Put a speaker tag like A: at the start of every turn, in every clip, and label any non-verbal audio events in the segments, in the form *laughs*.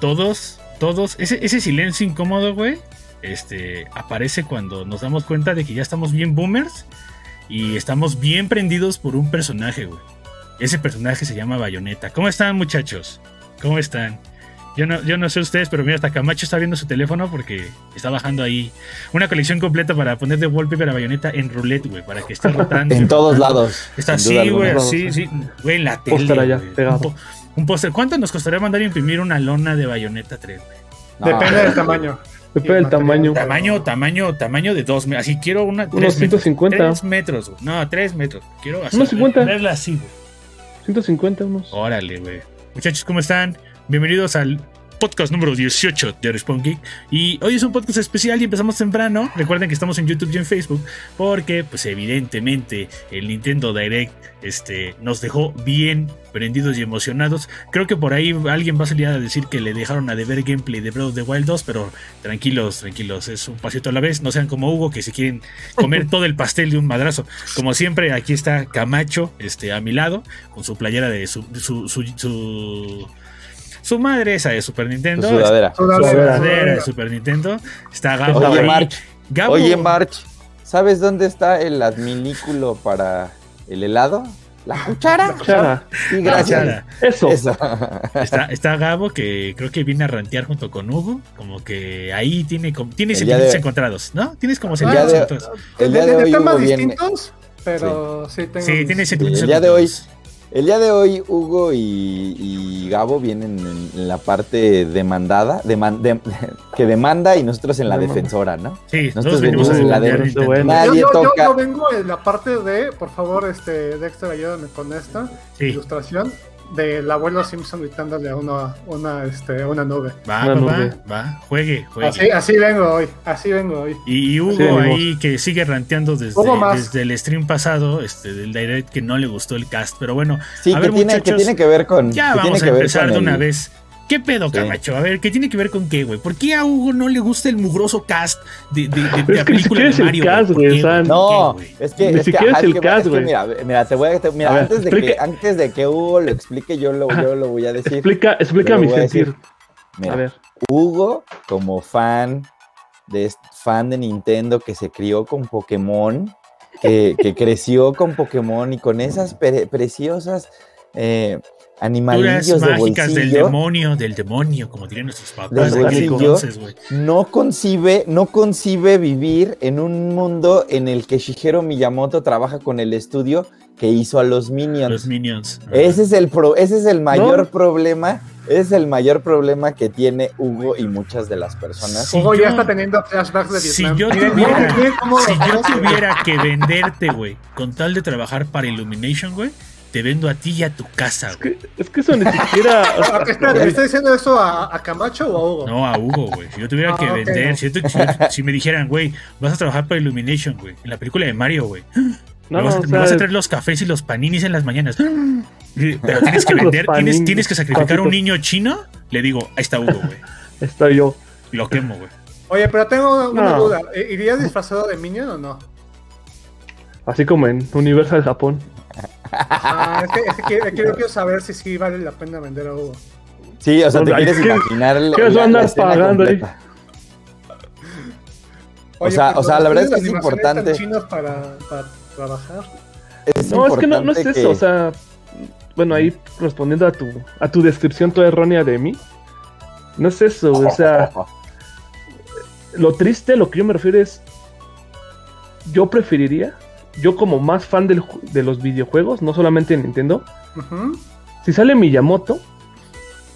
A: todos, todos, ese, ese silencio incómodo, güey, este, aparece cuando nos damos cuenta de que ya estamos bien boomers y estamos bien prendidos por un personaje, güey. Ese personaje se llama Bayonetta. ¿Cómo están, muchachos? ¿Cómo están? Yo no, yo no sé ustedes, pero mira, hasta Camacho está viendo su teléfono porque está bajando ahí una colección completa para poner de wallpaper a Bayonetta en roulette, güey, para que esté rotando.
B: en todos lados.
A: Está
B: sin duda
A: así, güey,
B: alguna.
A: así, sí. Güey, en la tele.
C: Póster allá,
A: güey.
C: pegado.
A: Un po- Un póster. ¿Cuánto nos costaría mandar a imprimir una lona de Bayonetta 3, güey?
B: No,
D: Depende del tamaño.
C: Depende del tamaño.
A: Tamaño, tamaño, tamaño de dos metros. Así quiero una.
C: Unos 150.
A: 3 metros, güey. No, 3 metros. Quiero así.
C: Unos 50.
A: Verla así, güey.
C: 150 unos.
B: Oh,
A: Órale, güey. Muchachos, ¿cómo están? Bienvenidos al podcast número 18 de Respawn Geek. Y hoy es un podcast especial y empezamos temprano. Recuerden que estamos en YouTube y en Facebook porque, pues evidentemente, el Nintendo Direct este, nos dejó bien prendidos y emocionados. Creo que por ahí alguien va a salir a decir que le dejaron a deber gameplay de Breath of the Wild 2, pero tranquilos, tranquilos, es un pasito a la vez. No sean como Hugo, que se quieren *laughs* comer todo el pastel de un madrazo. Como siempre, aquí está Camacho este, a mi lado, con su playera de su, de su, su, su, su madre esa de Super
B: tu
A: Nintendo.
B: sudadera.
D: Sudadera,
A: Su sudadera
C: sudadera.
A: de
D: sudadera.
A: Super Nintendo. Está Gabo.
B: Oye,
A: ahí.
B: March.
A: Gabo-
B: Oye, March. ¿Sabes dónde está el adminículo para el helado? La cuchara.
C: Chara.
B: Sí, gracias.
A: Chara.
C: Eso.
B: Eso.
A: Está, está Gabo, que creo que viene a rantear junto con Hugo. Como que ahí tiene, com- tiene
B: El
A: sentimientos
B: día de-
A: encontrados, ¿no? Tienes como
D: Ah,
A: sentimientos
B: de-
A: encontrados.
B: El
D: de,
B: día de
D: de
B: hoy eh,
D: temas
B: Hugo viene.
D: distintos, pero sí, tengo.
A: Sí,
D: mis-
A: tiene sentimientos
B: El día de hoy-
A: encontrados.
B: El día de hoy, Hugo y, y Gabo vienen en, en la parte demandada, deman- de- *laughs* que demanda y nosotros en la
C: Demanda.
B: defensora, ¿no?
A: Sí, nosotros
B: Nosotros
A: venimos a
C: venimos
A: rantear
C: de-
A: Nintendo.
C: bueno.
D: Yo,
B: Nadie
D: yo, yo,
B: toca.
D: yo vengo en la parte de, por favor, este, Dexter, ayúdame con esta
A: Sí,
D: ilustración del abuelo Simpson gritándole a una, una, este, a una nube.
A: va,
C: No,
A: va,
C: no,
A: va,
C: güey.
A: va, juegue, juegue.
D: Así, así vengo hoy, así vengo hoy.
A: Y, y Hugo
C: Sí, venimos.
A: ahí que sigue ranteando desde,
D: Hugo más.
A: desde el stream pasado, este, del direct que no le gustó el cast, pero bueno,
B: Sí,
A: A
B: que,
A: ver,
B: tiene, que
A: muchachos,
B: tiene que ver con.
A: ya
B: que
A: vamos
B: tiene
A: a
B: que ver
A: empezar
B: con
A: de una
B: el-
A: vez. ¿Qué pedo,
B: Sí.
A: Camacho? A ver, ¿qué tiene que ver con qué, güey? ¿Por qué a Hugo no le gusta el mugroso cast de, de, de- de
C: Pero es
A: la
C: que ni
A: película
C: siquiera
A: de
C: es el
A: Mario?
C: cast,
A: ¿Por
C: güey,
A: qué,
C: o *laughs* sea,
A: güey?
B: No,
A: ¿Por qué, güey?
B: es que. ah,
C: Ni
B: es que-
C: siquiera
B: ajá,
C: es el
B: que va-
C: cast,
B: que
C: güey.
B: Mira, mira, te voy a. te- mira,
C: A ver,
B: antes, de que,
C: explica-
B: antes de que Hugo lo explique, yo lo,
C: Ajá.
B: yo lo voy a decir.
C: Explica, explica
B: Yo lo
C: mi
B: voy a
C: sentir.
B: decir. Mira,
C: A ver.
B: Hugo, como fan de, est- fan de Nintendo que se crió con Pokémon, que,
C: *laughs*
B: que creció con Pokémon y con esas pre- preciosas eh,
A: Criaturas
B: animalillos de
A: mágicas del
B: bolsillo,
A: demonio, del demonio, como dirían nuestros papás.
B: Del
A: de aquel
B: bolsillo.
A: entonces, güey.
B: no concibe, no concibe vivir en un mundo en el que Shigeru Miyamoto trabaja con el estudio que hizo a los Minions.
A: Los minions. Ajá.
B: Ese es el pro- ese es el mayor
C: No.
B: problema, ese es el mayor problema que tiene Hugo y muchas de las personas.
A: Sí,
D: Hugo
A: yo-
D: ya está teniendo flashbacks de
A: si
D: Vietnam.
A: yo
D: Miren,
A: tuviera-
D: miren, miren cómo-
A: Si yo tuviera que venderte, güey, con tal de trabajar para Illumination, güey, te vendo a ti y a tu casa,
C: Es
A: güey.
C: que, es que eso ni siquiera. o sea,
D: Ah, Espera, ¿le está diciendo eso a, a Camacho o a Hugo?
A: No a Hugo, güey. Si yo tuviera
D: Ah,
A: que
D: ok,
A: vender,
D: no.
A: si, yo tu- si yo- si me dijeran, güey, vas a trabajar para Illumination, güey, en la película de Mario, güey.
C: no,
A: me, vas a,
C: o
A: me
C: sea,
A: vas a traer los cafés y los paninis en las
C: *gasps*
A: mañanas. Pero tienes que
C: Los
A: vender, tienes,
C: paninis,
A: tienes que sacrificar a un
C: papitos.
A: niño chino. Le digo, ahí está Hugo, güey.
C: estoy yo.
A: Lo quemo, güey.
D: Oye, pero tengo una
C: No.
D: duda. ¿I- ¿Irías disfrazado de Minion o no?
C: Así como en Universal Japón.
D: Ah, es que, es que quiero,
B: *laughs*
D: quiero- quiero saber si sí vale la pena vender a Hugo.
B: Sí, o sea, te
C: Ay,
B: quieres
C: ¿qué-
B: imaginar la-
C: qué les va a
B: la- la
C: andar
B: escena
C: pagando ahí?
B: completa. O sea-
D: pero
B: o sea, la verdad es que
D: pues,
B: es
D: las animaciones tan
B: importante.
D: chinas para, para trabajar.
B: Es
C: No, es que no, no es
B: importante
C: eso. O sea, bueno, ahí respondiendo a tu, a tu descripción toda errónea de mí. No es eso. O sea, lo triste, lo que yo me refiero es. Yo preferiría, yo como más fan del ju- de los videojuegos, no solamente en Nintendo,
D: Ujú.
C: si sale Miyamoto,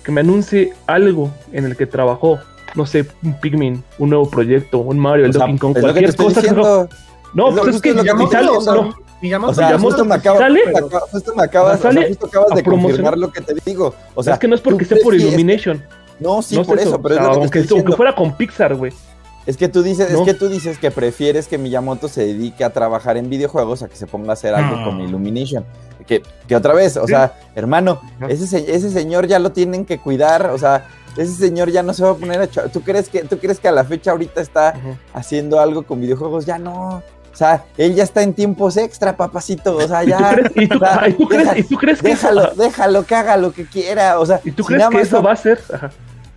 C: que me anuncie algo en el que trabajó, no sé, un Pikmin, un nuevo proyecto, un Mario, el
B: O sea,
C: Donkey Kong,
B: es lo que te
C: cualquier
B: estoy
C: cosa que salga-
B: diciendo.
C: No,
B: es lo-
C: pues es
B: justo
C: que
B: lo que
C: si
B: te
C: sale,
D: o sea,
C: no,
D: Miyamoto
B: O sea,
D: es una
B: justo me acabas,
C: ¿Sale?
B: me acaba- justo me acabas, o sea,
C: ¿Sale
B: justo acabas
C: a
B: de confirmar
C: promocionar?
B: lo que te digo. O sea,
C: es que no es porque
B: tú
C: esté por
B: prefieres-
C: Illumination.
B: No, sí,
C: no es
B: por eso, pero es
C: o
B: lo
C: sea,
B: que te
C: aunque,
B: estoy
C: aunque
B: diciendo.
C: fuera con Pixar, güey.
B: Es que tú dices,
C: No.
B: es que tú dices que prefieres que Miyamoto se dedique a trabajar en videojuegos a que se ponga a hacer algo
A: No.
B: con Illumination. Que, que otra vez, o
C: Sí.
B: sea, hermano,
C: Ajá.
B: ese, se- ese señor ya lo tienen que cuidar, o sea, ese señor ya no se va a poner a... cha- ¿Tú crees que, tú crees que a la fecha ahorita está haciendo algo con videojuegos? Ya no. O sea, él ya está en tiempos extra, papacito. O sea,
C: ¿Y tú
B: ya...
C: crees, *laughs* y tú,
B: o sea,
C: ay, ¿tú crees-
B: deja-
C: y tú crees que eso,
B: déjalo, déjalo que haga lo que quiera. O sea,
C: y tú
B: si
C: crees
B: nada
C: que
B: más
C: eso
B: va-
C: va a ser? ajá.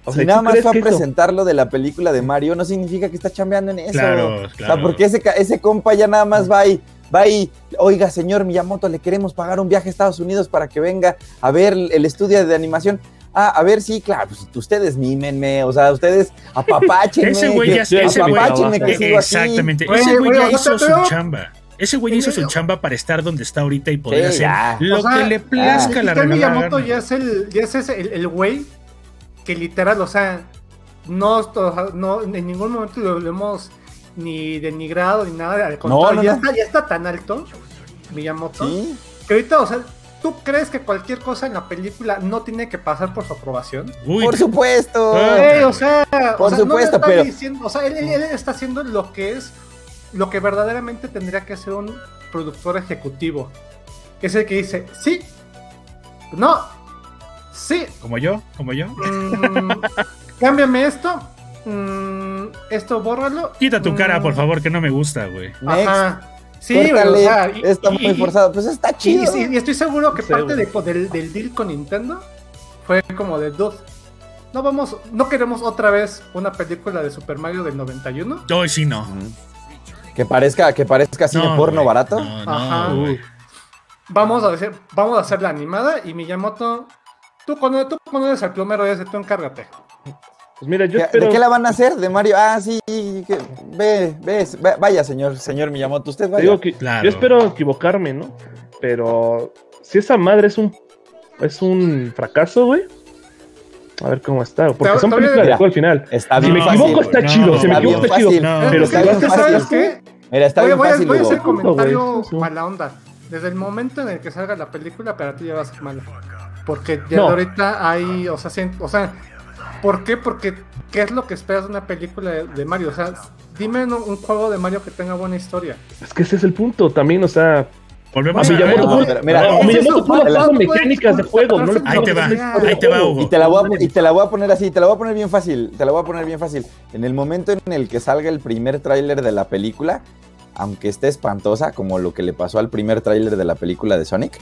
C: O
B: Si
C: sea,
B: nada
C: ¿tú
B: más
C: crees
B: fue a
C: que eso-
B: presentar lo de la película de Mario, no significa que está chambeando en eso.
A: Claro,
B: O
A: claro.
B: sea, porque ese, ca- ese compa ya nada más va y, va y, oiga, señor Miyamoto, le queremos pagar un viaje a Estados Unidos para que venga a ver el estudio de animación. Ah, a ver, sí, claro, pues ustedes mímenme, o sea, ustedes apapáchenme.
A: Ese güey ya
C: yo-
A: ese
C: yo-
A: güey-
B: apapáchenme que
A: Eh,
B: sigo aquí.
A: Exactamente.
D: Oye,
A: ese güey
D: oye,
A: ya
D: o sea,
A: hizo su
D: pero-
A: chamba. Ese güey hizo su
D: Oye,
A: chamba para estar donde está ahorita y poder
B: Sí,
A: hacer
B: ya.
A: lo
D: O sea,
A: que le plazca la
D: Shigeru
A: regalada
D: Miyamoto
A: gana.
D: ya es el, ya es ese- el, el güey que literal, o sea, no, o- no en ningún momento lo, lo hemos ni denigrado ni nada, al contrario,
B: no,
D: ya,
B: no.
D: Está, ya está tan alto Miyamoto
B: Sí,
D: que ahorita, o sea, ¿tú crees que cualquier cosa en la película no tiene que pasar por su aprobación?
A: Uy,
B: por supuesto.
A: Ah.
D: Güey, Eh, o sea,
B: Por
D: o sea, no le
B: supuesto,
D: está
B: pero-
D: diciendo- o sea, él, él- él está haciendo lo que es, lo que verdaderamente tendría que hacer un productor ejecutivo. Que es el que dice, sí, no, sí,
A: como yo, como yo.
B: *laughs*
D: mm, cámbiame esto, mm, esto bórralo.
A: Quita tu
D: mm,
A: cara, por favor, que no me gusta, güey.
B: Next.
D: Ajá. Sí, güey, o
B: Córtale,
D: sea, y-
B: está
D: y-
B: muy forzado. Pues está
D: y-
B: chido.
D: y- y estoy seguro que
C: Sí,
D: parte
C: güey.
D: de- del, del deal con Nintendo fue como de dos. No vamos, no queremos otra vez una película de Super Mario del 91.
A: Hoy sí no.
B: Ujú. Que parezca, que parezca cine
A: No,
B: porno
A: güey.
B: barato.
A: No,
D: Ajá.
A: no, güey.
D: Vamos a hacer, vamos a hacer la animada y Miyamoto, tú conoces, tú conoces al plomero ese, tú encárgate.
C: Pues mira, yo
B: ¿Qué-
C: espero.
B: ¿De qué la van a hacer? ¿De Mario? Ah, sí, que- ve, ve, va- vaya señor, señor Miyamoto, usted
C: te
B: vaya.
C: digo que-
A: Claro.
C: Yo espero equivocarme, ¿no? Pero si esa madre es un es un fracaso, güey. A ver cómo está. Porque
D: Te-
C: son
D: te voy a-
C: películas de
B: Mira.
C: juego al final.
B: Está
C: Si
B: bien
C: me
A: No,
B: fácil.
C: equivoco,
A: güey,
C: está
A: no,
C: chido. Si me
A: está
C: equivoco,
B: bien
C: está chido.
B: fácil. No,
C: Ah, Pero
D: Es
C: si
B: está
C: vas
D: que-
B: bien
D: es que,
C: a
D: ¿sabes
B: fácil.
D: qué?
B: Mira, está
D: Voy,
B: bien
D: voy a,
B: fácil,
D: voy a
B: Hugo.
D: hacer comentario
C: güey, sí.
D: mala onda. Desde el momento en el que salga la película, para ti ya va a ser mala. Porque ya
C: No.
D: ahorita hay, o sea, sien- o sea, ¿por qué? Porque ¿qué es lo que esperas de una película de, de Mario? O sea, dime un, un juego de Mario que tenga buena historia.
C: Es que ese es el punto también, o sea.
A: Volvemos
C: a
A: a ver.
C: Miyamoto
B: no,
C: pudo-
B: pero mira,
C: no,
B: es
C: Miyamoto
D: eso,
C: pudo
D: te
C: haber
D: la-
C: dado
D: tú puedes
C: mecánicas de juego, ¿no?
A: Ahí te va, ahí te va,
B: Y
A: Hugo.
B: te, la voy a, y te la voy a poner así, te la voy a poner bien fácil, te la voy a poner bien fácil. En el momento en el que salga el primer tráiler de la película, aunque esté espantosa, como lo que le pasó al primer tráiler de la película de Sonic,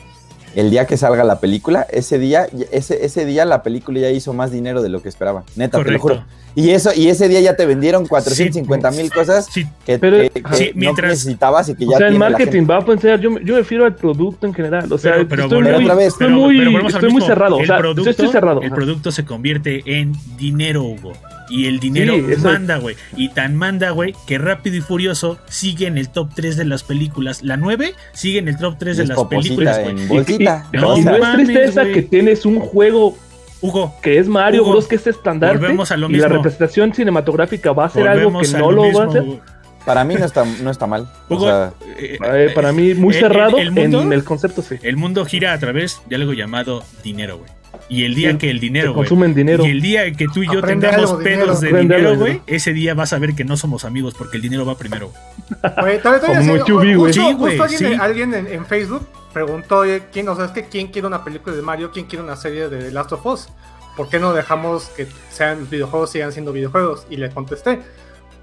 B: el día que salga la película, ese día, ese, ese día la película ya hizo más dinero de lo que esperaba. Neta, te lo
A: Correcto.
B: juro. Y eso, y ese día ya te vendieron
C: pues.
B: 450 mil cosas
A: Sí,
B: que,
C: Pero-
B: que- que
A: Sí,
B: no
A: mientras-
B: necesitabas y que ya
C: O sea, el
B: tiene la gente.
C: marketing va a pensar, yo, me- yo me refiero al producto en general. O sea,
A: pero, pero
C: estoy,
A: volvemos-
C: muy,
B: otra vez.
C: estoy
A: pero-
C: muy,
A: pero volvemos al
C: estoy muy
A: mismo.
C: cerrado. O
A: El
C: sea, yo estoy cerrado.
A: El
C: ajá.
A: producto se convierte en dinero, Hugo. Y el dinero
C: Sí, eso-
A: manda, güey. Y tan manda, güey, que Rápido y Furioso sigue en el top 3 de las películas. La 9 sigue en el top 3 de
B: Es
A: las
B: poposita
A: películas, güey.
B: en
C: Y- y-
B: bolsita.
C: y-
A: *laughs* No
C: y no es
A: mames,
C: tristeza
A: güey.
C: que tienes un juego
A: Hugo,
C: que es Mario
A: Hugo,
C: Bros, que es estandarte.
A: volvemos a lo
C: Y la
A: mismo.
C: representación cinematográfica va a ser algo que
A: volvemos
C: no
A: a lo
C: lo va a
A: mismo,
C: hacer.
A: Hugo.
B: Para mí no está, no está mal. O
A: Hugo,
B: sea,
A: eh,
C: Eh, para mí, muy
A: el-
C: cerrado
A: el mundo-
C: en el concepto, sí.
A: El mundo gira a través de algo llamado dinero, güey. Y el día
C: Sí,
A: que el
C: Se
A: dinero, güey.
C: consumen dinero.
A: Y el día en que tú y yo
D: Aprende
A: tengamos
D: algo,
A: pedos
D: dinero.
A: de
C: Aprende
A: dinero,
C: algo,
A: güey,
C: dinero.
A: ese día vas a ver que no somos amigos porque el dinero va primero. güey.
D: Oye, todavía- todavía
C: Como
D: sí,
C: Q B, güey.
D: justo-
A: Sí,
D: justo
A: güey,
D: alguien,
A: sí.
D: alguien en, en Facebook preguntó, oye, ¿quién, o sea, es que quién quiere una película de Mario? ¿Quién quiere una serie de The Last of Us? ¿Por qué no dejamos que sean videojuegos sigan siendo videojuegos? Y le contesté,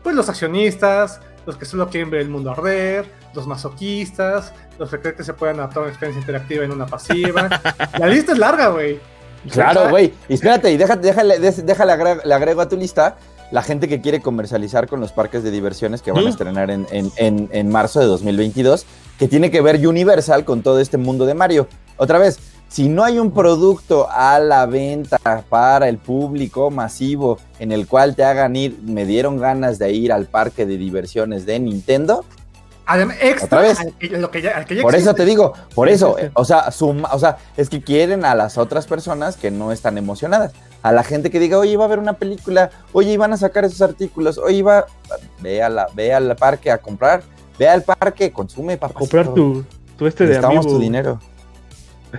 D: pues los accionistas, los que solo quieren ver el mundo arder, los masoquistas, los que creen que se pueden adaptar a una experiencia interactiva en
A: *laughs*
D: una pasiva. La lista es larga, güey.
B: Claro, güey. Y espérate, y déjate, déjale, des- déjale agre- le agrego a tu lista la gente que quiere comercializar con los parques de diversiones que van
A: Mm.
B: a estrenar en, en- en- en marzo de 2022, que tiene que ver Universal con todo este mundo de Mario. Otra vez, si no hay un producto a la venta para el público masivo en el cual te hagan ir, me dieron ganas de ir al parque de diversiones de Nintendo,
D: Además, extra,
B: Otra vez.
D: al que- lo que ya- al que ya
B: por eso
D: existe.
B: te digo, por
C: Sí,
B: eso,
C: sí, sí.
B: eh, o sea, suma- o sea, es que quieren a las otras personas que no están emocionadas, a la gente que diga, oye, iba a ver una película, oye, iban a sacar esos artículos, oye, iba, ve, a la, ve al parque a comprar, ve al parque, consume,
C: A
B: papá.
C: comprar tu, tu este de
B: Necesitamos
C: amigo.
B: tu dinero.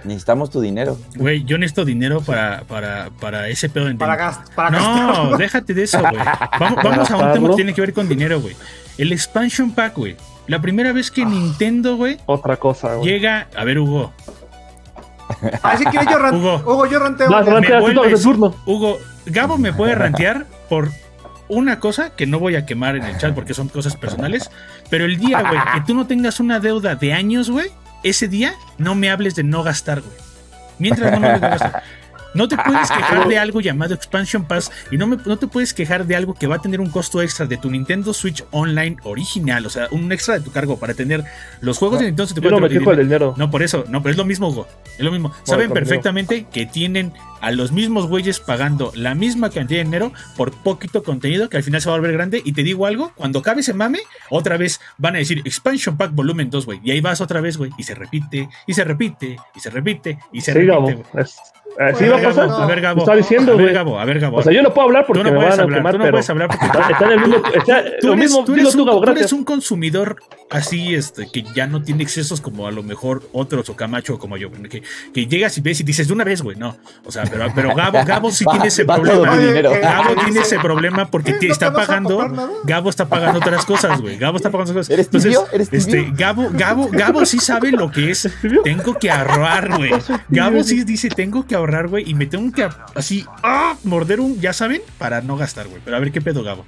B: Necesitamos tu dinero.
A: Güey, yo necesito dinero para, para, para ese pedo en
D: Para, gastar para gastar. *laughs*
A: No, déjate de eso, güey. Vamos, vamos a un tema que tiene que ver con dinero, güey. El expansion pack, güey. La primera vez que Nintendo, güey,
C: Otra cosa, güey.
A: llega. A ver, Hugo.
D: Así que yo ranteo.
A: Hugo.
D: Hugo, yo ranteo.
C: Vas,
A: Me
C: Rantea, tú
A: vuelves-
C: tomas el turno.
A: Hugo, Gabo me puede rantear por una cosa que no voy a quemar en el chat porque son cosas personales. Pero el día, güey, que tú no tengas una deuda de años, güey, ese día no me hables de no gastar, güey. Mientras no me hables de no gastar. No te puedes quejar de algo llamado Expansion Pass y no, me- no te puedes quejar de algo que va a tener un costo extra de tu Nintendo Switch Online original, o sea, un extra de tu cargo para tener los juegos de Nintendo
C: Yo
A: 64.
C: no me quejo del dinero.
A: No, por eso, no, pero es lo mismo, Hugo. Es lo mismo. Saben
C: cambió.
A: perfectamente que tienen a los mismos güeyes pagando la misma cantidad de dinero por poquito contenido que al final se va a volver grande. Y te digo algo, cuando acabe ese mame, otra vez van a decir Expansion Pack Volumen 2, güey. Y ahí vas otra vez, güey. Y se repite, y se repite, y se repite, y se
C: Sí,
A: repite,
C: Gabo.
A: güey.
C: es- Así va a
A: Gabo,
C: pasar.
A: a ver, Gabo.
C: Está diciendo,
A: a ver,
C: güey.
A: Gabo, a ver, Gabo.
C: O sea, yo no puedo hablar porque
A: tú no
C: me
A: puedes
C: van a
A: hablar,
C: quemar,
A: tú no
C: pero
A: puedes hablar
C: *laughs*
A: porque
C: está, está en el mismo. está-
A: tú
C: lo
A: eres,
C: mismo,
A: tú
C: dilo
A: eres
C: tú,
A: un,
C: Gabo,
A: tú eres
C: gracias.
A: un consumidor así, este, que ya no tiene excesos como a lo mejor otros o Camacho o como yo, güey, que, que llegas y ves y dices de una vez, güey, no. O sea, pero, pero Gabo, Gabo sí
B: *laughs* Va-
A: tiene ese
B: va todo
A: problema.
B: tu
A: güey. *laughs*
B: dinero.
D: Oye,
A: Gabo
D: Dice,
A: tiene ese problema porque
D: *laughs* "Eh,
A: te-
D: no
A: está
D: te vas a comprar
A: pagando.
D: nada".
A: Gabo está pagando otras cosas, güey. Gabo está pagando otras cosas.
B: ¿Eres tibio? ¿Eres tibio?
A: este, Gabo, Gabo, Gabo sí sabe lo que es.
C: tibio?
A: Tengo que ahorrar, güey. Gabo sí dice, tengo que ahorrar, güey. Y me tengo que así ah, morder un, ya saben, para no gastar, güey. Pero a ver qué pedo, Gabo.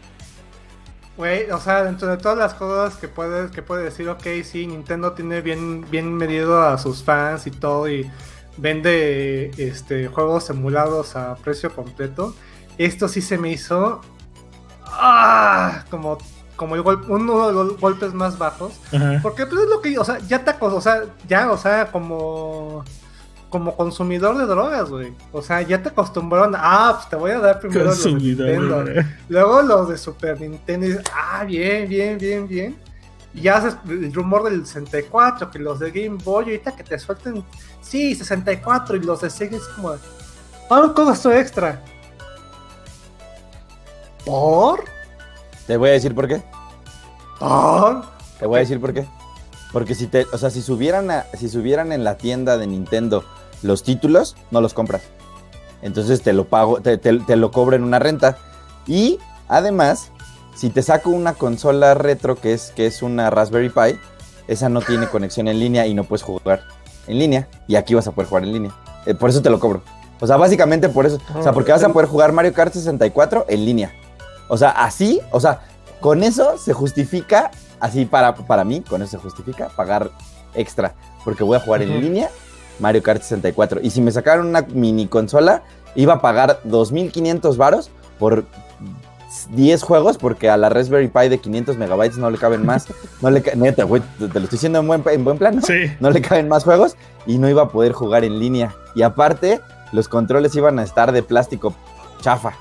D: Güey, o sea, dentro de todas las cosas que puedes que puede decir, ok, sí, Nintendo tiene bien, bien medido a sus fans y todo, y vende este, juegos emulados a precio completo. Esto sí se me hizo. ¡Ah! Como, como el gol- uno de los golpes más bajos.
A: Ajá.
D: Porque pues es lo que, o sea, ya te acos- o sea, ya, o sea, como como consumidor de drogas, güey. O sea, ya te acostumbraron, ah, pues te voy a dar primero los de Nintendo,
A: Consumidor, güey.
D: luego los de Super Nintendo, y dices, ah, bien, bien, bien, bien. Y ya haces el rumor del 64, que los de Game Boy, ahorita que te suelten, sí, 64, y los de Sega es como, ah, un costo extra. ¿Por?
B: Te voy a decir por qué.
D: ¿Por?
B: Te voy a decir por qué. Porque si te, o sea, si subieran a, si subieran en la tienda de Nintendo los títulos, no los compras. Entonces te lo pago, te, te- te lo cobro en una renta. Y además, si te saco una consola retro que es, que es una Raspberry Pi, esa no tiene conexión en línea y no puedes jugar en línea. Y aquí vas a poder jugar en línea. Eh, por eso te lo cobro. O sea, básicamente por eso. O sea, porque vas a poder jugar Mario Kart 64 en línea. O sea, así, o sea, con eso se justifica, así para, para mí, con eso se justifica pagar extra. Porque voy a jugar en
C: Ujú.
B: línea Mario Kart 64. Y si me sacaron una mini consola, iba a pagar 2.500 varos por 10 juegos, porque a la Raspberry Pi de 500 megabytes no le caben más. No le ca- Neta, güey, te te lo estoy diciendo en buen, en buen plan, ¿no?
A: Sí.
B: no le caben más juegos y no iba a poder jugar en línea. Y aparte, los controles iban a estar de plástico chafa.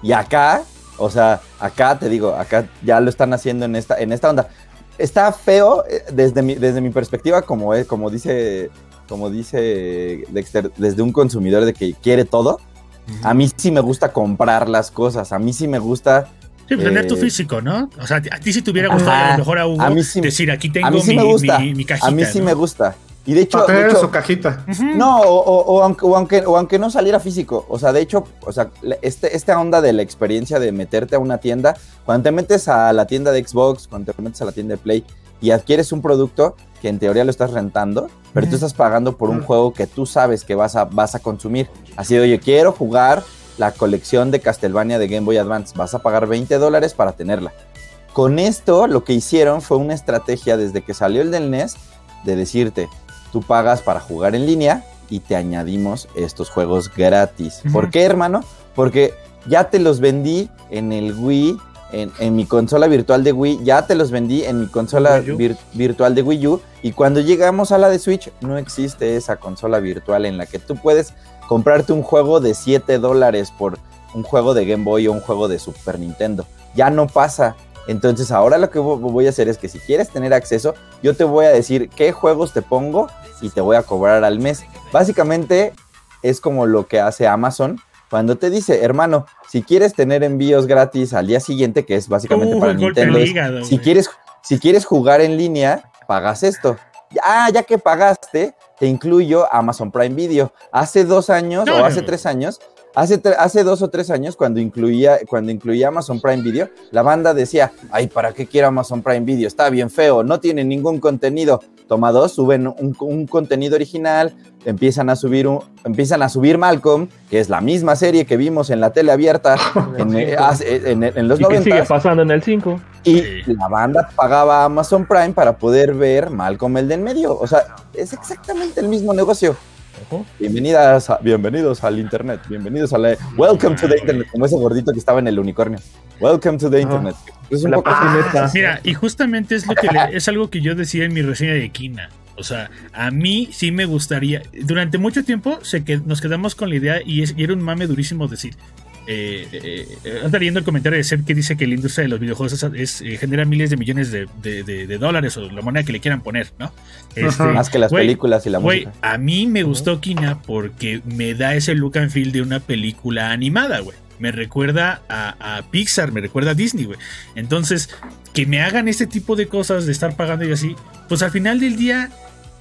B: Y acá, o sea, acá te digo, acá ya lo están haciendo en esta, en esta onda. Está feo eh, desde mi, desde mi perspectiva, como, es, como dice, como dice Dexter, desde un consumidor de que quiere todo. A mí sí me gusta comprar las cosas, a mí sí me gusta
A: Sí, pues, tener tu
B: Eh,
A: físico, ¿no? O sea, a ti sí te hubiera gustado
B: Ajá.
A: a lo mejor a Hugo
B: A mí sí-
A: decir, aquí tengo
B: a mí sí
A: mi,
B: me gusta,
A: mi- mi cajita.
B: a mí sí
A: ¿no?
B: me gusta. Y de hecho,
D: Para tener
B: de
D: en
B: hecho-
D: su cajita.
A: Ujú.
B: No, o, o- o aunque, o aunque, o aunque no saliera físico. O sea, de hecho, o sea, la- este, esta onda de la experiencia de meterte a una tienda, cuando te metes a la tienda de Xbox, cuando te metes a la tienda de Play y adquieres un producto que en teoría lo estás rentando, pero tú estás pagando por un
D: Ujú.
B: juego que tú sabes que vas a, vas a consumir. Así de, oye, quiero jugar la colección de Castlevania de Game Boy Advance. Vas a pagar 20 dólares para tenerla. Con esto lo que hicieron fue una estrategia desde que salió el del NES de decirte, tú pagas para jugar en línea y te añadimos estos juegos gratis.
A: Ujú.
B: ¿Por qué, hermano? Porque ya te los vendí en el Wii, en, en mi consola virtual de Wii, ya te los vendí en mi consola
C: Wii U.
B: vir- virtual de Wii U, y cuando llegamos a la de Switch, no existe esa consola virtual en la que tú puedes comprarte un juego de 7 dólares por un juego de Game Boy o un juego de Super Nintendo. Ya no pasa. Entonces ahora lo que vo- voy a hacer es que si quieres tener acceso, yo te voy a decir qué juegos te pongo y te voy a cobrar al mes. Básicamente es como lo que hace Amazon cuando te dice, hermano, si quieres tener envíos gratis al día siguiente, que es básicamente
A: Uh,
B: para
A: el golpe
B: Nintendo,
A: al
B: es,
A: hígado.
B: si
A: güey.
B: quieres, si quieres jugar en línea, pagas esto. Ah, ya que pagaste, te incluyo Amazon Prime Video. Hace dos años
A: No,
B: o
A: no,
B: hace
A: no.
B: tres años, hace, tre- hace dos o tres años cuando incluía, cuando incluía Amazon Prime Video, la banda decía, ay, ¿para qué quiero Amazon Prime Video? Está bien feo, no tiene ningún contenido. Toma dos, suben un, un contenido original, empiezan a subir un, empiezan a subir Malcolm, que es la misma serie que vimos en la tele abierta en, eh, hace- en- en los
C: ¿Y qué
B: 90.
C: sigue pasando en el 5?
B: Y
A: Sí.
B: la banda pagaba a Amazon Prime para poder ver Malcolm el del medio. O sea, es exactamente el mismo negocio.
A: Ojo.
B: Bienvenidas a- bienvenidos al internet, bienvenidos a la... Welcome to the internet, como ese gordito que estaba en el unicornio. Welcome to the internet. Es un
C: Ah. La
B: poco-
C: patineta.
A: Mira, y justamente es lo que le- es algo que yo decía en mi reseña de Kina. O sea, a mí sí me gustaría. Durante mucho tiempo se que, nos quedamos con la idea y, es- y era un mame durísimo decir. Eh, eh, eh, anda leyendo el comentario de Seb que dice que la industria de los videojuegos es- es, eh, genera miles de millones de, de- de- de dólares o la moneda que le quieran poner, ¿no? Este,
B: más que las
A: güey,
B: películas y la
A: Güey,
B: música.
A: a mí me gustó Kina porque me da ese look and feel de una película animada, güey. Me recuerda a, a Pixar, me recuerda a Disney, güey. Entonces, que me hagan este tipo de cosas de estar pagando y así, pues al final del día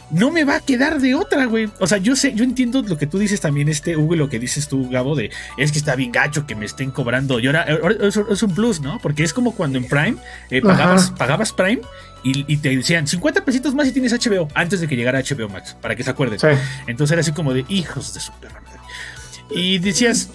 A: no me va a quedar de otra, güey. O sea, yo sé, yo entiendo lo que tú dices también, este Hugo, y lo que dices tú, Gabo, de es que está bien gacho que me estén cobrando. Y ahora, ahora es, es un plus, ¿no? Porque es como cuando en Prime eh, pagabas,
D: Ajá.
A: pagabas Prime y, y te decían 50 pesitos más si tienes HBO antes de que llegara HBO Max, para que se acuerden.
D: Sí.
A: Entonces era así como de hijos de su perra madre. Y decías,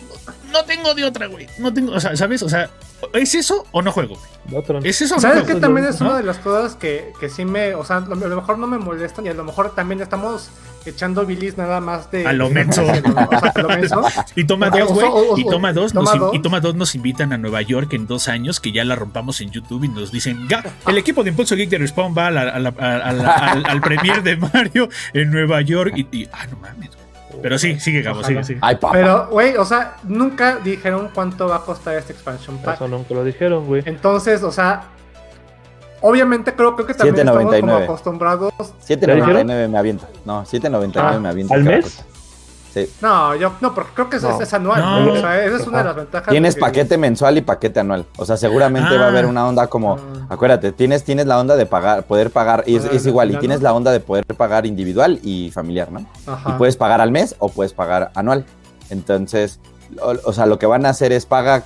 A: no tengo de otra, güey. No tengo, o sea, ¿sabes? O sea, ¿es eso o no juego? güey?
C: De otro.
A: ¿Es eso o no
D: ¿Sabes
A: juego?
D: que
C: no,
D: también
C: no,
D: es
A: no.
D: una de las cosas que, que sí me, o sea, a lo mejor no me molestan y a lo mejor también estamos echando bilis nada más de...
A: A lo menso.
D: O sea,
A: *laughs*
D: a lo menso.
A: Y toma
D: Ajá,
A: dos,
D: o-
A: güey.
D: o- o-
A: Y toma dos,
D: toma
A: nos, in-
D: dos.
A: y toma dos nos invitan a Nueva York en dos años, que ya la rompamos en YouTube y nos dicen, "Ga- el equipo de Impulso Geek de Respawn va a la- a la- a la- al, al premier de Mario en Nueva York. Y, y- ah, no mames. güey. Pero sí, sigue, Gabo, sigue,
D: Ojalá.
A: sigue.
B: Ay, papá.
D: Pero, güey, o sea, nunca dijeron cuánto va a costar este expansion pack.
C: Eso nunca lo dijeron, güey.
D: Entonces, o sea, obviamente creo, creo que también estamos como
B: 7.99.
D: acostumbrados.
B: 7.99 me aviento. No, 7.99
C: Ah,
B: me aviento.
C: ¿Al
B: carajo.
C: mes?
B: Sí.
D: No, yo no, porque creo que eso
B: No.
D: es, es anual.
A: No.
D: ¿no? O sea, esa es una de las ventajas.
B: Tienes
D: de-
B: paquete mensual y paquete anual. O sea, seguramente
A: Ah.
B: va a haber una onda como,
D: Ah.
B: acuérdate, tienes, tienes la onda de pagar, poder pagar, y es,
D: Pagar
B: es igual, y
D: individual,
B: tienes
D: ¿no?
B: la onda de poder pagar individual y familiar, ¿no?
D: Ajá.
B: Y puedes pagar al mes o puedes pagar anual. Entonces, o, o sea, lo que van a hacer es paga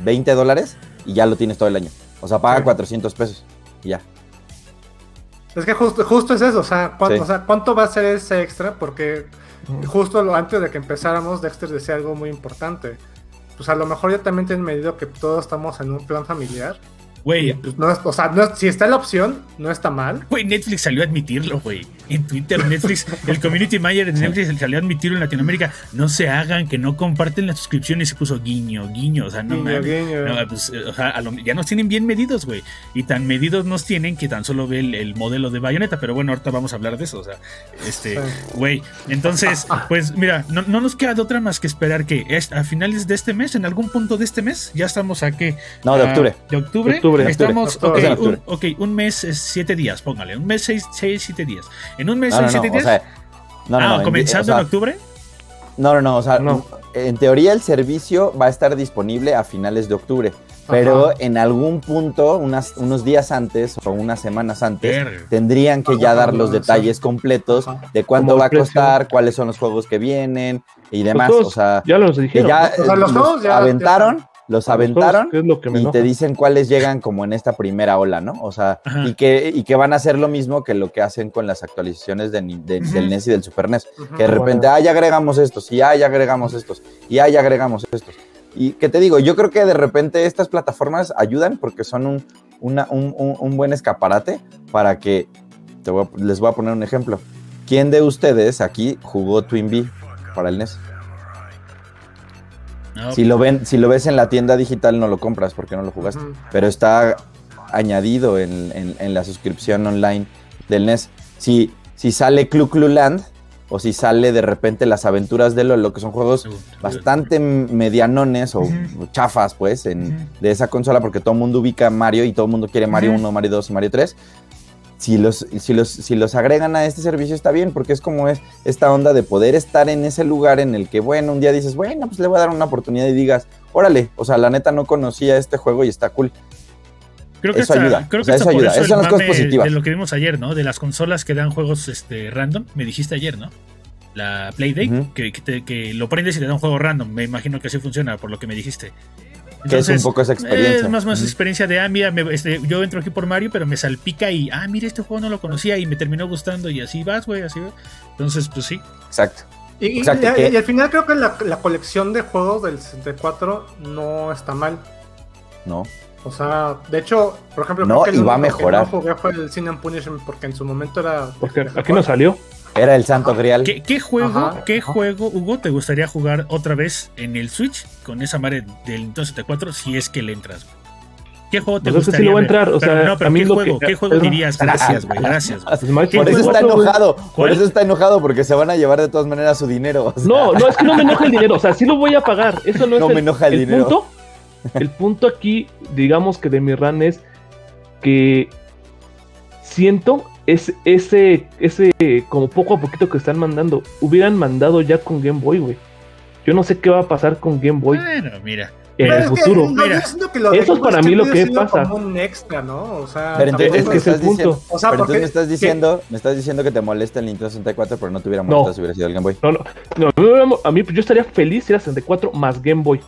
B: 20 dólares y ya lo tienes todo el año. O sea, paga
D: Sí.
B: 400 pesos y ya.
D: Es que justo, justo es eso, o sea, ¿cuánto,
B: Sí.
D: o sea, ¿cuánto va a ser ese extra? Porque justo lo- antes de que empezáramos, Dexter decía algo muy importante. Pues a lo mejor ya también tienen medido que todos estamos en un plan familiar. Y
A: Güey,
D: pues no es- o sea, no es- si está la opción, no está mal.
A: Güey, Netflix salió a admitirlo, güey. En Twitter,
D: *laughs*
A: Netflix, el community manager de Netflix salió a admitirlo en Latinoamérica. No se hagan que no comparten las suscripciones. Se puso guiño, guiño. O sea, no
D: Guiño,
A: mames.
D: guiño.
A: No, pues, eh, o sea, a lo- ya nos tienen bien medidos, güey. Y tan medidos nos tienen que tan solo ve el, el modelo de bayoneta. Pero bueno, ahorita vamos a hablar de eso. O sea, este,
D: Sí.
A: güey.
D: *laughs*
A: Entonces, pues mira, no, no nos queda de otra más que esperar que es- a finales de este mes, en algún punto de este mes, ya estamos a que
B: No, de
A: Ah,
B: octubre.
A: De octubre.
C: De octubre.
A: Estamos,
D: Octubre.
A: ok,
B: Es en octubre.
A: un- ok, un mes, es siete días, póngale. Un mes, seis, seis siete días. En un mes,
B: No, no,
A: seis,
B: no.
A: siete
B: O
A: días.
B: sea, no, no,
A: ah,
B: no, en-
A: comenzando
B: o sea,
A: en octubre.
B: No, no, no, o sea,
C: No.
B: en teoría el servicio va a estar disponible a finales de octubre, pero en algún punto, unas- unos días antes o unas semanas antes,
A: Ver.
B: tendrían que ya
D: Ajá,
B: dar los
D: sí.
B: detalles completos
D: Ajá.
B: de cuánto
C: Como el
B: va a
C: precio.
B: costar, cuáles son los juegos que vienen y demás,
C: todos
B: o sea,
C: Ya los
B: que
C: dijeron.
B: ya
C: ¿no?
D: O sea, los
B: eh,
D: juegos ya-
B: aventaron, los
C: Los juegos,
B: aventaron
C: que es lo que me
B: y
C: enoja.
B: te dicen cuáles llegan como en esta primera ola, ¿no? O sea,
A: Ajá.
B: y que, y que van a hacer lo mismo que lo que hacen con las actualizaciones de Ni- de-
A: Ujú.
B: del NES y del Super E NES.
D: Ujú.
B: Que de repente, ah, ya agregamos estos, y ah, ya agregamos estos, y ah, ya agregamos estos. Y que te digo, yo creo que de repente estas plataformas ayudan porque son un, una- un, un- un buen escaparate para que, te voy a- les voy a poner un ejemplo. ¿Quién de ustedes aquí jugó Twin Bee para el NES?
A: No,
B: Si lo, ven, si lo ves en la tienda digital no lo compras porque no lo jugaste,
D: Ujú.
B: pero está añadido en, en- en la suscripción online del NES. Si, si sale Clu Clu Land o si sale de repente Las Aventuras de Lolo, que son
A: pues,
B: juegos bastante medianones o
A: Ujú.
B: chafas, pues, en,
A: Ujú.
B: de esa consola, porque todo el mundo ubica Mario y todo el mundo quiere Mario
A: Ujú.
B: 1, Mario 2 y Mario 3. Si los, si, los, si los agregan a este servicio está bien, porque es como es esta onda de poder estar en ese lugar en el que, bueno, un día dices, bueno, pues le voy a dar una oportunidad y digas, órale, o sea, la neta no conocía este juego y está cool.
A: Creo que
B: eso
A: hasta-
B: ayuda,
A: Creo que
B: o sea,
A: hasta
B: eso
A: por
B: ayuda,
A: eso
B: esas
A: el
B: son las cosas
A: mame
B: positivas.
A: De lo que vimos ayer, ¿no? De las consolas que dan juegos este, random. Me dijiste ayer, ¿no? La Playdate,
B: Ujú.
A: que, que te- que lo prendes y te da un juego random. Me imagino que así funciona, por lo que me dijiste.
B: Que es un
A: Entonces,
B: poco esa experiencia.
A: Es Eh, más o menos
B: Ujú.
A: experiencia de, ah, mira, me- este, yo entro aquí por Mario, pero me salpica y, ah, mira, este juego no lo conocía y me terminó gustando y así vas, güey, así va. Entonces, pues sí.
B: Exacto.
D: Y, y-
B: Exacto,
D: y-
B: que-
D: y al final creo que la, la colección de juegos del 64 no está mal.
B: No.
D: O sea, de hecho, por ejemplo,
B: No,
D: creo que
B: y
D: el
B: va a
D: único que
B: mejorar.
D: no jugué fue el Sin and Punishment porque en su momento era.
C: Porque aquí no salió.
B: Era el santo grial.
A: Ah, ¿Qué, qué juego,
D: Ajá.
A: qué juego, Hugo, te gustaría jugar otra vez en el Switch con esa madre del Nintendo 74 si es que le entras, güey? ¿Qué juego te
C: Pues es que
A: gustaría?
C: sí le voy a
A: ver?
C: entrar, o
A: Pero
C: sea,
A: no, pero
C: a mí
A: ¿qué
C: lo
A: juego?
C: que-
A: ¿Qué juego
C: es- *laughs*
A: dirías? Gracias, güey, gracias. güey.
C: Smash
A: ¿Qué
B: Por eso
A: juego?
B: está
C: güey.
B: enojado. Por
A: ¿Cuál?
B: eso está enojado, porque se van a llevar de todas maneras su dinero. o sea. *laughs*
C: No, no, es que no me enoja el dinero. O sea, sí lo voy a pagar. Eso no,
B: Pues, No
C: es el,
B: me enoja el dinero.
C: Punto, el punto aquí, digamos que de mi run es que siento es, ese, ese como poco a poquito que están mandando. Hubieran mandado ya con Game Boy, güey. Yo no sé qué va a pasar con Game Boy
A: Bueno, mira.
C: en
D: Pero
C: el
D: es que,
C: futuro.
D: no, yo
A: Mira,
D: siento que lo de
C: eso es
D: Game Boy
C: para mí lo
D: hubiera
C: que
D: sido
C: pasa.
D: Como un extra, ¿no? O sea,
B: Pero entonces,
C: es
D: tampoco
C: que es
B: estás
C: el
B: diciendo,
C: punto.
D: O sea,
B: pero
D: porque-
B: entonces me estás
D: que-
B: diciendo, me estás diciendo que te molesta el Nintendo 64, pero no te hubiera
C: No.
B: molestado si hubiera sido el Game Boy.
C: No, no, no, no, no, a mí pues, yo estaría feliz si era 64 más Game Boy.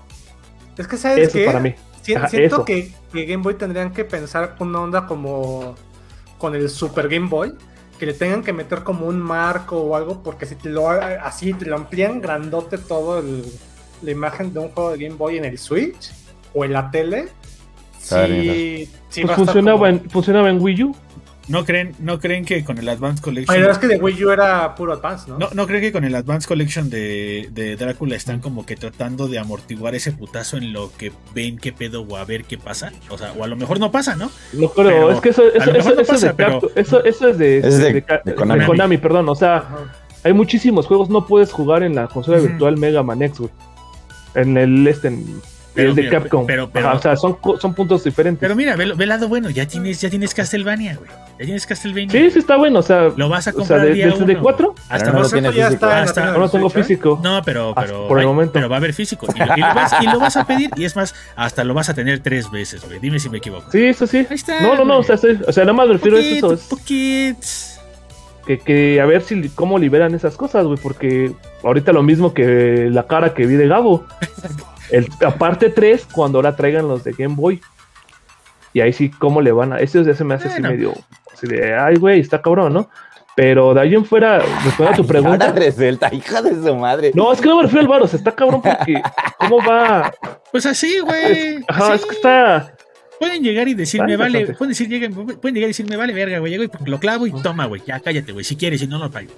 D: Es que sabes
C: Eso
D: que
C: para mí. Ajá,
D: siento
C: eso.
D: que, que Game Boy tendrían que pensar una onda como con el Super Game Boy, que le tengan que meter como un marco o algo, porque si te lo ha- así te lo amplían grandote todo el- la imagen de un juego de Game Boy en el Switch o en la tele.
B: Ah,
D: Sí, sí
C: Pues
D: va a estar
C: funcionaba,
D: como-
C: en, funcionaba en Wii U.
A: ¿No creen, ¿No creen que con el Advanced Collection...
D: Pero es que de Wii U era puro Advance, ¿no?
A: ¿No, ¿No creen que con el Advanced Collection de, de Drácula están como que tratando de amortiguar ese putazo en lo que ven qué pedo o a ver qué pasa? O sea, o a lo mejor no pasa, ¿no?
C: No, pero,
A: Pero
C: es que eso, eso,
A: a lo mejor
C: eso,
A: no
C: eso es de
A: pasa, pero-
C: Capcom, eso, eso es de,
B: Es de-
C: Ca-
B: de Konami.
C: de perdón. O sea,
D: Ajá.
C: hay muchísimos juegos, no puedes jugar en la consola
A: Ujú.
C: virtual Mega Man X, güey. En el este, en-
A: Pero
C: el de
A: mira,
C: Capcom.
A: pero- pero-
C: Ajá, o sea, son, co- son puntos diferentes.
A: Pero mira, ve, lo- ve el lado bueno, ya tienes, ya tienes Castlevania, güey. Ya tienes Castlevania.
C: sí, sí está bueno, o sea,
A: Lo vas a
C: o sea,
A: comprar
C: de-
A: día
C: del
A: uno.
C: 64,
A: Hasta
B: Pero no
A: vas
B: lo
A: a-
B: tiene
D: ya
B: físico.
D: está en la
A: Hasta- Pero
D: tienda
C: no
D: del
C: lo tengo
D: Switch, ¿eh?
C: físico.
A: No, pero,
C: Hasta
A: pero,
C: por el
A: ay,
C: momento.
A: pero va a haber físico. Y lo, y lo vas, y lo vas a pedir y es más, hasta lo vas a tener tres veces, güey. Dime si me equivoco.
C: Sí, eso sí.
A: Ahí está,
C: no, no, no,
A: güey.
C: o sea, sí, o sea, nada más me refiero a eso,
A: Poquito,
C: es
A: poquito.
C: que, que a ver si li- cómo liberan esas cosas, güey, porque ahorita lo mismo que la cara que vi
B: *laughs*
C: de Gabo. El, aparte 3, cuando ahora traigan los de Game Boy. Y ahí sí, ¿cómo le van a...? Eso ya se me hace
A: Bueno.
C: así medio... Así de, ay, güey, está cabrón, ¿no? Pero de ahí en fuera, respondiendo a tu
B: Ahora
C: pregunta...
B: resuelta, hija de su madre.
C: No, es que no me refiero al varo, o sea, está cabrón porque... ¿Cómo va...?
A: Pues así, güey.
C: Ajá,
A: así.
C: es que está...
A: Pueden llegar y decir,
C: Está
A: me vale.
C: interesante.
A: Pueden, decir, llegan- pueden llegar y decir, me vale verga, güey. Llego y lo clavo y toma, güey. Ya cállate, güey. Si quieres, si no, no lo pago.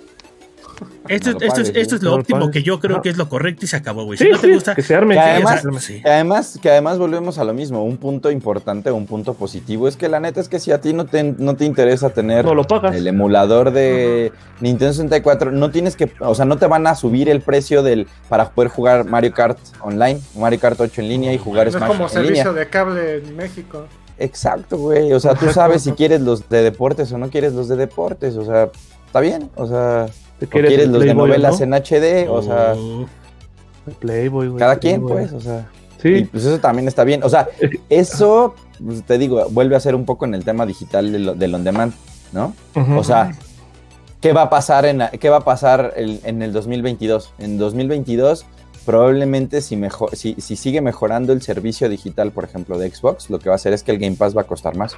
A: Esto,
B: No
A: esto,
B: lo
A: es,
B: pagues, güey.
A: esto es lo
C: No lo
A: óptimo
C: pagues.
A: que yo creo
C: Ajá.
A: que es lo correcto y se acabó, güey.
B: Pues
A: Si
C: Sí,
A: no te
C: sí,
A: gusta.
C: que se arme.
B: Que
A: sí,
B: además-
A: o sea, sí.
B: Que además, que además volvemos a lo mismo. Un punto importante, un punto positivo es que la neta es que si a ti no te, no te interesa tener
C: No lo pagas.
B: el emulador de Nintendo 64, no tienes que, o sea, no te van a subir el precio del para poder jugar Mario Kart online, Mario Kart 8 en línea y jugar
D: No es
B: Smash
D: como
B: en línea.
D: servicio de cable en México.
B: Exacto, güey. O sea, tú sabes si quieres los de deportes o no quieres los de deportes. O sea, está bien. O sea,
C: Te
B: o quieres
C: el
B: los de
C: Playboy,
B: novelas
C: ¿no?
B: en HD. O sea,
A: Oh,
C: Playboy, güey.
B: cada quien,
C: Playboy.
B: pues. O sea, y
C: Sí,
B: pues eso también está bien. O
C: *laughs*
B: sea, eso, pues, te digo, vuelve a ser un poco en el tema digital de lo- del on demand, ¿no?
C: ujú.
B: O sea, ¿qué va a pasar en, la- qué va a pasar el- en el 2022? En 2022, probablemente si, mejo- si, si sigue mejorando el servicio digital, por ejemplo, de Xbox, lo que va a hacer es que el Game Pass va a costar más.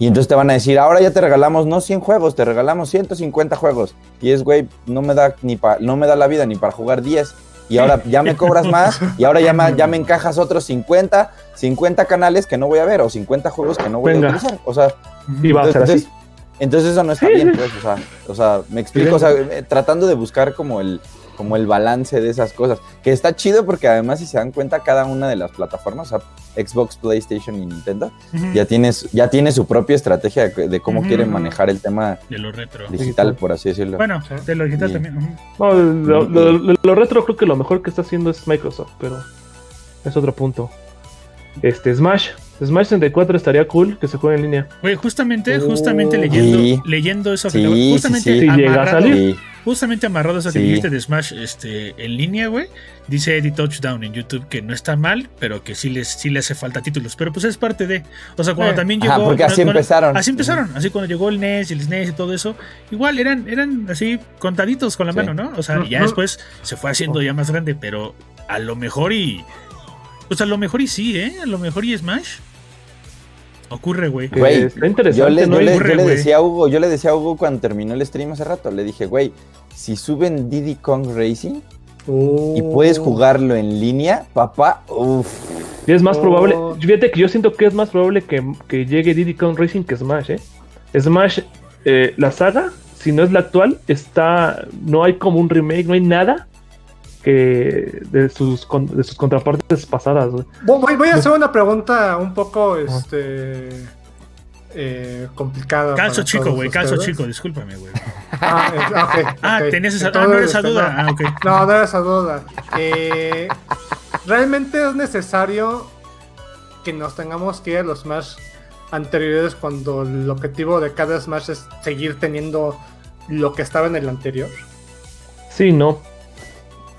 B: Y entonces te van a decir, ahora ya te regalamos no 100 juegos, te regalamos 150 juegos. Y es, güey, no me da ni pa- no me da la vida ni para jugar 10. Y ahora ya me cobras más, y ahora ya me, ya me encajas otros 50, 50 canales que no voy a ver, o 50 juegos que no voy
C: Venga.
B: a utilizar. O sea,
C: y va a ser así.
B: entonces, entonces eso no está
C: Sí,
B: bien,
C: sí.
B: pues, o sea, o sea, me explico, o sea, eh, tratando de buscar como el, como el balance de esas cosas, que está chido porque además si se dan cuenta cada una de las plataformas, o sea, Xbox, PlayStation y Nintendo,
A: ujú.
B: ya tienes, ya tiene su propia estrategia de, de cómo
A: Ujú.
B: quieren manejar el tema
A: De lo retro.
B: digital, por así decirlo.
A: Bueno,
D: Sí.
A: de lo digital
B: Y-
A: también. ujú.
C: No, lo, lo- lo- lo retro creo que lo mejor que está haciendo es Microsoft, pero es otro punto. Este, Smash. Smash 64 estaría cool que se juegue en línea.
A: Güey, justamente,
C: Oh.
A: justamente leyendo,
B: Sí.
A: leyendo eso que
B: Sí,
A: te-
B: sí,
A: justamente
B: sí.
C: Sí, llega a
A: amarrado-
C: salir.
B: Y-
A: Justamente amarrado a esa que
B: Sí.
A: dijiste de Smash este, en línea, güey. Dice Eddie Touchdown en YouTube que no está mal, pero que sí, les, sí le hace falta títulos. Pero pues es parte de. O sea, cuando
D: Eh.
A: también llegó.
B: ajá, porque
A: cuando-
B: así
A: cuando-
B: empezaron.
A: Así empezaron, así cuando llegó el NES y el SNES y todo eso, igual eran, eran así contaditos con la
B: Sí.
A: mano, ¿no? O sea, y ya
D: Ujú.
A: después se fue haciendo ya más grande, pero a lo mejor y. Pues a lo mejor y sí, ¿eh? A lo mejor y Smash. Ocurre, güey.
C: Que
B: Güey,
C: está
B: Yo
C: interesante,
B: le,
C: ¿no?
B: yo le- yo
A: Ocurre,
B: le
A: güey.
B: decía a Hugo, yo le decía a Hugo cuando terminó el stream hace rato, le dije, güey, si suben Diddy Kong Racing, y
A: Uh.
D: Oh.
B: puedes jugarlo en línea, papá, uff,
C: Y es más
D: Oh.
C: probable. Fíjate que yo siento que es más probable que, que llegue Diddy Kong Racing que Smash, ¿eh? Smash, eh, la saga si no es la actual, está, no hay como un remake, no hay nada que de sus, con- de sus contrapartes pasadas. güey.
D: Voy, voy a hacer una pregunta un poco
A: Ah.
D: este, eh, complicada.
A: Calzo
D: para
A: chico,
D: todos
A: güey, calzo
D: ustedes.
A: chico, discúlpame, güey.
D: Ah, es- ah, ok,
A: Ah,
D: ok.
A: tenías esa, ah,
D: Entonces,
A: no era esa
D: este,
A: duda. Ah, ok.
D: No, no era esa duda. Eh, ¿Realmente es necesario que nos tengamos que ir a los Smash anteriores cuando el objetivo de cada Smash es seguir teniendo lo que estaba en el anterior?
C: Sí, no.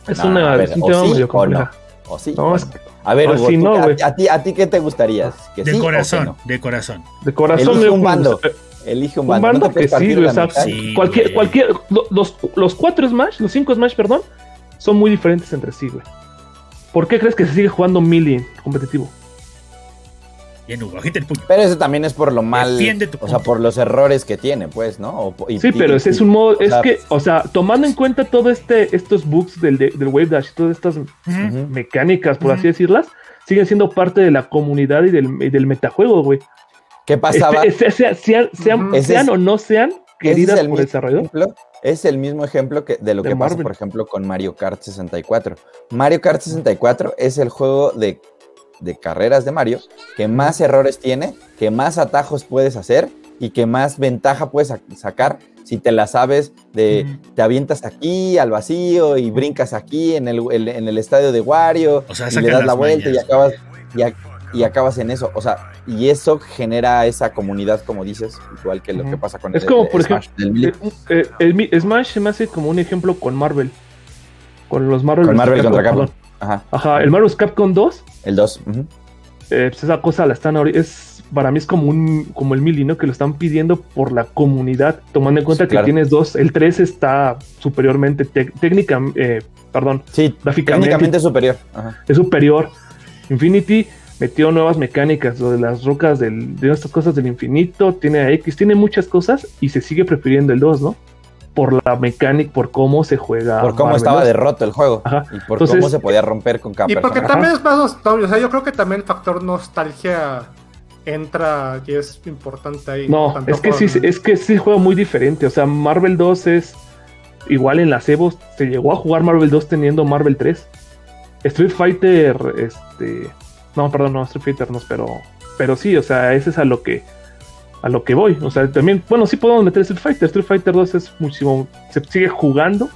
C: Es,
B: No,
C: una,
B: a ver,
C: es un
B: o
C: tema
B: sí
C: medio
B: o no.
C: complejo.
B: O sí.
C: No, es
B: A ver,
C: o
B: Hugo,
C: sí,
B: ¿tú
C: no,
B: qué-
C: güey.
B: a, a ti, ¿a ti qué te gustaría? ¿Que
A: De
B: sí o que
A: corazón,
B: no?
A: de corazón.
C: de corazón.
B: Elige
C: yo
B: un
C: como-
B: bando.
C: eh,
B: Elige un
C: Un
B: bando. ¿No
C: bando
B: te
C: que
B: puedes
C: sí,
B: partir
C: güey,
B: la
C: o sea,
B: mitad?
A: sí.
C: cualquier,
A: güey.
C: cualquier, lo- los, los cuatro Smash, los cinco Smash, perdón, son muy diferentes entre sí, güey. ¿Por qué crees que se sigue jugando Melee competitivo?
A: Bien, Hugo, agita el puño.
B: Pero eso también es por lo mal.
A: Defiende tu
B: O sea,
A: punto.
B: por los errores que tiene, pues, ¿no? O po- y-
C: Sí,
B: y-
C: pero ese
B: y-
C: es un modo,
B: o
C: es
B: sea,
C: que, o sea, tomando en cuenta todo este, estos bugs del, de- del Wave Dash, todas estas
A: Ujú.
B: ujú.
C: mecánicas, por
A: Ujú.
C: así decirlas, siguen siendo parte de la comunidad y del, y del metajuego, güey.
B: ¿Qué pasaba?
C: Este- este- sea- sean, sean-
D: Ujú.
B: Ese
C: sean
B: es-
C: o no sean
B: Ese
C: queridas por
B: mismo
C: el desarrollador.
B: ejemplo- es el mismo ejemplo que, de lo
C: De
B: que pasa,
C: Marvel.
B: por ejemplo, con Mario Kart 64. Mario Kart 64 es el juego de, de carreras de Mario que más errores tiene, que más atajos puedes hacer y que más ventaja puedes sac- sacar si te la sabes de te avientas aquí al vacío y brincas aquí en el, el- en el estadio de Wario
A: O sea,
B: y le
A: sacan
B: das la
A: las
B: vuelta y
A: mañas.
B: acabas, y, ac- y acabas en eso. O sea, y eso genera esa comunidad, como dices, igual que lo que
C: Ujú.
B: pasa con
C: Es
B: el,
C: como,
B: el
C: por
B: Smash del Melee.
C: Eh, eh, el mi- Smash se me hace como un ejemplo con Marvel. Con los Marvel,
B: Con
C: versus
B: Marvel contra Capcom.
C: perdón.
B: Ajá,
C: Ajá, el Marvel Capcom 2,
B: el 2. ujú.
C: eh, pues esa cosa la están ahorita. Es, para mí es como un como el Mili, ¿no? Que lo están pidiendo por la comunidad, tomando en cuenta
B: Sí, claro.
C: que tienes dos. El 3 está superiormente tec- técnica, eh, perdón,
B: Sí,
C: gráficamente
B: técnicamente superior. Ajá.
C: es superior. Infinity metió nuevas mecánicas, lo de las rocas del- de estas cosas del infinito, tiene a X, tiene muchas cosas y se sigue prefiriendo el 2, ¿no? Por la mecánica, por cómo se juega.
B: por cómo
C: Marvel,
B: estaba
C: Ah, ¿no?
B: de roto el juego
C: Ajá.
B: y por
C: Entonces-
B: cómo se podía romper con cada
D: Y porque
B: persona.
D: también es más nostalgia. O sea, yo creo que también el factor nostalgia entra y es importante ahí.
C: No,
D: tanto
C: es que
D: por-
C: sí, es que sí juega muy diferente. O sea, Marvel 2 es igual en las Evos. Se llegó a jugar Marvel 2 teniendo Marvel 3. Street Fighter, este. No, perdón, no, Street Fighter no, pero. Pero sí, o sea, ese es a lo que. A lo que voy. O sea, también. Bueno, sí podemos meter Street Fighter. Street Fighter 2 es muchísimo. Se sigue jugando.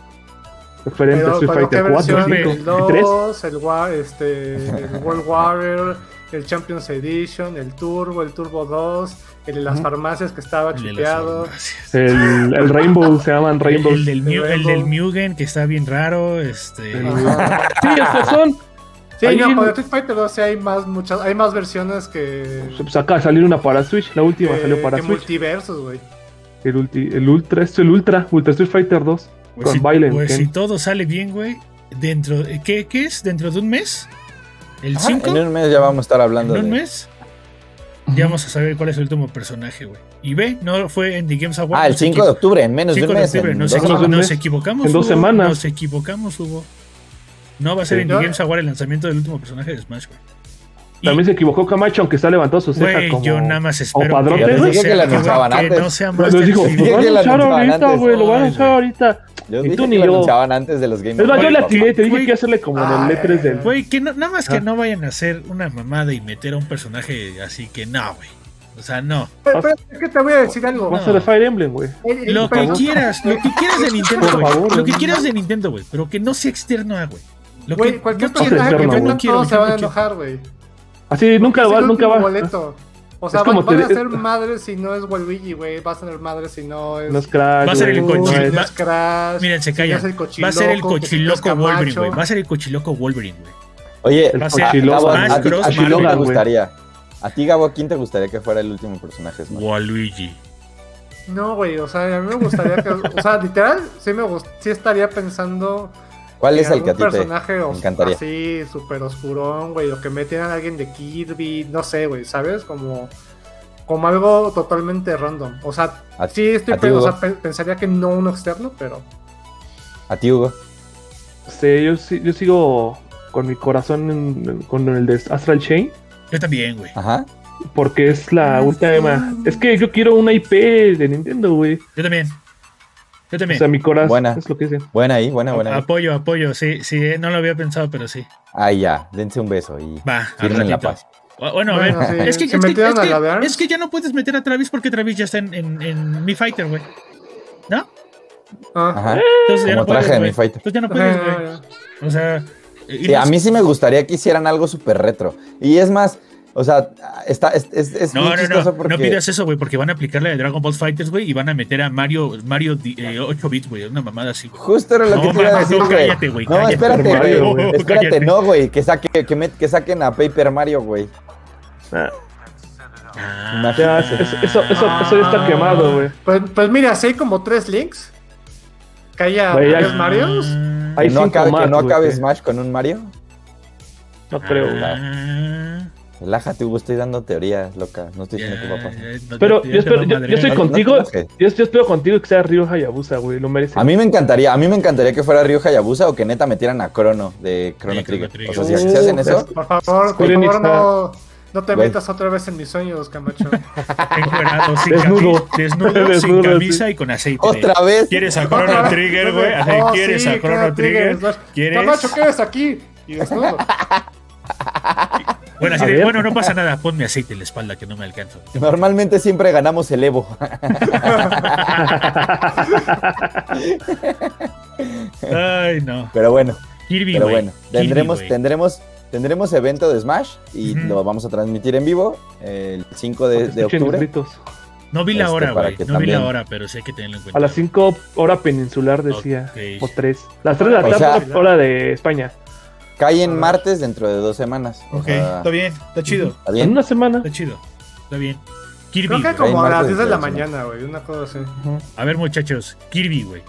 C: Diferente a
D: Pero,
C: Street
D: pero ¿qué
C: Fighter 4,
D: versión?
C: 5
D: el
C: y 3.
D: 2, el, Wa- este, el World Warrior, el Champions Edition, el Turbo, el Turbo 2 el de las farmacias que estaba
A: El de las
D: chuteado.
A: farmacias.
C: El, el Rainbow se llaman
A: El,
C: Rainbow.
A: el del Mu- el del
D: Rainbow.
A: Mugen, que está bien raro. Este.
C: El-
D: Ajá.
C: Sí, o sea, son.
D: Sí,
C: Ahí
D: no,
C: en-
D: con el Street Fighter 2 sí hay más, muchas, hay más versiones que,
C: Pues acaba de salir una para Switch. La última
D: que-
C: salió para
D: que
C: Switch.
D: multiversos, güey.
C: El, ulti- el Ultra, esto el Ultra, Ultra Street Fighter 2.
A: Pues
C: con
A: si,
C: Violent
A: pues
C: Ken.
A: si todo sale bien, güey, dentro. eh, ¿qué, ¿Qué es? ¿Dentro de un mes? ¿El
B: Ajá,
A: 5?
B: Ah, En un mes ya vamos a estar hablando
A: En un
B: de
A: mes. Ya vamos a saber cuál es el último personaje, güey. Y ve, no fue en The Games Awards.
B: Ah, el
A: nos equivo-
B: 5 de octubre, en menos de
A: 5
B: un
A: de
B: mes.
A: octubre,
B: en
A: nos,
B: dos
A: equivo-
C: semanas.
A: nos equivocamos.
C: En dos
A: Hugo,
C: semanas.
A: Nos equivocamos, Hugo. No va a ser
C: Sí.
A: en The
D: No.
A: Games Awards el lanzamiento del último personaje de Smash, güey. Y,
C: También se equivocó Camacho, aunque está levantado su ceja
A: güey,
C: Pues como.
A: yo nada más espero
C: padrote,
A: que,
C: güey.
A: no
C: Dije
B: que
A: sea-
B: la anunciaban
A: que
B: antes.
A: no sea
C: Nos *laughs*
A: Master
C: dijo,
A: Chief.
B: Dije
C: lo van
B: que
C: a
B: la
C: anunciar
B: anunciaban
C: ahorita,
B: antes,
C: güey, lo van a
A: ay,
C: anunciar
A: güey.
C: ahorita.
B: Yo
C: Ni
B: dije
C: tú
B: que
C: ni
B: lo
C: yo.
B: anunciaban antes de los Game
C: Es más, yo
B: Awards,
C: le
B: papá.
C: atiré, te dije
A: Güey.
C: que hacerle como en el
D: Ay,
C: E3 del.
A: *laughs* Güey, que no- nada más
C: Ah.
A: que no vayan a hacer una mamada y meter a un personaje así que no, güey. O sea, no.
D: Pero, pero es que te voy a decir algo.
C: Va a ser de Fire Emblem, güey.
D: El- el-
A: Lo que
D: pero-
A: quieras, lo que
D: *laughs*
A: quieras de Nintendo,
C: Por
A: güey.
C: favor, eh.
A: Lo que
C: no.
A: quieras de Nintendo, güey. Pero que no sea externo a, güey. Lo
D: Güey,
A: que-
D: cualquier
A: no quiero,
D: personaje
C: externo,
D: que
A: no
C: güey.
D: vendan,
A: quiero,
D: todos se
A: no
D: van a
A: quiero.
D: enojar, güey.
C: Así nunca
D: Es
C: va,
D: el
C: nunca
D: último
C: va.
D: boleto. O sea,
C: Es como
D: van, van
C: te-
D: a ser madres si no es Waluigi, güey. Van a ser madres si no es.
C: No es Crash.
A: Va a ser el
C: güey, no
A: coche.
C: es-
A: va-
D: es Crash,
A: Miren, se
D: si
A: callan.
D: no es el
A: Va a ser el
D: Cochiloco, que si no es
A: cochiloco Wolverine,
D: Camacho.
A: güey. Va a ser el cochiloco Wolverine, güey.
B: Oye,
A: Va a
B: a-
A: ser
B: a
C: Shiloh,
B: Gabo,
C: Smash
B: a ti-
A: Bros.
B: a ti
A: Marvel,
B: no te
C: güey.
B: gustaría. A ti, Gabo, ¿quién te gustaría que fuera el último personaje? Smash?
A: Waluigi.
D: No, güey, o sea, a mí me gustaría que. O sea, literal, sí, me gust- sí estaría pensando.
B: ¿Cuál es
D: en
B: el que a ti
D: algún
B: te.?
D: personaje os-
B: encantaría?
D: así, súper oscurón, güey, o que metieran a alguien de Kirby, no sé, güey, ¿sabes? Como, como algo totalmente random. O sea,
B: A-
D: sí, estoy
B: a ti,
D: pe- o
B: Hugo.
D: sea, pe- pensaría que no uno externo, pero.
B: A ti, Hugo.
C: Sí, yo, sí- yo sigo con mi corazón en- en- con el de Astral Chain.
A: Yo también, güey.
B: Ajá. Ah,
C: Porque es la última. Es que yo quiero una IP de Nintendo, güey.
A: Yo también. Yo también.
C: O sea, mi corazón
B: Buena.
C: es lo que dicen.
B: Buena ahí, buena, buena.
C: Ah,
B: ahí.
A: apoyo, apoyo. Sí, sí, eh, no lo había pensado, pero sí.
B: Ahí ya, dense un beso y
A: Va, al
B: firmen la
A: ratito.
B: paz.
A: Bu- Bueno, a ver.
D: Bueno, sí,
A: Es que,
D: se
A: es, que-
D: metieron
A: es
D: a
A: que-
D: lavar.
A: es que ya no puedes meter a Travis porque Travis ya está en, en, en Mi Fighter, güey. ¿No?
D: Ah.
C: Eh,
B: Ajá.
A: Entonces ya
B: Como
A: no puedes.
B: traje de
A: güey.
B: Mi Fighter.
A: Entonces ya no puedes,
D: Ajá,
A: güey.
D: ya, ya.
A: O sea. eh, y
B: Sí,
A: no
B: a
A: es-
B: mí sí me gustaría que hicieran algo súper retro. Y es más, o sea, está, es, es, es
A: No,
B: muy
A: no,
B: chistoso
A: no.
B: porque...
A: No pidas eso, güey, porque van a aplicar la de Dragon Ball Fighters, güey, y van a meter a Mario, Mario di- eh, 8 bits, güey. Una mamada así, güey.
B: Justo era lo
A: No,
B: que te iba a
A: mames,
B: decir,
A: no,
B: güey.
A: cállate, güey,
B: No,
A: cállate,
B: espérate,
C: Mario,
B: güey.
A: güey,
B: Espérate,
A: cállate.
B: no, güey. Que, saque, que, met- que saquen a Paper Mario, güey.
C: Ah,
A: Ah.
C: ya, es- es- eso, eso, eso ya está quemado, güey.
D: Pues, pues mira, si hay como tres links, que haya
C: Güey, ya-
D: varios Marios.
B: Que
C: Hay
B: no
C: cinco
B: acabe, que
C: más,
B: no
C: güey,
B: acabe
C: sí.
B: Smash con un Mario.
C: No creo, güey.
A: Ah.
B: Relájate, Hugo. Estoy dando teorías, loca. No estoy diciendo
A: Ya,
B: que va a pasar.
A: ya, no,
C: Pero
A: ya- ya
C: yo,
A: te
C: espero-
A: va a
C: yo- yo
A: madrear.
C: estoy
B: No, no te
C: contigo.
B: enojes.
C: yo, yo espero contigo que sea Ryu Hayabusa, güey. Lo merece.
B: A mí me encantaría, a mí me encantaría que fuera Ryu Hayabusa o que neta metieran a Chrono de Chrono
A: De Chrono
B: Trigger. O
A: Trigger. Uh,
B: sea, si si hacen eso,
D: Por favor, por
C: Square Enix
D: favor, no, no te
B: Güey.
D: metas otra vez en mis sueños, Camacho.
A: Encuerado, sin
C: Desnudo.
A: cami-
B: *laughs*
A: desnudo, sin
C: Desnudo,
A: camisa y con aceite. de-
B: otra vez.
A: ¿Quieres a *laughs* Chrono Trigger, güey? Ajá,
D: *laughs* Oh,
A: ¿Quieres
D: sí,
A: a Chrono
D: Chrono
A: Trigger?
D: Slash, Camacho,
A: ¿Quieres?
D: ¿qué ves aquí? Y desnudo.
A: Bueno, así
C: A
A: de,
C: ver.
A: bueno, no pasa nada. Ponme aceite en la espalda que no me alcanzo.
B: Normalmente siempre ganamos el Evo. *laughs*
A: Ay, no.
B: Pero bueno,
A: Kirby,
B: pero
A: güey.
B: bueno.
A: Kirby,
B: Tendremos,
A: güey.
B: tendremos, tendremos evento de Smash y
A: Ujú.
B: lo vamos a transmitir en vivo el 5 de, de
C: Escuchen mis
B: octubre.
C: gritos.
A: No vi la
B: este,
A: hora,
B: para
A: güey.
B: que
A: No vi la
B: también-
A: hora, pero sí hay que tenerlo en cuenta.
C: A las 5 hora peninsular, decía.
A: Ok.
C: O 3. Las 3 de la
B: O
C: tarde,
D: sea-
C: hora de España.
B: Cae en martes dentro de dos semanas. O
A: Ok,
D: Ah.
B: sea,
A: está bien, está chido,
B: ¿está
C: En
B: bien?
C: una semana.
A: está chido. Está bien. Kirby.
D: Creo que
A: güey.
D: como a las
B: Martes
D: 10 de la
B: de la
D: mañana, güey, una cosa así.
A: A ver, muchachos, Kirby, güey.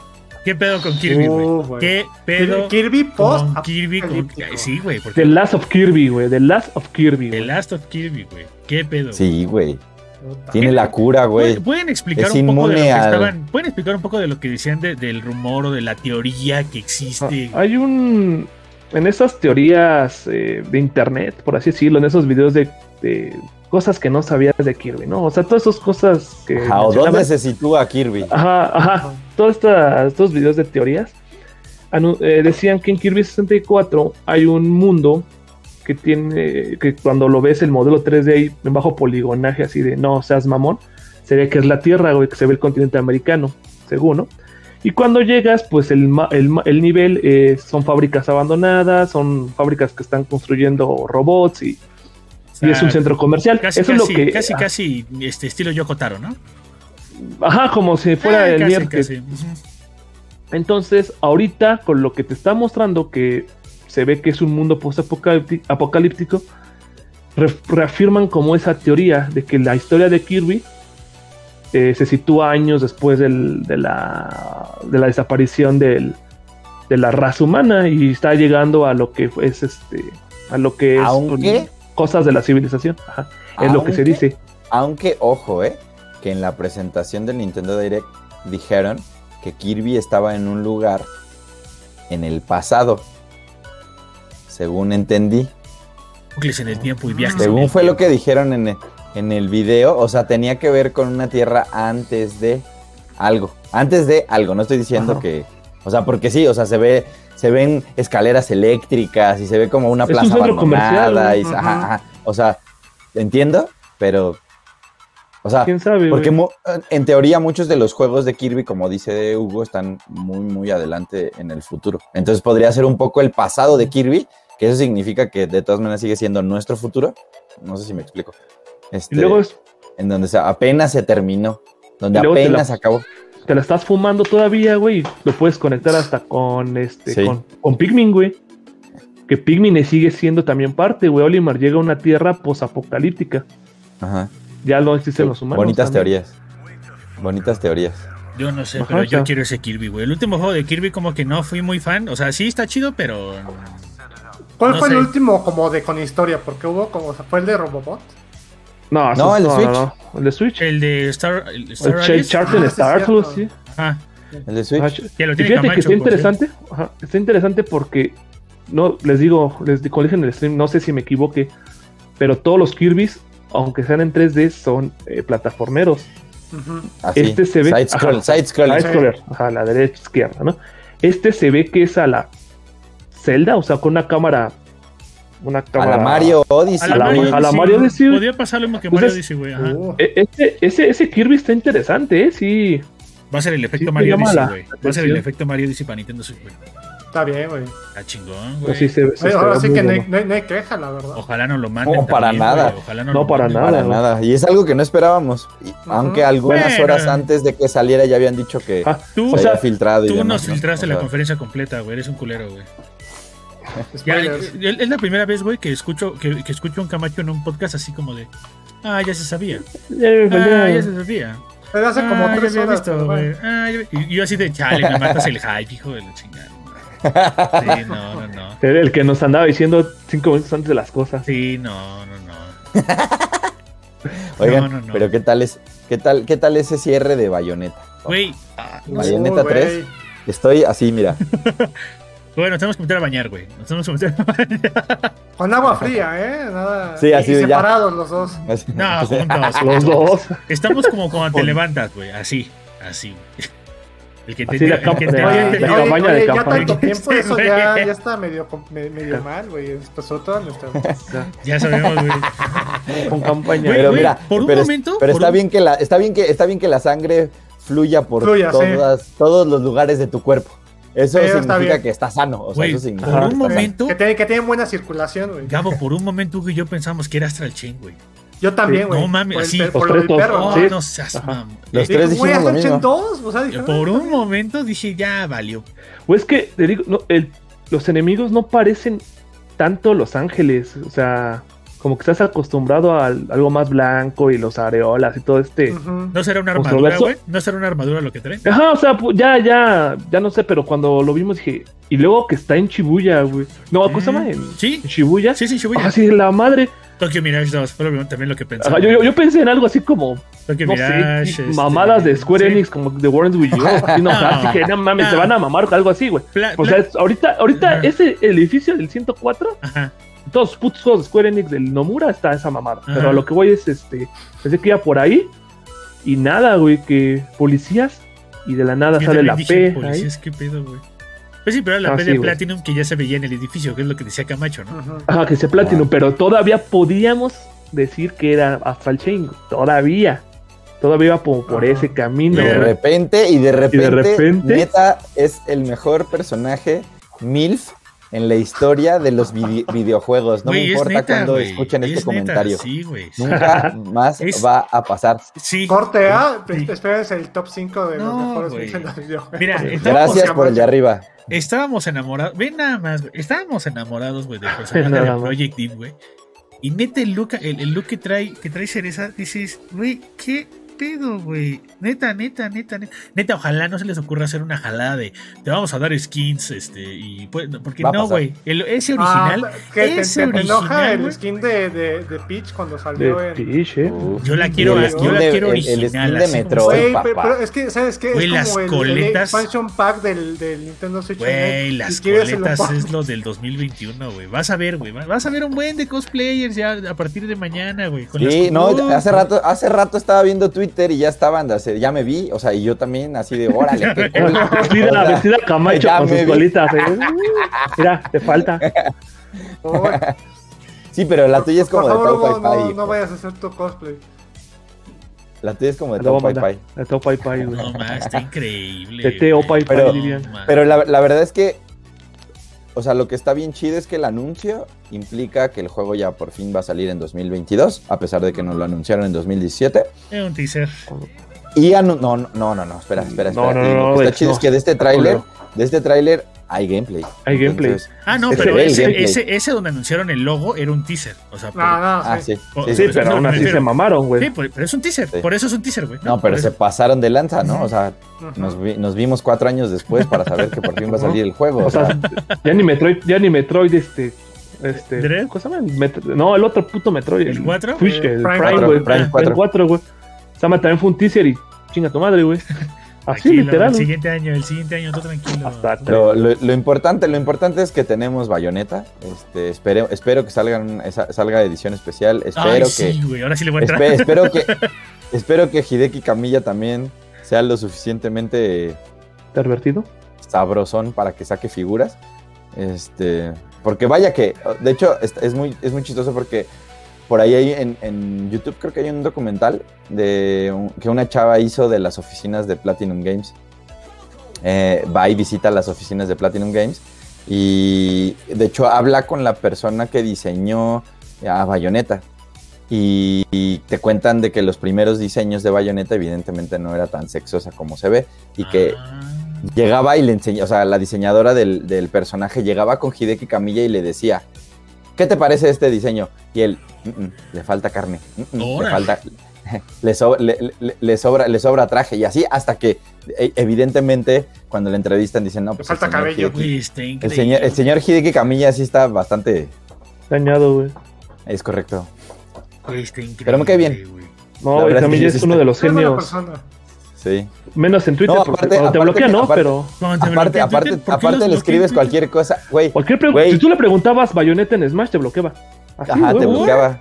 A: ¿Qué pedo con Kirby, güey?
D: Uh, güey.
A: ¿Qué pedo
D: Kirby- Kirby post ah,
A: con Kirby? Con...
D: apocalíptico.
A: Sí, güey, porque
C: The Last of Kirby, güey. The Last of Kirby,
A: The
C: güey.
A: Last of Kirby, güey. ¿Qué pedo?
B: Sí, güey.
D: Puta.
B: Tiene la cura, güey.
A: ¿Pueden- ¿Pueden explicar
B: es
A: un poco de lo que
B: inmune al-
A: estaban? ¿Pueden explicar un poco de lo que decían de- del rumor o de la teoría que existe?
C: Ah, Hay un. En esas teorías eh, de internet, por así decirlo, en esos videos de, de cosas que no sabías de Kirby, ¿no? O sea, todas esas cosas que.
B: Ajá, ¿o
C: mencionaban-
B: dónde se sitúa Kirby?
C: Ajá, ajá. Todos estos videos de teorías anu- eh, decían que en Kirby 64 hay un mundo que tiene que cuando lo ves el modelo 3D ahí en bajo poligonaje así de no seas mamón, se ve que es la Tierra, güey, que se ve el continente americano, según, ¿no? Y cuando llegas, pues el, ma- el, ma- el nivel eh, son fábricas abandonadas, son fábricas que están construyendo robots y,
A: O
C: y
A: sea,
C: es un centro comercial.
A: Ah, Casi,
C: Eso
A: casi,
C: es lo que. ah,
A: casi, casi, este, estilo Yokotaro, ¿no?
C: Ajá, como si fuera
A: Ah,
C: el
A: casi,
C: miércoles.
A: casi. Ujú.
C: Entonces, ahorita con lo que te está mostrando que se ve que es un mundo post-apocalíptico, reafirman como esa teoría de que la historia de Kirby eh, se sitúa años después del- de, la, de la desaparición del- de la raza humana y está llegando a lo que es este a lo que es
B: Aunque-
C: cosas de la civilización Ajá, es lo que se
B: Aunque-
C: dice
B: Aunque, ojo, eh, que en la presentación del Nintendo Direct dijeron que Kirby estaba en un lugar en el pasado. Según entendí.
A: Bucles en el tiempo y viajes. en
B: Según
A: el
B: fue lo
A: tiempo.
B: que dijeron en el, en el video. O sea, tenía que ver con una tierra antes de algo. Antes de algo. No estoy diciendo
C: Ajá.
B: que. O sea, porque sí, o sea, se ve. Se ven escaleras eléctricas y se ve como una
C: Es un
B: plaza
C: centro comercial,
B: abandonada.
C: ¿no?
B: y- ajá,
D: Ajá.
B: ajá. O sea, entiendo, pero. O sea,
C: quién sabe
B: porque
C: güey?
B: mu- en teoría muchos de los juegos de Kirby, como dice Hugo, están muy, muy adelante en el futuro. Entonces podría ser un poco el pasado de Kirby, que eso significa que de todas maneras sigue siendo nuestro futuro. No sé si me explico. Este,
C: y luego es-
B: en donde se- apenas se terminó, donde
C: Y luego te la-
B: apenas acabó.
C: te la estás fumando todavía, güey, y lo puedes conectar hasta con este
B: Sí.
C: con, con Pikmin, güey. Que Pikmin sigue siendo también parte, güey. Olimar llega a una tierra posapocalíptica.
B: Ajá.
C: Ya no existen los humanos.
B: Bonitas
C: también.
B: teorías. Bonitas teorías.
A: Yo no sé,
C: Ajá,
A: pero yo
C: ya.
A: quiero ese Kirby, güey. El último juego de Kirby, como que no fui muy fan. O sea, sí está chido, pero.
D: ¿Cuál
A: No
D: fue
A: sé.
D: el último como de con historia? Porque hubo como, o sea, fue el de Robobot.
C: No, eso-
B: No, el de
C: no,
B: Switch.
C: no, no. El de Switch. El,
A: El de Star. El Star ah,
C: Ch-
A: Allies.
C: Charter
D: Ah, sí,
C: Stars,
D: cierto.
C: algo así.
A: Ajá.
B: El de Switch.
C: Ajá, ch-
A: Ya lo tiene
C: Y fíjate que
A: Camacho.
C: está
A: por cierto.
C: interesante, ajá, está interesante porque no les digo, les di- como dije en el stream, no sé si me equivoque, pero todos los Kirby's, aunque sean en 3D, son eh, plataformeros.
D: Ujú.
B: Así.
C: Este se ve-
B: Side scroll,
C: ajá.
B: side scroll.
C: Ah, es
D: Sí.
C: color, ajá, la derecha, izquierda, ¿no? Este se ve que es a la celda, o sea, con una cámara. Una
B: A
C: cámara.
B: la Mario Odyssey.
C: A la-
B: güey.
C: a la
A: Odyssey,
C: Mario
A: güey.
C: Odyssey.
A: Podría pasar lo mismo que Mario
C: Entonces-
A: Odyssey, güey. Ajá.
D: Uh,
C: E- Este, ese, ese Kirby está interesante, ¿eh? Sí.
A: Va a ser el efecto
C: Sí,
A: Mario
C: me llama
A: Odyssey,
C: la
A: güey. Va a ser el
C: atención.
A: efecto Mario Odyssey para Nintendo Switch, güey.
D: Está bien, güey.
A: Está chingón,
C: Pues
A: güey.
C: sí se, se
D: Oye, Ahora
C: está
D: sí
C: muy
D: que no hay,
C: bueno.
D: no hay- no hay queja, la verdad.
A: Ojalá no lo manden.
B: No, para
A: también,
B: nada.
A: güey. Ojalá no,
C: No,
A: lo
C: para
A: manden.
B: Para
C: nada.
B: nada. Y es algo que no esperábamos. Y- Aunque algunas
A: Bueno.
B: horas antes de que saliera ya habían dicho que
C: Ah,
A: Tú,
B: se
C: o sea,
B: había filtrado. y
A: tú
B: demás,
A: nos
B: ¿no?
A: filtraste
B: O
A: la
B: sea,
A: conferencia completa, güey. Eres un culero, güey. Ya,
D: Spoilers.
A: es es la primera vez, güey, que escucho, que, que escucho un Camacho en un podcast así como de. Ah, ya se sabía.
C: eh,
A: Ah,
C: ya-
A: ya se sabía.
D: Pero hace como
A: ah,
D: tres
A: ya había
D: horas.
A: visto,
D: pero bueno.
A: güey. Ah, ya vi- Y yo así de chale, me matas el hype, hijo de la chingada. Sí, no, no, no.
C: Era el que nos andaba diciendo cinco minutos antes de las cosas.
A: Sí, no, no,
C: *laughs*
A: no.
B: Oigan,
A: No, no, no.
B: pero ¿qué tal, es, qué, tal, ¿qué tal ese cierre de Bayonetta?
A: Güey, ah, no sé.
B: Bayonetta
D: Uy,
B: 3.
D: Uh, güey.
B: Estoy
A: *laughs*
B: así, mira.
A: Bueno, nos tenemos que meter a bañar, güey. Nos tenemos que meter a bañar.
D: Con agua fría, ¿eh? Nada.
B: Sí, así
D: y
B: de ya.
D: separados los dos.
C: *laughs*
A: No,
B: Ah,
A: juntos.
B: *laughs*
C: Los dos.
A: Estamos como cuando te levantas, güey. Así, así. güey. *laughs* El que te,
C: Así la
A: el que te-
C: Ah,
D: Oye,
A: el que
D: oye,
A: te-
C: la campaña
D: oye,
C: de
D: ya
C: campaña.
D: tanto tiempo,
A: Sí,
D: eso
A: güey.
D: ya, ya está medio, com- me- medio mal, güey. Empezó todo nuestro...
A: ya sabemos,
C: *laughs*
A: güey.
C: Con campaña.
A: Güey,
B: Pero
A: güey,
B: mira,
A: por un
B: pero,
A: momento,
B: pero
A: por
B: está
A: un-
B: bien que la, está bien que, está bien que la sangre fluya por
D: Fluya, sí.
B: todas, todos los lugares de tu cuerpo. Eso
D: Pero está
B: significa
D: bien.
B: que está sano. O sea,
A: Güey,
B: eso significa
A: por
B: que
A: un
B: está sano.
A: momento,
D: Que tiene, que tiene buena circulación, güey.
A: Gabo, por un momento Hugo y yo pensamos que era Astral Chain, güey.
D: Yo también, güey.
A: No mames,
D: por el
A: así.
D: per-
A: Los
D: Por lo del
C: tres,
D: perro.
A: Oh,
D: ¿no?
C: Sí.
A: no seas mamón.
B: Los
D: Dije,
B: tres dijimos
D: güey,
B: lo
D: hasta
B: mismo.
D: 82, o sea, dije,
A: Yo
D: ah,
A: por
D: está
A: un
D: bien.
A: momento dije, ya valió.
C: O es que, te digo, no, el- los enemigos no parecen tanto Los Ángeles. O sea, como que estás acostumbrado a algo más blanco y los areolas y todo este.
D: Ujú.
A: ¿No será una
C: Pues,
A: armadura,
C: Roberto-
A: güey? ¿No será una armadura lo que trae?
C: Ajá, o sea, pu- ya, ya, ya no sé, pero cuando lo vimos dije. Y luego que está en Shibuya, güey. No, ¿cómo se llama? En
A: Sí.
C: en Shibuya.
A: Mm. Sí, sí, Shibuya.
C: Ah, sí, la madre.
A: Tokyo Mirage 2, fue lo- también lo que pensaba.
C: Ajá, yo, yo- yo pensé en algo así como,
A: Tokyo
C: no
A: Mirage.
C: sé,
A: este,
C: mamadas de Square
A: sí.
C: Enix como de Warren With
A: *laughs*
C: You. así, no, o sea, así que no mames,
A: No.
C: se van a mamar o algo así, güey.
A: Pla-
C: O
A: pla-
C: sea, es- ahorita, ahorita
A: Ajá.
C: ese edificio del 104
A: Ajá.
C: todos los putos juegos de Square Enix del Nomura está esa mamada.
A: Ajá.
C: Pero a lo que voy es este. Pensé que iba por ahí. Y nada, güey, que policías. Y de la nada
A: Yo
C: sale
A: también
C: la
A: dije,
C: P. ahí.
A: policías, qué pedo, güey. Pues sí, pero era la
C: Ah,
A: P
C: sí,
A: de
C: güey.
A: Platinum que ya se veía en el edificio, que es lo que decía Camacho, ¿no?
D: Ujú.
C: Ajá, que se platino. Pero todavía podíamos decir que era Astral Chain. güey, Todavía. Todavía iba por, por
D: Ajá.
C: ese camino.
B: De
A: Pero-
C: güey.
B: repente, y de repente,
C: repente-
B: neta es el mejor personaje MILF en la historia de los vide- videojuegos. No
A: Güey,
B: me
A: es
B: importa
A: neta,
B: cuando
A: güey,
B: escuchen este
A: es neta,
B: comentario.
A: Sí, güey. *laughs*
B: Nunca más
A: Es-
B: va a pasar.
A: Sí.
D: Corte ah, A,
A: Sí.
D: esperes el top 5 de los
A: No,
D: mejores
A: güey.
D: en los videojuegos.
A: Mira,
C: Gracias
A: estábamos,
B: Gracias por el de arriba.
A: estábamos enamorados. Ven nada más, güey. Estábamos enamorados, güey, del personaje
C: Nada
A: de
C: más.
A: Project Deep, güey. Y neta, el look, el, el look que trae, que trae Cereza, dices, güey, qué pedo, güey. Neta, neta, neta, neta. Neta, ojalá no se les ocurra hacer una jalada de te vamos a dar skins, este, y pues, no, porque
B: Va a
A: no,
B: pasar.
A: güey. el- Ese
D: Ah,
A: original,
D: que te-
A: ese
D: te, enoja
A: original,
D: el
A: güey.
D: skin de, de, de Peach cuando
C: De
D: salió en.
C: Peach, eh.
B: Oh.
A: yo la
B: Y
A: quiero,
B: el
A: yo
B: skin
A: la
B: de-
A: quiero
B: el- el
A: original.
B: skin de
A: así como
B: Metro,
A: está.
D: Güey,
B: papá.
D: pe- pero es que, ¿sabes qué?
A: Güey,
D: es
A: las
D: como el- el,
A: coletas.
D: expansion pack del, del Nintendo Switch Online,
A: Güey,
D: y
A: las
D: quieres el
A: coletas
D: pack. *laughs*
A: es lo del 2021, güey. Vas a ver, güey. va- Vas a ver un buen de cosplayers ya a partir de mañana, güey. con
B: Sí,
A: las-
B: no,
A: Uh,
B: hace rato, hace rato estaba viendo Twitter y ya estaban, o sea, ya me vi, o sea, y yo también así de órale,
C: *laughs*
B: qué cool. *laughs* O
C: Vestida,
B: sea,
C: vestida Camacho
B: ya
C: con
B: me
C: sus
B: vi.
C: colitas. eh. Mira, te falta.
D: Uy,
B: Sí, pero la tuya es como
D: Por
B: de
D: favor,
B: Tau
D: Hugo,
B: Pai Pai.
D: no,
B: hijo.
D: no vayas a hacer tu cosplay.
B: La tuya es como de
C: La Ah,
B: Tau
C: voy a
B: Pai Pai.
C: mandar. La Tau Pai Pai, güey.
A: No, más, está increíble.
C: De Teo
A: güey.
C: Pai Pai,
B: Pero-
C: dirían.
A: No, man.
B: Pero la, la verdad es que, o sea, lo que está bien chido es que el anuncio implica que el juego ya por fin va a salir en 2022, a pesar de que nos lo anunciaron en 2017.
A: Es Eh, un teaser.
B: Y anu- no, no, no, no, no, espera, espera,
C: No,
B: espera.
C: no,
B: Y lo
C: no,
B: que
C: no,
B: está chido
C: no.
B: es que de este tráiler, de este tráiler hay gameplay.
C: Hay gameplay.
B: Entonces,
A: Ah, no,
B: Ese
A: pero
B: ve el
A: ese,
B: gameplay.
A: ese, ese donde anunciaron el logo era un teaser. O sea, por-
D: No, no,
B: ah,
D: sí.
B: sí.
A: O-
B: sí,
C: Sí,
B: sí.
C: pero aún así se mamaron,
A: sí,
C: güey.
A: por- pero es un teaser.
B: Sí.
A: Por eso es un teaser, güey.
B: No, pero
A: Por
B: se
A: eso-
B: pasaron de lanza, ¿no? O sea,
D: Ujú.
B: nos, vi- nos vimos cuatro años después para saber que por fin va a salir el juego.
C: O sea, ya ni Metroid, ya ni Metroid, este. este
A: ¿Dread?
C: ¿Cómo se llama? Met- no, el otro puto Metroid.
A: ¿El cuatro?
C: Fush,
D: Eh,
C: el
D: Prime
C: Prime,
D: cuatro,
C: güey.
B: Prime
C: El
B: cuatro.
C: 4, güey. Sama también fue un teaser y chinga tu
A: *laughs*
C: madre, güey. Así,
A: tranquilo,
C: literal.
A: El siguiente año, el siguiente año, tú tranquilo.
C: Hasta
B: Lo, lo- lo importante, lo importante es que tenemos Bayonetta. Este, espero, espero que salgan, esa- salga edición especial. Espero
A: Ay,
B: que.
A: sí, güey. Ahora sí le voy a entrar.
B: espe- espero que. Espero que Hideki Camilla también sea lo suficientemente
C: ¿Pervertido?
B: sabrosón para que saque figuras. Este, porque vaya que, de hecho, es, es muy, es muy chistoso porque por ahí hay en, en YouTube creo que hay un documental de un- que una chava hizo de las oficinas de Platinum Games. Eh, va y visita las oficinas de Platinum Games y de hecho habla con la persona que diseñó a Bayonetta. Y, y te cuentan de que los primeros diseños de Bayonetta evidentemente no era tan sexosa como se ve y que
A: Ah.
B: llegaba y le enseñaba, o sea, la diseñadora del, del personaje llegaba con Hideki Camilla y le decía, ¿qué te parece este diseño? Y él, "Mm, mm, le falta carne, mm, mm, le
A: Órale.
B: falta, *laughs* le, sobra- le- le- le sobra, le sobra traje y así hasta que e- evidentemente cuando le entrevistan dicen, no, pues el
D: falta
B: señor
D: cabello,
B: Hideki-
A: Güey, está
B: el,
A: increíble.
B: señor, el señor Hideki Camilla sí está bastante,
C: Dañado, güey.
B: es correcto.
A: Güey, está increíble,
B: Pero me cae bien.
A: güey.
C: No,
B: La
C: güey,
B: verdad es que sí
C: Camilla es
B: existe.
C: uno de los
D: Es buena
C: genios.
D: persona.
B: Sí.
C: Menos en Twitter,
B: No,
C: porque
B: aparte-
C: cuando
B: aparte
C: te bloquea,
B: que-
C: no,
B: aparte-
C: pero.
A: Cuando te
B: Aparte,
A: bloquean,
B: aparte,
A: ¿por qué
B: aparte
A: los
B: le escribes
A: bloquean?
B: cualquier cosa. Güey,
C: Cualquier pregunta.
B: Güey.
C: Si tú le preguntabas bayoneta en Smash, te bloqueaba. Así,
B: ajá,
C: güey,
B: te
C: güey.
B: bloqueaba.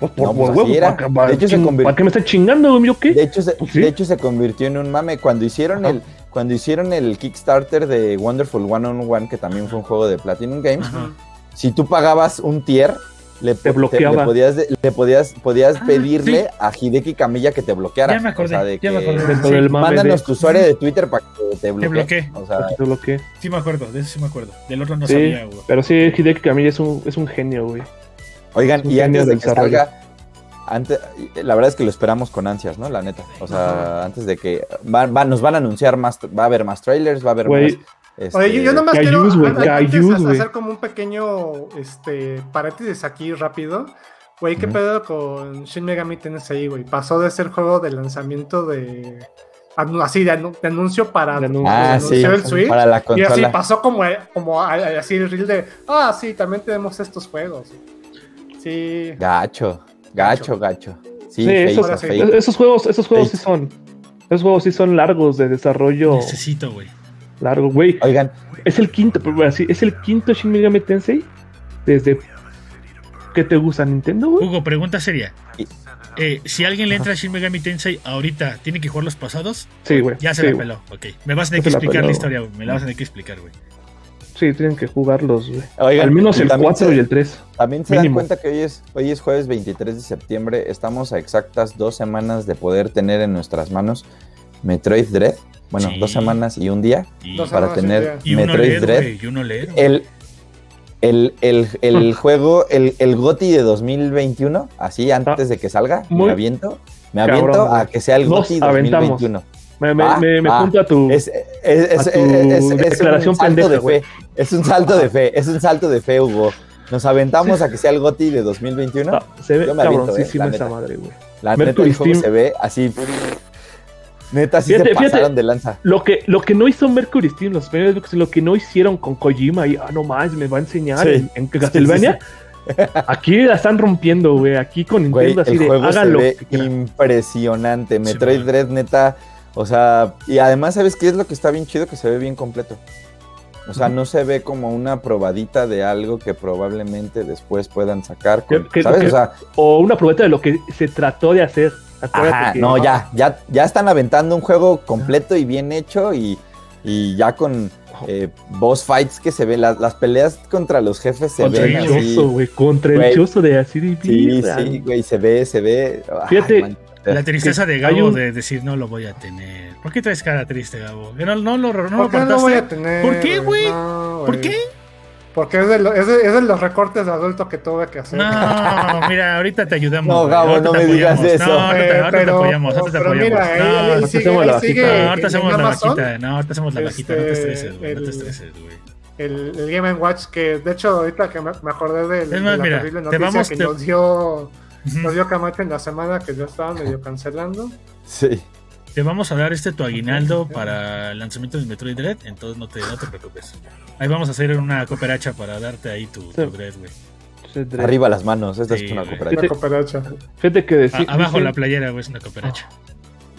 C: Pues por
B: No, pues
C: huevo,
B: así era.
C: ¿para, qué- para-
B: De hecho, se
C: ching-
B: convirtió-
C: ¿para qué me está chingando, güey? ¿Yo qué?
B: De hecho, se,
C: Pues sí.
B: de hecho, se convirtió en un mame. Cuando hicieron
C: Ajá.
B: el cuando hicieron el Kickstarter de Wonderful One on One, que también fue un juego de Platinum Games,
A: Ajá.
B: si tú pagabas un tier, le, po- te-
C: bloqueaba.
B: le podías, de- le podías, podías
A: Ah,
B: pedirle
A: sí.
B: a Hideki Camilla que te bloqueara.
A: Ya me
B: O sea,
A: acordé,
B: de
A: ya me
B: que,
A: acordé.
C: Dentro
A: Sí,
C: del mame de-
B: Mándanos tu usuario de Twitter para que te bloquee.
A: bloquee.
B: O sea,
C: te bloqueé.
A: Sí me acuerdo, de eso sí me acuerdo. Del otro no
C: Sí.
A: sabía, güey.
C: Pero sí, Hideki Camilla es un, es un genio, güey.
B: oigan,
C: Es un
B: y antes
C: genio
B: de
C: del
B: que salga, antes, la verdad es que lo esperamos con ansias, ¿no? La neta. O sea, antes de que va- va- nos van a anunciar más, va a haber más trailers, va a haber
C: Güey,
B: más. este,
D: Oye, yo, yo nomás quiero
C: Cayús, güey,
D: antes de
C: cayús, güey.
D: hacer como un pequeño este, paréntesis aquí rápido. Güey, ¿qué
B: Ujú.
D: pedo con Shin Megami Tensei, güey? Pasó de ser juego de lanzamiento de... anu- Así, de, anu- de anuncio para...
C: De anuncio.
B: Ah,
D: anunció
B: sí,
D: el Switch.
B: para la
D: Y así
B: consola.
D: pasó como, eh, como a- a- así el reel de... Ah, sí, también tenemos estos juegos. Sí.
B: Gacho, gacho, gacho. Sí,
C: Sí, eso-
B: feito,
D: ahora sí.
B: feito.
C: Es- esos juegos, esos juegos sí
B: Fate.
C: son. Esos juegos sí son largos de desarrollo.
A: Necesito, güey.
C: Largo, güey.
B: Oigan,
C: Es el quinto, pero así, es el quinto Shin Megami Tensei desde ¿Qué te gusta Nintendo, güey?
A: Hugo, pregunta seria.
B: Y-
A: Eh, si alguien le entra a Shin Megami Tensei ahorita, ¿tiene que jugar los pasados?
C: Sí, güey.
A: Ya se
C: sí,
A: la
C: güey.
A: peló, ok. Me vas a tener que
C: Ya se la
A: explicar la
C: peló.
A: historia, güey. Me la vas a tener que explicar, güey.
C: Sí, tienen que jugarlos, güey.
B: oigan,
C: Al menos el
B: también
C: 4
B: se-
C: y el 3.
B: También se
C: mínimo.
B: dan cuenta que hoy es, hoy es jueves 23 de septiembre. Estamos a exactas dos semanas de poder tener en nuestras manos Metroid Dread. Bueno,
A: Sí.
B: dos semanas y un día
A: Y,
D: Dos
B: para
D: semanas y un
B: tener
A: y uno
B: Metroid
A: leer,
B: Dread. Eh,
A: güey. Y uno leer. güey.
B: El, el, el,
C: *laughs*
B: el juego, el, el GOTI de 2021, así antes de que salga,
C: Ah, Muy
B: me aviento. Me
C: cabrón,
B: aviento a
C: güey.
B: que sea el
C: Nos
B: GOTI
C: aventamos.
B: 2021.
C: Me, me,
B: Ah,
C: me, me
B: ah,
C: junto a tu.
B: Es, es, es,
C: a
B: es,
C: tu
B: es- es
C: declaración
B: un salto
C: pendeja,
B: de
C: güey.
B: fe. Es un salto de fe, es un salto de fe, Hugo. Nos aventamos a que sea el GOTI de 2021.
C: Ah, se ve
B: yo me aviento,
C: cabroncísima
B: eh, la
C: esa
B: neta.
C: madre, güey.
B: la neta,
C: Mercury
B: el juego
C: Steam.
B: se ve así. pff, Neta, sí
C: Fíjate,
B: se
C: fíjate.
B: pasaron de lanza.
C: Lo que, lo que no hizo Mercury Steam, los primeros Lux, lo que no hicieron con Kojima, y ah, no más, me va a enseñar
B: Sí.
C: en, en Castlevania. *laughs* Aquí la están rompiendo, güey. Aquí con
B: Güey,
C: Nintendo así
B: el
C: de
B: juego se
C: hágalo.
B: ve impresionante. Metroid
A: man.
B: Dread, neta. O sea, y además, ¿sabes qué es lo que está bien chido? Que se ve bien completo. O sea, no se ve como una probadita de algo que probablemente después puedan sacar. con-
C: Que- que-
B: ¿Sabes?
C: que-
B: o sea,
C: O una probeta de lo que se trató de hacer. Acuérdate
B: Ajá,
C: que-
B: no, ya, ya, ya están aventando un juego completo y bien hecho y, y ya con eh, boss fights que se ven, las, las peleas contra los jefes se
C: Contra
B: ven
C: el
B: así.
C: choso, güey. Contra el
B: Güey.
C: choso de así de
B: Sí,
C: mierda.
B: sí, güey, se ve, se ve. Ay,
C: Fíjate,
B: man.
A: La tristeza de
C: hay
A: Gabo
C: un-
A: de decir no lo voy a tener. ¿Por qué traes cara triste, Gabo? Que no, no lo, no
D: ¿Por
A: lo
D: qué no lo voy a
A: contaste.
D: tener?
A: ¿Por qué, güey?
D: No,
A: ¿Por
D: güey.
A: qué?
D: Porque es de, lo- es, de, es de los recortes de adulto que tuve que hacer.
A: No, mira, ahorita te ayudamos.
B: No,
A: güey.
B: Gabo,
A: Ahorita
B: no
A: te
B: me digas
A: apoyamos.
B: eso.
A: No, ahorita te-
D: Eh,
A: ahorita te apoyamos. Ahorita te
D: pero
A: apoyamos.
D: mira, él- él
A: No,
C: ahorita
D: sigue,
C: hacemos
D: él
C: la
D: sigue
C: vaquita.
A: No,
D: en-
A: ahorita
D: en
A: hacemos la
D: Amazon,
A: vaquita. No, ahorita hacemos la vaquita. No te
D: Este,
A: estreses, güey. No te
D: el-
A: estreses, güey.
D: El, el Game Watch, que de hecho ahorita que me, me acordé del- de,
A: Es más,
D: la
A: mira,
D: terrible
A: te
D: noticia
A: vamos-
D: que
A: te-
D: nos dio,
A: Ujú.
D: nos dio Camacho en la semana, que ya estaba medio cancelando.
B: Sí.
A: Te vamos a dar este tu aguinaldo para el lanzamiento del Metroid Dread, entonces no te, no te preocupes. Ahí vamos a hacer una cooperacha para darte ahí tu, tu Dread, güey.
C: Se tra-
B: Arriba las manos, esta
A: Sí,
B: es una
A: güey.
B: cooperativa.
D: Una cooperacha.
C: Fíjate que
A: A-
C: decir.
A: abajo la playera, güey, es una cooperacha.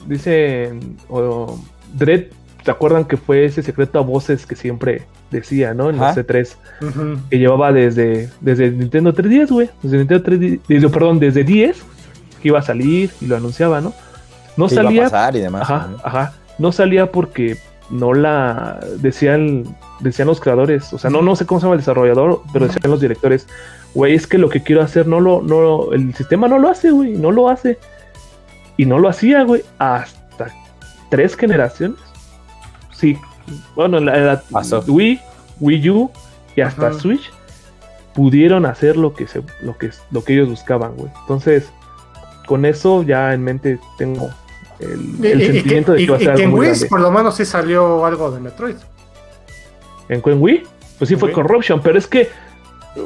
C: Dicen, o Dredd, ¿se acuerdan que fue ese secreto a voces que siempre decía, ¿no? En los
B: Ajá.
C: C3,
D: Ujú.
C: que llevaba desde, desde el Nintendo 3DS, güey. Desde el Nintendo 3DS, desde- perdón, desde 10, que iba a salir y lo anunciaba, ¿no? No
B: qué
C: salía.
B: iba a pasar y demás.
C: Ajá,
B: ¿no?
C: ajá. No salía porque no la decían, decían los creadores. O sea, no, no sé cómo se llama el desarrollador, pero decían los directores. Güey, es que lo que quiero hacer no lo, no, lo- el sistema no lo hace, güey, no lo hace. Y no lo hacía, güey, hasta tres generaciones. Sí. Bueno, la, la-
B: Pasó.
C: Wii, Wii U y hasta
D: Ajá.
C: Switch pudieron hacer lo que se, lo que, lo que ellos buscaban, güey. Entonces, con eso ya en mente tengo el,
D: Y,
C: el
D: y- y
C: sentimiento
D: que,
C: de que va a
D: y- y
C: ser algo
D: que en
C: muy
D: Wii
C: grande.
D: por lo menos sí salió algo de Metroid. *laughs*
C: ¿En Quen Wii? Pues sí fue
D: Ok.
C: Corruption, pero es que...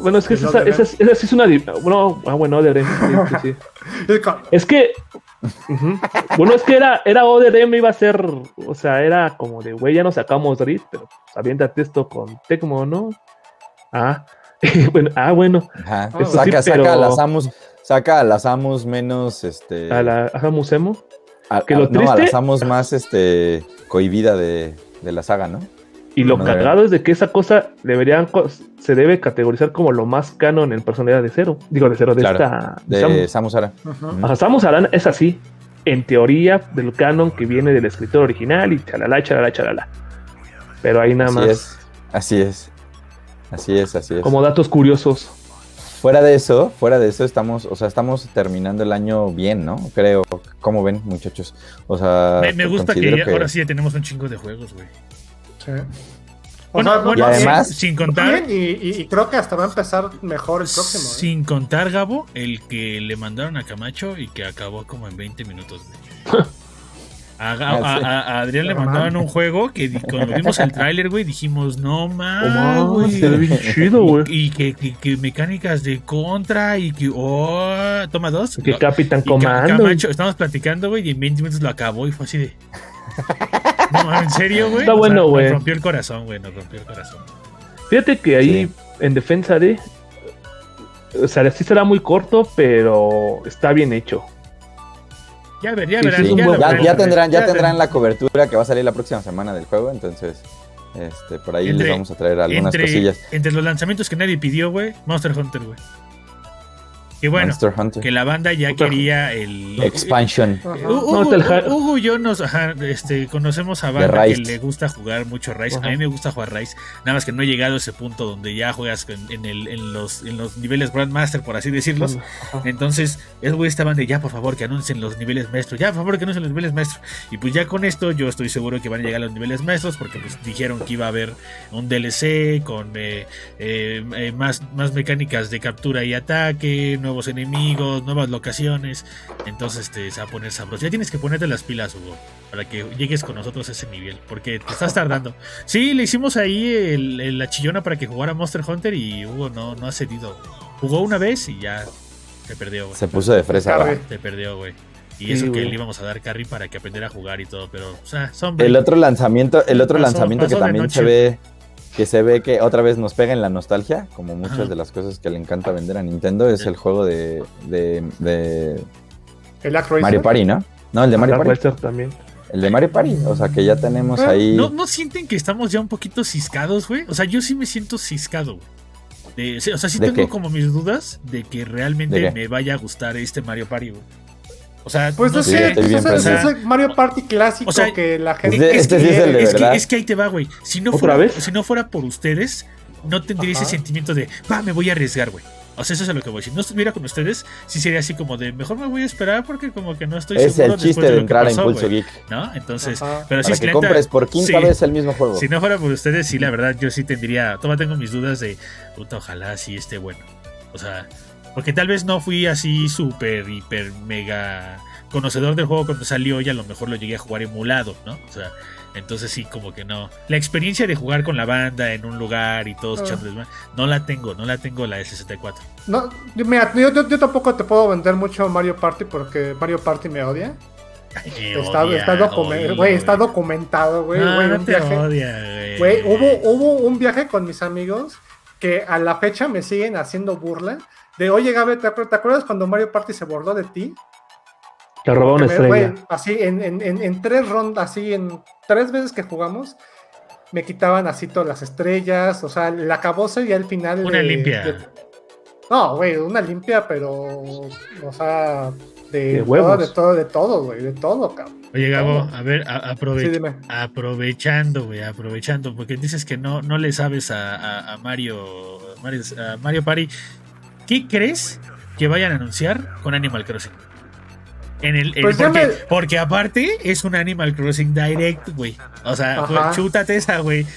C: Bueno, es que
D: El
C: esa,
D: Elden
C: esa, esa sí es una... di- Bueno, ah, bueno, Other M, sí, sí, sí.
D: Es co-
C: Es que... ujú. Bueno, es que era, era Other M, iba a ser... O sea, era como de, güey, ya nos sacamos Rift, pero pues, aviéntate esto con Tecmo, ¿no? Ah, *laughs* bueno, ah, bueno.
B: Ajá.
D: Eso sí,
B: saca, saca a
C: pero-
B: las Samus, saca a las Samus menos este.
C: A la a Musemo.
B: a-
C: que
B: a-
C: lo
B: No, a
C: triste-
B: las Samus más este cohibida de, de la saga, ¿no?
C: Y lo
B: No,
C: cagado es de que esa cosa deberían co- se debe categorizar como lo más canon en personalidad de cero. Digo, de cero, de
B: Claro,
C: esta.
B: De este.
C: Samus.
B: Samus Aran.
D: Ujú.
B: Ujú.
C: Ajá, Samus Aran es así, en teoría, del canon que viene del escritor original y chalala, chalala, chalala. Pero ahí nada
B: Así
C: más,
B: es. Así es. Así es, así es.
C: como datos curiosos.
B: Fuera de eso, fuera de eso, estamos, o sea, estamos terminando el año bien, ¿no? Creo. ¿Cómo ven, muchachos? O sea, pues,
A: Me, me gusta que,
B: Ah, considero
A: ya- ahora sí ya tenemos un chingo de juegos, güey.
D: Sí. O
A: Bueno,
D: sea,
A: bueno,
B: y
D: va
A: sin-
B: además-
A: sin, contar,
D: bien, y, y- y creo que hasta va a empezar mejor el próximo. ¿eh?
A: sin contar, Gabo, el que le mandaron a Camacho y que acabó como en 20 minutos, güey. A, Ga-
C: Ah,
A: a- a- a Adrián le
D: No
A: mandaron un juego que di- cuando vimos el tráiler, güey, dijimos, no
C: Ah,
A: más,
C: güey,
A: güey.
C: se ve bien chido, güey.
A: Y que, que- que mecánicas de contra y que... Oh, toma dos.
C: Que
A: No.
C: Capitán
A: Y Ca-
C: Comando.
A: Camacho, estábamos platicando, güey, y en 20 minutos lo acabó y fue así de. No, mames, en serio, güey.
C: Está bueno, güey.
A: Nos rompió el corazón, güey. Nos rompió el corazón.
C: Fíjate que ahí,
B: Sí.
C: en defensa de. O sea, sí será muy corto, pero está bien hecho.
A: Ya ver, ya
C: Sí,
A: verán.
C: sí,
A: ya,
C: un
A: lo
C: buen-
B: ya,
A: verán,
B: ya
A: güey.
B: tendrán, ya
A: Ya
B: tendrán la cobertura que va a salir la próxima semana del juego, entonces este, por ahí
A: Entre-
B: les vamos a traer algunas
A: entre,
B: cosillas.
A: Entre los lanzamientos que nadie pidió, güey, Monster Hunter, güey. Y bueno,
B: Monster Hunter.
A: que la banda ya
C: Otra-
A: quería el.
B: Expansion.
A: Eh,
D: Ajá.
A: Hugo,
C: No, te la-
A: Hugo y yo nos ajá, este, conocemos a banda que
B: Rise.
A: le gusta jugar mucho Rice.
C: Ajá.
A: A mí me gusta jugar Rice. Nada más que no he llegado a ese punto donde ya juegas en, en el- en los, en los niveles Grandmaster, por así decirlos.
C: Ajá.
A: Entonces, esos güeyes estaban de ya, por favor, que anuncien los niveles maestros. Ya, por favor, que anuncien los niveles maestros. Y pues ya con esto, yo estoy seguro que van a llegar a los niveles maestros porque pues dijeron que iba a haber un DLC con eh, eh, eh, más, más mecánicas de captura y ataque, nuevos enemigos, nuevas locaciones. Entonces, te se va a poner sabroso. Ya tienes que ponerte las pilas, Hugo, para que llegues con nosotros a ese nivel porque te estás tardando. Sí, le hicimos ahí el- el- la chillona para que jugara Monster Hunter y Hugo no, no ha cedido. Jugó una vez y ya se perdió, güey.
B: Se puso de fresa.
D: Carry.
B: va.
A: Se perdió, güey. Y
C: Sí,
A: eso que
C: güey.
A: le íbamos a dar carry para que aprendiera a jugar y todo, pero, o sea, son
B: El otro lanzamiento, el otro
A: Pasó-
B: lanzamiento
A: pasó
B: que
A: de
B: también se
A: noche.
B: ve, que se ve que otra vez nos pega en la nostalgia, como muchas
A: Ajá.
B: de las cosas que le encanta vender a Nintendo, es el juego de, de, de
D: El Act
A: Pues
D: Racer.
B: Mario Party, ¿no? No,
A: Ah,
B: el de Mario
C: Dark
B: Party.
C: Western también.
B: El de Mario Party. O sea que ya tenemos ahí.
A: Ah, ¿No, ¿No sienten que estamos ya un poquito ciscados, güey? O sea, yo sí me siento ciscado, güey. De- o sea, sí
B: ¿De
A: tengo
B: qué?
A: como mis dudas de que realmente
B: ¿De qué?
A: me vaya a gustar este Mario Party, güey. O sea,
D: Pues
A: no
D: es
B: Sí,
D: que
A: sé.
B: estoy
D: pues,
B: bien
D: es el- es
A: presente.
D: el Mario Party clásico
A: O sea,
D: que la gente.
B: Este-
D: que
B: este sí es el de
D: quiere.
A: es, que,
B: verdad.
A: es que ahí te va, güey. Si no
C: ¿Otra
A: fuera,
C: vez?
A: si no fuera por ustedes, no tendría
D: Ajá.
A: ese sentimiento de, va, me voy a arriesgar, güey. O sea, eso es a lo que voy. Si no estuviera con ustedes, sí sería así como de, mejor me voy a esperar porque como que no estoy
B: es el
A: después
B: chiste de
A: lo que
B: entrar a
A: pasó,
B: Impulso
A: güey",
B: Geek.
A: ¿No? Entonces,
D: Ajá.
A: pero sí,
B: Para
A: si
B: que
A: la
B: compres
A: neta-
B: por quinta
A: sí.
B: vez el mismo juego.
A: Si no fuera por ustedes, sí, la verdad, yo sí tendría. Toma, tengo mis dudas de. Puta, ojalá sí esté bueno. O sea, porque tal vez no fui así súper, hiper, mega conocedor del juego cuando salió y a lo mejor lo llegué a jugar emulado, ¿no? O sea, entonces sí, como que no. La experiencia de jugar con la banda en un lugar y todos
D: Ah.
A: echando desmadre, no la tengo, no la tengo la de 64.
D: No, yo- mira, yo, yo- yo tampoco te puedo vender mucho Mario Party porque Mario Party me odia. Está, está documen- güey, está documentado, güey.
A: No,
D: güey,
A: no
D: un
A: te
D: viaje.
A: odia,
D: Güey, hubo, hubo un viaje con mis amigos que a la fecha me siguen haciendo burla. De, oye, Gabe, ¿te, acuer- te acuerdas cuando Mario Party se bordó de ti?
C: Te robaba una
D: Que me- güey,
C: estrella.
D: así, en, en- en- en tres rondas, así, en tres veces que jugamos, me quitaban así todas las estrellas, o sea, la cabose y al final...
A: Una
D: de-
A: limpia.
D: de- no, güey, una limpia, pero, o sea, De,
C: De
D: todo,
C: huevos.
D: de todo, de todo, güey, de todo, cabrón.
A: Oye, Gabo, a ver, a- aprove-
D: Sí, dime.
A: aprovechando, güey, aprovechando, porque dices que no, no le sabes a, a- a Mario, Mario, a Mario Party. ¿Qué crees que vayan a anunciar con Animal Crossing? En el, en-
D: Pues ya
A: porque,
D: me-
A: porque aparte es un Animal Crossing Direct, güey. O sea,
D: Ajá.
A: pues, chútate esa, güey.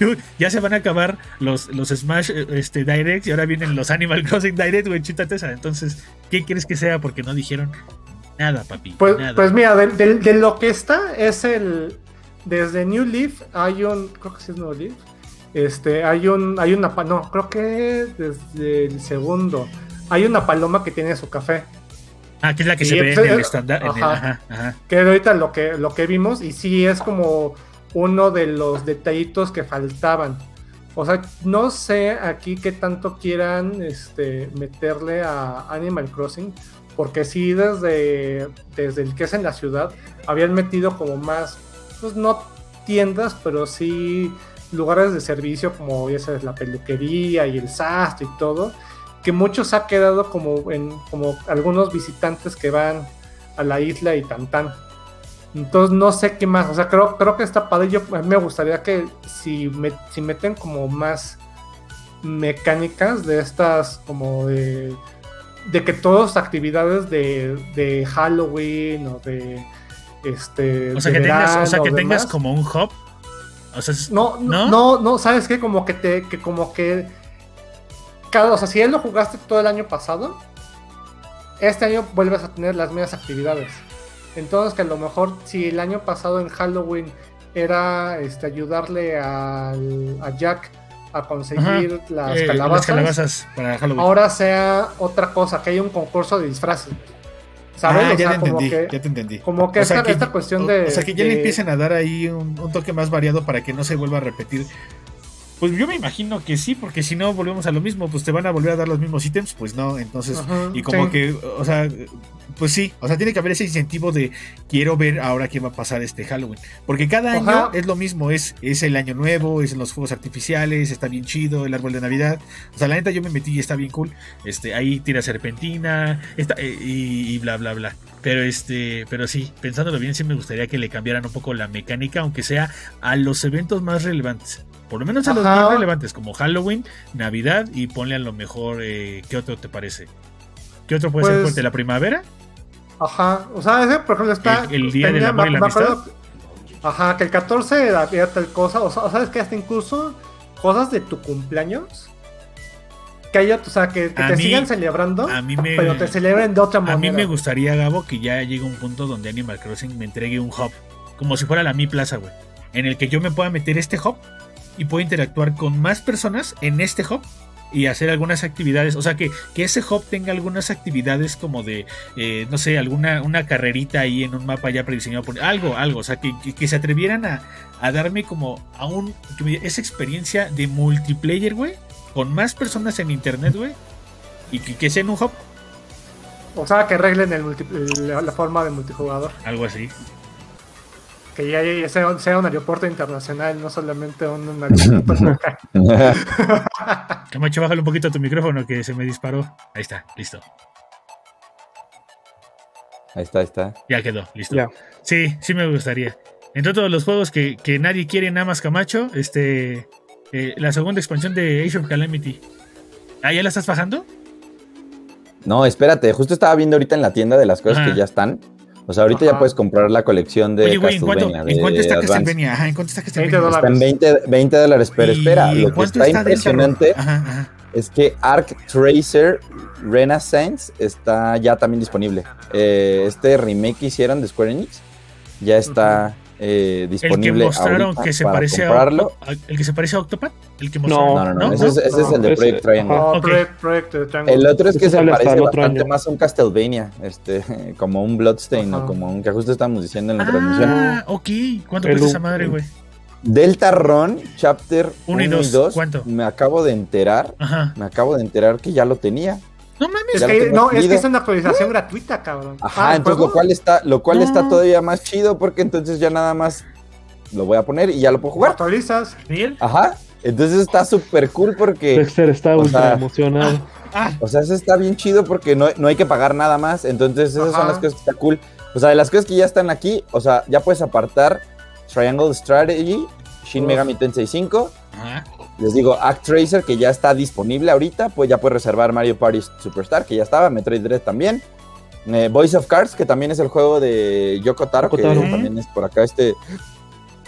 A: Chu- Ya se van a acabar los, los Smash eh, este, Direct y ahora vienen los Animal *laughs* Crossing Direct, güey. Chútate esa. Entonces, ¿qué crees que sea? Porque no dijeron nada, papi.
D: Pues,
A: nada.
D: pues mira, de, de- de lo que está es el. Desde New Leaf hay un. Creo que sí es New Leaf. Este, hay un. Hay una. pa- No, creo que desde el segundo. Hay una paloma que tiene su café.
A: Ah, que es la que
D: Sí,
A: se ve
D: pues,
A: en el
D: eh,
A: estándar. en el-
D: ajá.
A: Ajá, ajá.
D: Que era ahorita lo que, lo que vimos. Y sí es como uno de los detallitos que faltaban. O sea, no sé aquí qué tanto quieran este, meterle a Animal Crossing. Porque sí, desde, desde el que es en la ciudad, habían metido como más, pues no tiendas, pero sí lugares de servicio como ya sabes, la peluquería y el sastre y todo, que muchos ha quedado como en como algunos visitantes que van a la isla y tan tan. Entonces no sé qué más, o sea, creo, creo que está padre, yo a mí me gustaría que si, me, si meten como más mecánicas de estas como de, de que todas actividades de, de Halloween o de este
A: O sea,
D: de
A: que tengas, o sea,
D: verano
A: que
D: o
A: tengas
D: demás.
A: como un hub. O sea, es-
D: No, no,
A: ¿No?
D: no, no, sabes qué? como que te, que como que cada, o sea, si ya lo jugaste todo el año pasado, este año vuelves a tener las mismas actividades. Entonces que a lo mejor si el año pasado en Halloween era este ayudarle al- a Jack a conseguir las,
A: eh,
D: calabazas,
A: las calabazas para Halloween.
D: ahora sea otra cosa, que haya un concurso de disfraces. ¿Sabes?
A: Ah,
D: O sea,
A: ya te
D: como
A: entendí,
D: que,
A: ya te entendí.
D: como que
A: O sea,
D: esta,
A: que-
D: esta cuestión
A: O,
D: de.
A: o sea, que ya
D: de-
A: le empiecen a dar ahí un, un toque más variado para que no se vuelva a repetir. Pues yo me imagino que sí, porque si no volvemos a lo mismo, pues te van a volver a dar los mismos ítems, pues no, entonces...
D: Ajá,
A: Y como
D: sí.
A: que, o sea, pues sí, o sea, tiene que haber ese incentivo de quiero ver ahora qué va a pasar este Halloween. Porque cada año
D: Ajá.
A: es lo mismo, es, es el año nuevo, es en los fuegos artificiales, está bien chido, el árbol de Navidad. O sea, la neta yo me metí y está bien cool. Este, ahí tira serpentina, está, eh, y, y bla bla bla. Pero este, pero sí, pensándolo bien, sí me gustaría que le cambiaran un poco la mecánica, aunque sea a los eventos más relevantes. Por lo menos a los
D: Ajá.
A: más relevantes, como Halloween, Navidad, y ponle a lo mejor eh, qué otro te parece. ¿Qué otro puede ser
D: Pues-
A: fuerte? ¿La primavera?
D: Ajá, o sea, ese por ejemplo está.
A: El- el Día del
D: tenía-
A: Amor y
D: me-
A: la
D: me acuerdo que- Ajá, que el 14 había tal cosa. O sea, o sabes que hasta incluso cosas de tu cumpleaños. Que haya, o sea, que, que
A: A
D: te
A: mí-
D: sigan celebrando,
A: A mí me,
D: pero te celebren de otra manera.
A: a mí me gustaría, Gabo, que ya llegue un punto donde Animal Crossing me entregue un hub. Como si fuera la Mi Plaza, güey. En el que yo me pueda meter este hub y pueda interactuar con más personas en este hub y hacer algunas actividades. O sea, que, que ese hub tenga algunas actividades como de, eh, no sé, alguna una carrerita ahí en un mapa ya prediseñado. Por, algo, algo. O sea, que, que- que se atrevieran a, a darme como a un, que me- esa experiencia de multiplayer, güey. Con más personas en internet, güey. Y que, que sea en un hub.
D: O sea, que arreglen el multi- el- la, la forma de multijugador.
A: Algo así.
D: Que ya, ya sea, sea un aeropuerto internacional, no solamente un, un
B: *laughs*
D: aeropuerto local.
A: Camacho, bájale un poquito a tu micrófono que se me disparó. Ahí está, listo.
B: *laughs* Ahí está, ahí está.
A: Ya quedó, listo.
C: Ya.
A: Sí, sí me gustaría. Entre todos los juegos que, que nadie quiere nada más Camacho, este. eh, la segunda expansión de Age of Calamity. ¿Ah, ya la estás bajando?
B: No, espérate, justo estaba viendo ahorita en la tienda de las cosas
A: Ajá.
B: que ya están. O sea, ahorita
D: Ajá.
B: ya puedes comprar la colección de
A: Oye, güey, ¿en cuánto,
B: Castlevania.
A: en
B: de
A: cuánto está
B: Advance.
A: Castlevania? Ajá, ¿en cuánto está Castlevania?
D: 20 dólares.
B: Está en 20, 20 dólares, pero
A: ¿Y
B: espera, lo que
A: cuánto
B: está,
A: de esa rola?
B: impresionante
A: Ajá, ajá.
B: es que Arc Tracer Renaissance está ya también disponible. Eh, este remake que hicieron de Square Enix ya está eh,
A: El que
B: disponible.
A: mostraron
B: ahorita
A: que se
B: para
A: parece a,
B: comprarlo.
A: a- El que se parece a Octopath. El que
C: No,
A: mostraron.
B: No, no, no,
A: ¿No?
B: ese, es, ese es el de
C: Ese-
B: Project Triangle.
C: ajá.
A: *laughs*
D: No,
A: ok.
D: proyecto, proyecto de Triangle.
B: El otro es que
C: Ese
B: se
C: sale hasta
B: parece
C: el otro
B: bastante
C: año.
B: más a un Castlevania, este, *laughs* como un Bloodstain
D: Ajá.
B: o como un que justo estábamos diciendo en la transmisión.
A: Ah, ok. ¿Cuánto
C: El
A: cuesta
C: u-
A: esa madre, güey?
B: Delta Ron, Chapter
A: Uno
B: 1
A: y
B: y
A: dos.
B: 2.
A: ¿Cuánto?
B: Me acabo de enterar,
A: Ajá.
B: me acabo de enterar que ya lo tenía.
A: No mames.
D: Es
B: ya lo
D: que,
B: tengo
D: no, es que
B: adquirido.
D: es una actualización gratuita, cabrón.
B: Ajá,
D: Ah, ¿el
B: entonces
D: juego?
B: lo cual está, lo cual
A: No.
B: está todavía más chido porque entonces ya nada más lo voy a poner y ya lo puedo
D: Lo
B: jugar.
D: actualizas.
A: Miguel.
B: Ajá, entonces está súper cool porque
C: Dexter está
B: O
C: ultra
B: sea,
C: emocionado.
A: Ah,
B: O sea, eso está bien chido porque no, no hay que pagar nada más. Entonces, esas
D: Ajá.
B: son las cosas que está cool. O sea, de las cosas que ya están aquí, o sea, ya puedes apartar Triangle Strategy, Shin
C: Uf.
B: Megami Tensei 5.
A: ajá.
B: Les digo, Act Tracer, que ya está disponible ahorita. Pues ya puedes reservar Mario Party Superstar, que ya estaba. Metroid Dread también. eh, Voice of Cards, que también es el juego de Yoko Taro,
C: Yoko
B: que
C: Taro.
B: también es por acá. Este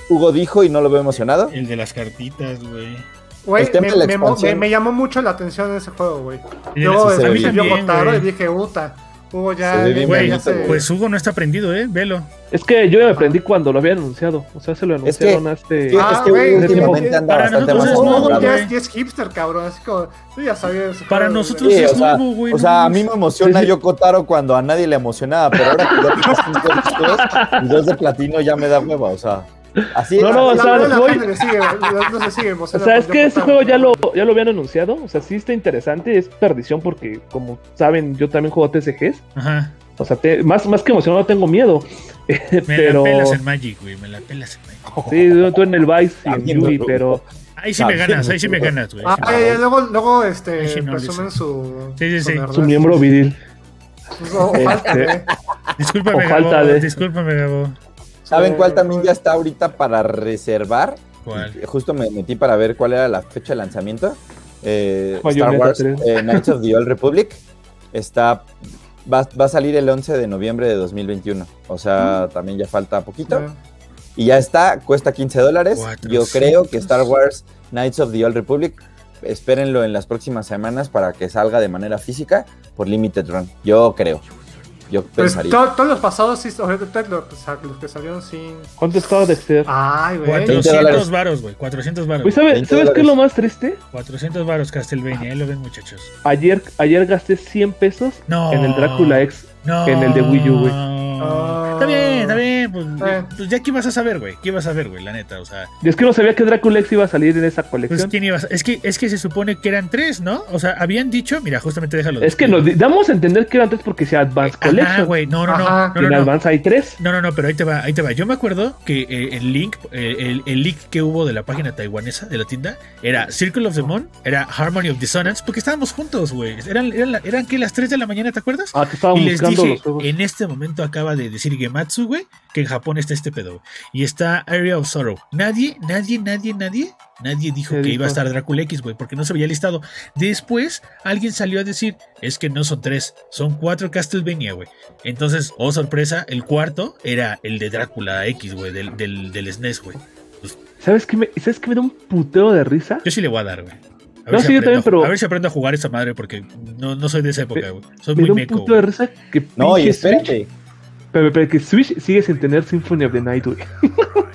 B: Hugo dijo y no lo veo emocionado.
A: El de las cartitas, güey.
D: Güey,
B: El tema
D: me,
B: de la
D: me mo-
B: expansión.
D: me- me llamó mucho la atención ese juego, güey.
A: El de
D: Yo
A: las-
B: se
A: a mí
B: ve
D: vi
B: bien.
D: yo
A: también,
D: Taro y
A: güey.
D: dije, puta, Hugo ya,
B: Se ve bien
D: ya- ya
A: bonito,
D: se-
B: güey.
A: Pues Hugo no está aprendido, ¿eh? Velo.
C: Es que yo ya me aprendí cuando lo había anunciado. O sea, se lo
B: Es que-
C: anunciaron a este.
B: Sí,
D: Ah,
B: es que
D: güey,
B: Hugo últimamente
D: sí.
B: anda
A: Para
B: bastante
A: nosotros
B: más
A: es
D: Hugo
A: nuevo,
B: acostumbrado.
D: ya,
A: güey.
D: es, ya es hipster, cabrón. Así como, tú ya sabías. ese
A: Para
D: juego,
A: nosotros
D: güey.
B: Sí,
A: es
B: o sea,
A: nuevo, güey.
B: O
A: no
B: sea, a
A: mames.
B: mí me emociona Yoko Taro cuando a nadie le emocionaba, pero ahora que ya pasan dos chicos, y dos de platino ya me da hueva, o sea. Así
C: No, no,
D: La-
C: o
D: la
C: sea,
D: verdad, la
C: voy-
D: gente le sigue, güey, no se sigue
C: O
D: emocionando
C: sea, es
D: con
C: que
D: Yoko
C: este
D: Taro.
C: juego ya lo, ya lo habían anunciado. O sea, sí está interesante. Es perdición porque, como saben, yo también juego TCGs.
A: Ajá.
C: O sea, te- más, más que emocionado tengo miedo.
A: Me
C: *laughs* pero
A: la pelas en Magic, güey. Me la pelas en Magic.
C: sí, yo- tú en el Vice y en
B: Haciendo
C: Yugi,
B: ruido.
C: pero
A: Ahí sí me
B: También,
A: ganas, ahí sí me
B: güey.
A: ganas, güey.
D: Ah,
A: Sí me
D: ya, ya, luego, luego
A: Ay, sí,
D: este,
A: no,
D: presumen
A: dice.
D: su.
A: Sí, sí, sí.
D: nerdez.
C: su miembro viril.
D: O-
B: Este,
D: o falta, güey.
A: Discúlpame,
C: O falta
A: Gabo.
C: de-
A: Discúlpame, Gabo.
B: ¿Saben cuál
D: Eh,
B: también ya está ahorita para reservar?
A: ¿Cuál?
B: Justo me metí para ver cuál era la fecha de lanzamiento. Eh, Star
C: Bayonetta
B: Wars
C: tres.
B: eh, Knights of the Old Republic está va, va a salir el 11 de noviembre de 2021. O sea,
C: Mm.
B: también ya falta
D: eh,
B: poquito.
C: Ah.
B: Y ya está, cuesta 15 dólares. Yo
A: 400.
B: creo que Star Wars Knights of the Old Republic, espérenlo en las próximas semanas para que salga de manera física por Limited Run. Yo creo. Yo
D: Pues
B: pensaría.
D: to- todos los pasados, sí, o sea, los, que sa- los que salieron sin.
C: ¿Cuánto estaba de ser?
A: Ah,
D: Ay, güey.
B: 20 dólares.
A: 400 varos, güey. 400
C: Pues,
A: varos.
C: ¿sabe-
B: 20
C: ¿Sabes qué es
B: dólares.
C: lo más triste?
A: 400 varos, Castlevania. Ahí lo ven, muchachos.
C: Ayer, ayer gasté 100 pesos
A: No.
C: en el Drácula X.
A: No.
C: En el de Wii U, güey.
A: Ah. Está bien, está bien. Pues,
D: Eh.
A: pues ya, ¿qué vas a saber, güey? ¿Qué vas a ver, güey? La neta, o sea.
C: Y es que no sabía que Drácula X iba a salir en esa
A: Pues,
C: colección.
A: ¿quién ibas? Es que, es que se supone que eran tres, ¿no? O sea, habían dicho, mira, justamente déjalo.
C: es que nos di- damos a entender que era antes porque sea Advanced
A: Ah,
C: Collection.
A: güey, no, no, no.
D: Ajá.
A: no,
C: y en
A: no, no.
C: Advance hay tres.
A: No, no, no, pero ahí te va, ahí te va. Yo me acuerdo que eh, el link, eh, el, el link que hubo de la página taiwanesa, de la tienda, era Circle of the Moon, era Harmony of Dissonance, porque estábamos juntos, güey. Eran, eran, la- eran que las 3 de la mañana, ¿te acuerdas?
C: Ah, que estaban
A: y les
C: buscando
A: dije,
C: los juegos.
A: en este momento acaba de decir Gematsu, güey, que en Japón está este pedo. güey. Y está Area of Sorrow. Nadie, nadie, nadie, nadie, nadie dijo
C: Se
A: que iba a
C: dijo.
A: estar Drácula X, güey, porque no se veía listado. Después, alguien salió a decir, es que no son tres, son cuatro Castlevania, güey. Entonces, oh sorpresa, el cuarto era el de Drácula X, güey, del, del, del SNES, güey.
C: ¿Sabes qué, me, ¿Sabes qué me da un puteo de risa?
A: Yo sí le voy a dar, güey. A,
C: No,
A: ver si
C: sí,
A: aprendo
C: yo
A: a
C: también,
A: ju-
C: pero-
A: a ver si aprendo a jugar esa madre porque no, no soy de esa época,
C: Me-
A: güey. Soy
C: me
A: muy
C: da un
A: meco.
C: puteo de
A: güey.
C: risa que
B: No, y
C: pinche Switch,
B: espérate.
C: pero, pero que Switch sigue sin tener Symphony of the Night, güey.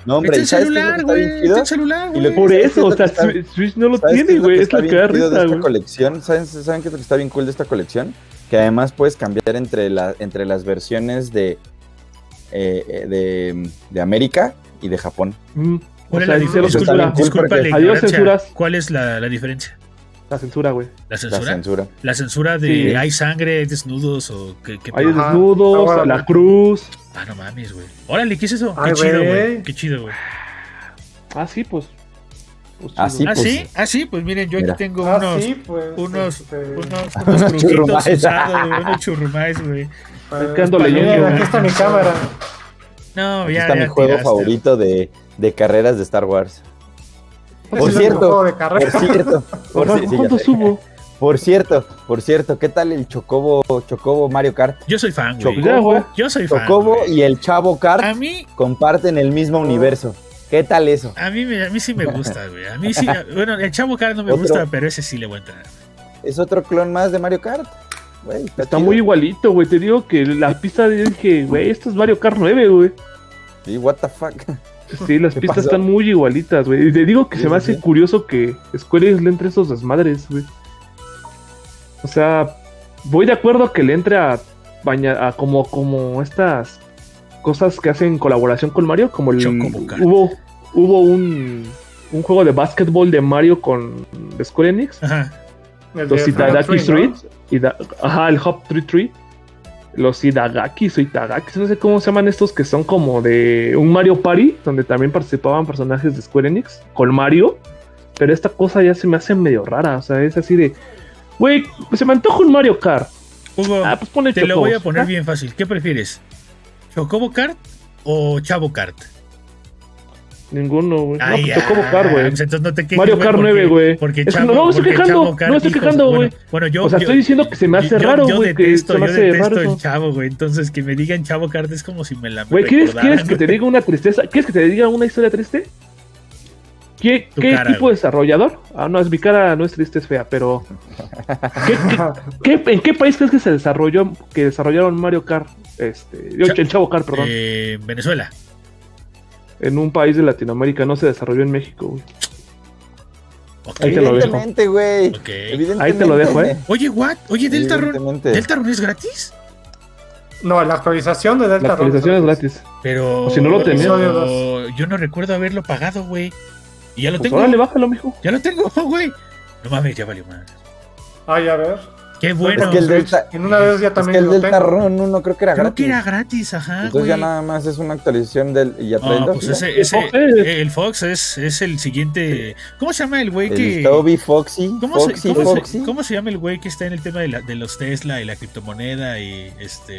B: No, hombre,
A: Está en
B: ¿y sabes qué es lo que
A: celular,
B: está
A: güey.
B: bien
A: Está
B: chido?
A: en celular,
B: Y
A: güey.
B: lo-
C: Por
B: ¿sabes
C: eso,
B: qué
C: o
B: es lo
C: sea,
B: que está-
C: Swi- Switch no lo
B: ¿Sabes qué
C: tiene,
B: lo que
C: güey. Es
B: está
C: lo que
B: bien
C: da
B: chido de
C: risa,
B: esta
C: güey.
B: colección? ¿Saben, ¿Saben qué es lo que está bien cool de esta colección? Que además puedes cambiar entre, la, entre las versiones de, eh, eh, de, de América y de Japón.
C: Mm, O
A: ¿Cuál es
C: sea,
A: la
C: dice lo
A: diferencia?
B: Disculpa,
C: censura.
A: Disculpa, disculpa
B: disculpa,
A: la
B: porque-
C: Adiós,
A: ignorancia.
C: censuras.
A: ¿Cuál es la, la diferencia?
C: La censura, güey.
A: ¿La
B: La
A: censura? La censura,
B: censura.
A: de
C: Sí.
A: hay sangre, hay desnudos o qué, qué
C: Hay
A: pedo?
D: Ajá.
C: desnudos,
D: Ahora,
C: la
D: güey.
C: cruz.
A: Ah, no mames, güey. Órale, ¿qué es eso?
D: Ay,
A: qué chido, güey.
D: güey.
A: Qué chido, güey.
C: Ah, sí, pues. pues
B: Ah,
C: chido.
B: sí,
A: ¿Ah,
B: pues,
A: sí? Ah, sí, pues miren, yo
B: mira.
A: aquí tengo
D: Ah,
A: unos.
D: sí, pues,
A: Unos,
B: *laughs*
D: este,
A: unos,
B: Unos
A: unos truquitos
B: churrumais.
A: usados, güey, unos churrumais, güey.
D: pues,
C: Es que ando
D: para
C: leyendo,
D: mí,
C: güey.
D: Aquí está mi cámara.
A: No,
B: Aquí
A: ya.
B: está
A: ya
B: mi juego
A: tiraste.
B: favorito de, de carreras de Star Wars. Por
D: Ese Este
C: Pues,
D: es el
B: cierto,
D: juego de
B: Por
C: *laughs*
D: carrera.
B: cierto, por,
C: Ojalá,
B: ci- sí, ya
C: ¿Cuánto
B: sé.
C: subo?
B: Por cierto, por cierto, ¿qué tal el Chocobo, Chocobo Mario Kart?
A: Yo soy fan, güey.
C: Ya, güey.
A: Yo soy fan.
B: Chocobo
A: güey. Ah.
B: y el Chavo Kart
A: A mí
B: comparten el mismo universo. ¿Qué tal eso?
A: A mí, me- a mí sí me gusta, güey. A
B: *laughs*
A: mí sí. a- bueno, el Chavo Cara no me
B: Otro.
A: gusta, pero ese sí le voy a entrar.
B: Es otro clon más de Mario Kart. Güey, pues
C: Está
B: chido.
C: muy igualito, güey. Te digo que la pista de dije, güey, esto es Mario Kart 9, güey.
B: Sí, what the fuck.
C: Sí, las
B: ¿Qué
C: pistas
B: pasó?
C: están muy igualitas, güey. Y te digo que
B: Sí,
C: se me
B: sí,
C: hace
B: sí.
C: curioso que Square Enix le entre esos desmadres, güey. O sea, voy de acuerdo que le entre a, baña- a como, como estas cosas que hacen colaboración con Mario, como el
A: Chocobo Kart.
C: hubo, hubo un, un juego de básquetbol de Mario con Square Enix.
A: Ajá.
D: El de
C: Los Itagaki
D: Fruit Tree,
C: Street.
D: ¿no?
C: Ida- ajá, el Hop Tree Tree. Los Idagakis o Itagakis, no sé cómo se llaman estos que son como de un Mario Party, donde también participaban personajes de Square Enix con Mario. Pero esta cosa ya se me hace medio rara, o sea, es así de. Güey, pues se me antoja un Mario Kart.
A: Hugo,
C: Ah, pues
A: *laughs*
C: ponle
A: te lo
C: Chocobos.
A: voy a poner bien fácil. ¿Qué prefieres? ¿Chocobo Kart o Chavo Kart?
C: Ninguno, güey. No,
A: Ay,
C: pues tocó bocar,
A: ah,
C: güey.
A: pues entonces no te quejes,
C: Mario
A: güey,
C: Kart
A: porque-
C: 9, güey.
A: Porque
C: Es que
A: Chavo-
C: no, no me estoy
A: porque
C: quejando,
A: Chavo Kart,
C: no me estoy
A: hijos,
C: quejando, güey.
A: Bueno, bueno, yo,
C: O sea,
A: yo-
C: estoy diciendo que se me hace
A: yo-
C: raro,
A: yo
C: güey. Que
A: detesto,
C: se me
A: yo
C: hace
A: detesto
C: raro.
A: el
C: eso.
A: chavo, güey. Entonces que me digan chavo Kart es como si me la
C: Güey, ¿quieres,
A: recordaran,
C: ¿quieres que te
A: güey.
C: diga una tristeza? ¿Quieres que te diga una historia triste? ¿Qué,
A: Tu
C: qué
A: cara,
C: tipo
A: güey.
C: de desarrollador? Ah, no, es mi cara no es triste, es fea, pero. ¿Qué- qué- qué- ¿En qué país crees que se desarrolló, que desarrollaron Mario Kart? Este, yo,
A: Cha-
C: el Chavo Kart, perdón.
A: Eh, Venezuela.
C: En un país de Latinoamérica, no se desarrolló en México, güey.
A: Ok.
C: Ahí te lo dejo.
B: Evidentemente, güey.
A: Ok.
B: Evidentemente.
C: Ahí te lo dejo, ¿eh?
A: Oye, what? Oye, Deltarune.
B: Evidentemente.
A: ¿Deltarune es gratis?
D: No, la actualización de Delta
C: La actualización es gratis.
A: Pero
C: O si no lo tenías.
D: Episodio
A: Yo no recuerdo haberlo pagado, güey. Y ya lo
C: Pues
A: tengo.
C: órale, bájalo, mijo.
A: Ya lo tengo, *laughs* güey. No mames, ya valió más.
D: Ay, a ver.
A: Qué bueno.
B: Es que el
D: Switch,
B: Delta-
D: En una vez ya
B: Es que
D: también
B: el
D: lo
B: Delta
D: tengo.
B: Run 1 creo que era
A: Creo que
B: gratis.
A: era gratis, ajá,
B: Entonces
A: güey.
B: ya nada más es una actualización del. Y ya trae
A: Ah,
B: dos,
A: pues
B: ya.
A: ese, ese-
C: Fox es.
A: eh, el Fox es, es el siguiente. ¿Cómo se llama el güey que.
B: El Toby Foxy.
A: ¿cómo,
B: Foxy,
A: se, cómo se-
B: Foxy.
A: cómo se llama el güey que está en el tema de, la- de los Tesla y la criptomoneda y este.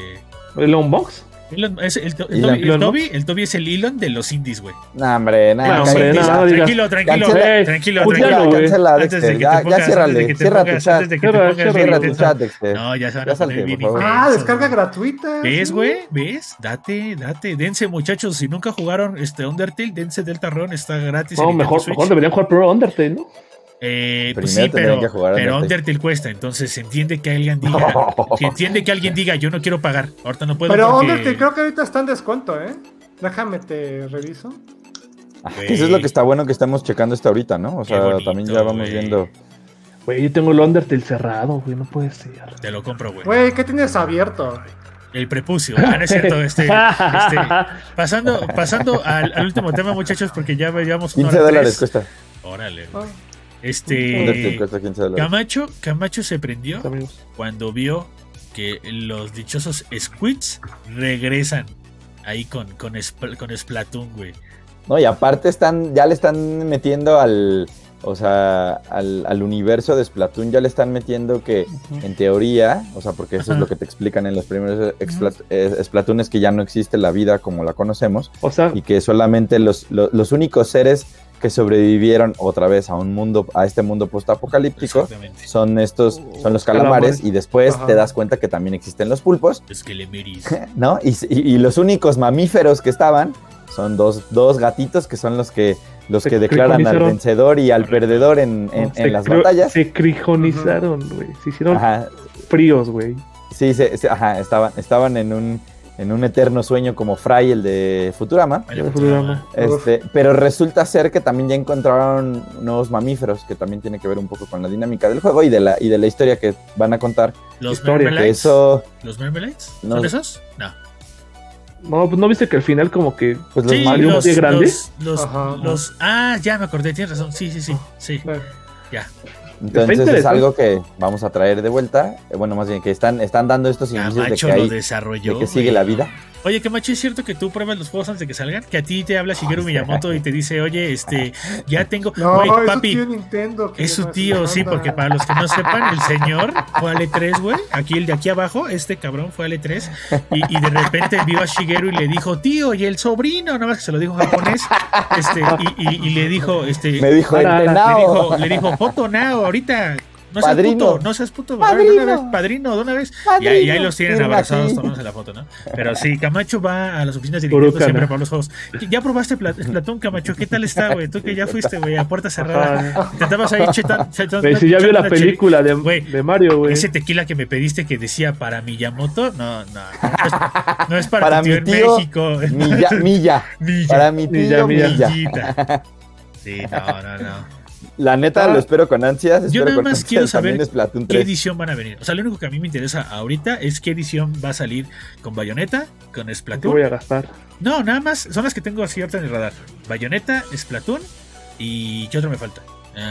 C: ¿El Unbox?
A: Elon- es el, to- el
B: Elon-
A: Toby, el
C: Elon
A: Toby- el Toby es el Elon de los indies, güey.
B: No, hombre, nada.
A: De
C: No,
A: los
C: hombre,
A: indies.
B: cancela,
C: nada, no, digas.
A: tranquilo, tranquilo,
C: Cancela,
A: tranquilo,
C: eh,
A: tranquilo.
B: cancela,
C: güey.
B: Pues cancela,
A: Antes de
B: Dexter.
A: que
B: Ya,
A: te
B: ya
A: pongas, antes de
B: ciérrale.
A: que te
B: Cierra tu
A: pongas,
B: chat.
A: antes de que te
C: Cierra,
A: pongas
C: cierra
A: bien
B: Cierra tu
A: intenso.
B: chat, Dexter.
A: No, ya se van a
B: Ya salte,
A: poner
B: por
A: bien
B: favor.
D: Ah,
A: intensos,
D: descarga
A: güey.
D: gratuita.
A: ¿Ves,
D: sí.
A: güey? ¿Ves? Date, date. Dense, muchachos. Si nunca jugaron este Undertale, dense Deltarune. Está gratis. en
C: No,
A: Nintendo
C: mejor,
A: Switch.
C: mejor deberían jugar Pro Undertale, ¿no?
A: Eh, pues sí,
B: Primero tendrían
A: pero,
B: que jugar
A: pero
B: Undertale.
A: Undertale cuesta. Entonces se entiende que alguien
C: *laughs*
A: diga. se entiende que alguien diga, yo no quiero pagar. Ahorita no puedo.
D: Pero
A: porque-
D: Undertale creo que ahorita está en descuento, ¿eh? Déjame te reviso.
A: Güey,
B: Eso es lo Ah, que está bueno que estamos checando esto ahorita, ¿no? O
A: Qué
B: sea,
A: bonito,
B: también ya vamos
A: güey.
B: viendo.
C: Güey, yo tengo el Undertale cerrado, güey, no puede ser.
A: Te lo compro, güey.
D: Güey, ¿qué tienes abierto?
A: El prepucio. Ah, no es
D: *laughs*
A: cierto.
C: *laughs*
A: Este, este, pasando pasando al, al último tema, muchachos, porque ya llevamos una
B: 15
A: hora
B: dólares
A: tres.
B: cuesta.
A: Órale. güey.
D: Ah,
B: Undertale
A: Este.
B: cuesta 15 dólares.
A: Camacho, Camacho se prendió
C: Amigos.
A: cuando vio que los dichosos squids regresan ahí con, con, Spl- con Splatoon, güey.
B: No, y aparte están, ya le están metiendo al. O sea, al, al universo de Splatoon ya le están metiendo que, en teoría, o sea, porque eso es
A: Ajá.
B: lo que te explican en los primeros Splat- eh, Splatoon, es que ya no existe la vida como la conocemos
C: O sea,
B: y que solamente los, lo- los únicos seres que sobrevivieron otra vez a un mundo, a este mundo postapocalíptico,
A: Exactamente.
B: son estos, son los
C: Calamares.
B: calamares y después
D: Ajá.
B: te das cuenta que también existen los pulpos,
A: Es que le
B: *laughs*
A: miris.
B: ¿no? Y, s- y- y los únicos mamíferos que estaban son dos, dos gatitos que son los que los
C: Se
B: que declaran al
C: criconizaron.
B: vencedor y al perdedor en, en-
C: se
B: en las
C: cro-
B: batallas.
C: Se crijonizaron, güey. Se hicieron
B: Ajá,
C: fríos, güey.
B: sí, se- se- ajá, estaban, estaban en un en un eterno sueño como Fry, el de Futurama.
A: Vale,
C: Ese
A: puta madre.
C: programa.
B: Este, pero resulta ser que también ya encontraron nuevos mamíferos, que también tiene que ver un poco con la dinámica del juego y de la, y de la historia que van a contar.
A: Los
C: Historia,
B: Que
C: que
A: Mermelites.
B: eso,
A: ¿Los Mermelites?
B: No.
A: ¿Son esos? No.
C: No, pues no viste que al final como que
B: pues los
A: Sí,
B: mar-
C: Mario
A: los,
C: Pie Grande.
A: los- los-
D: Ajá.
A: los- Ah, ya me acordé, tienes razón. Sí, sí, sí. sí.
D: eh,
B: Entonces es
C: interesante.
B: algo que vamos a traer de vuelta. Eh, Bueno, más bien que están, están dando estos indicios de
A: Camacho
B: que,
A: lo
B: hay,
A: desarrolló.
B: de que sigue
A: güey.
B: la vida.
A: Oye, Camacho, ¿es cierto que tú pruebas los juegos antes de que salgan? Que a ti te habla
B: Ah,
A: Shigeru Miyamoto y te dice, oye, este, ya tengo.
D: *laughs* No,
A: Güey,
D: es
A: papi,
D: su tío Nintendo. que
A: Es su
D: no
A: tío, sí,
D: onda.
A: porque para los que no sepan, el señor fue al E3, güey. Aquí, el de aquí abajo, este cabrón fue al E3. Y, y de repente vio a Shigeru y le dijo, tío, y el sobrino, nada más que se lo dijo en japonés. Este, y, y- y le dijo, este,
B: Me
A: le
B: dijo,
C: Ahora, ahora,
B: entrenado.
A: dijo, le dijo, foto now, ahorita. No seas
B: Padrino.
A: puto, no seas puto, güey, de una
B: Padrino.
A: vez, padrino, de una vez. Y ahí, y ahí los tienen
B: Firma
A: abrazados
B: aquí.
A: tomándose la foto, ¿no? Pero sí, Camacho va a las oficinas de Nintendo
C: Urucana.
A: siempre para los juegos. ¿Ya probaste Pla- Platón, Camacho? ¿Qué tal está, güey? Tú que ya fuiste, güey, a puerta cerrada.
C: Ajá.
A: Te estabas ahí
C: *laughs*
A: chetando. chetando- *laughs*
C: Güey, si ya vio la
A: chetando chile.
C: película de,
A: Güey,
C: de Mario, güey.
A: Ese tequila que me pediste que decía para Miyamoto, no, no. No es, no es para,
B: Para
A: tu tío
B: mi
A: en
B: tío,
A: México. *laughs*
B: Milla, milla.
A: Milla.
B: Para mi
C: Milla,
B: tío,
C: milla.
B: milla. *laughs*
A: Millita. Sí, no, no, no.
B: La neta, lo espero con ansias.
A: Ah, Yo
B: espero
A: nada
B: con
A: más
B: ansias.
A: quiero saber
B: También es Platoon
A: ¿Qué
B: 3.
A: edición van a venir? O sea, lo único que a mí me interesa ahorita es qué edición va a salir con Bayonetta, con
C: Te voy
A: Splatoon.
C: a gastar.
A: No, nada más son las que tengo así ahorita en el radar. Bayonetta, Splatoon y ¿qué otro me falta?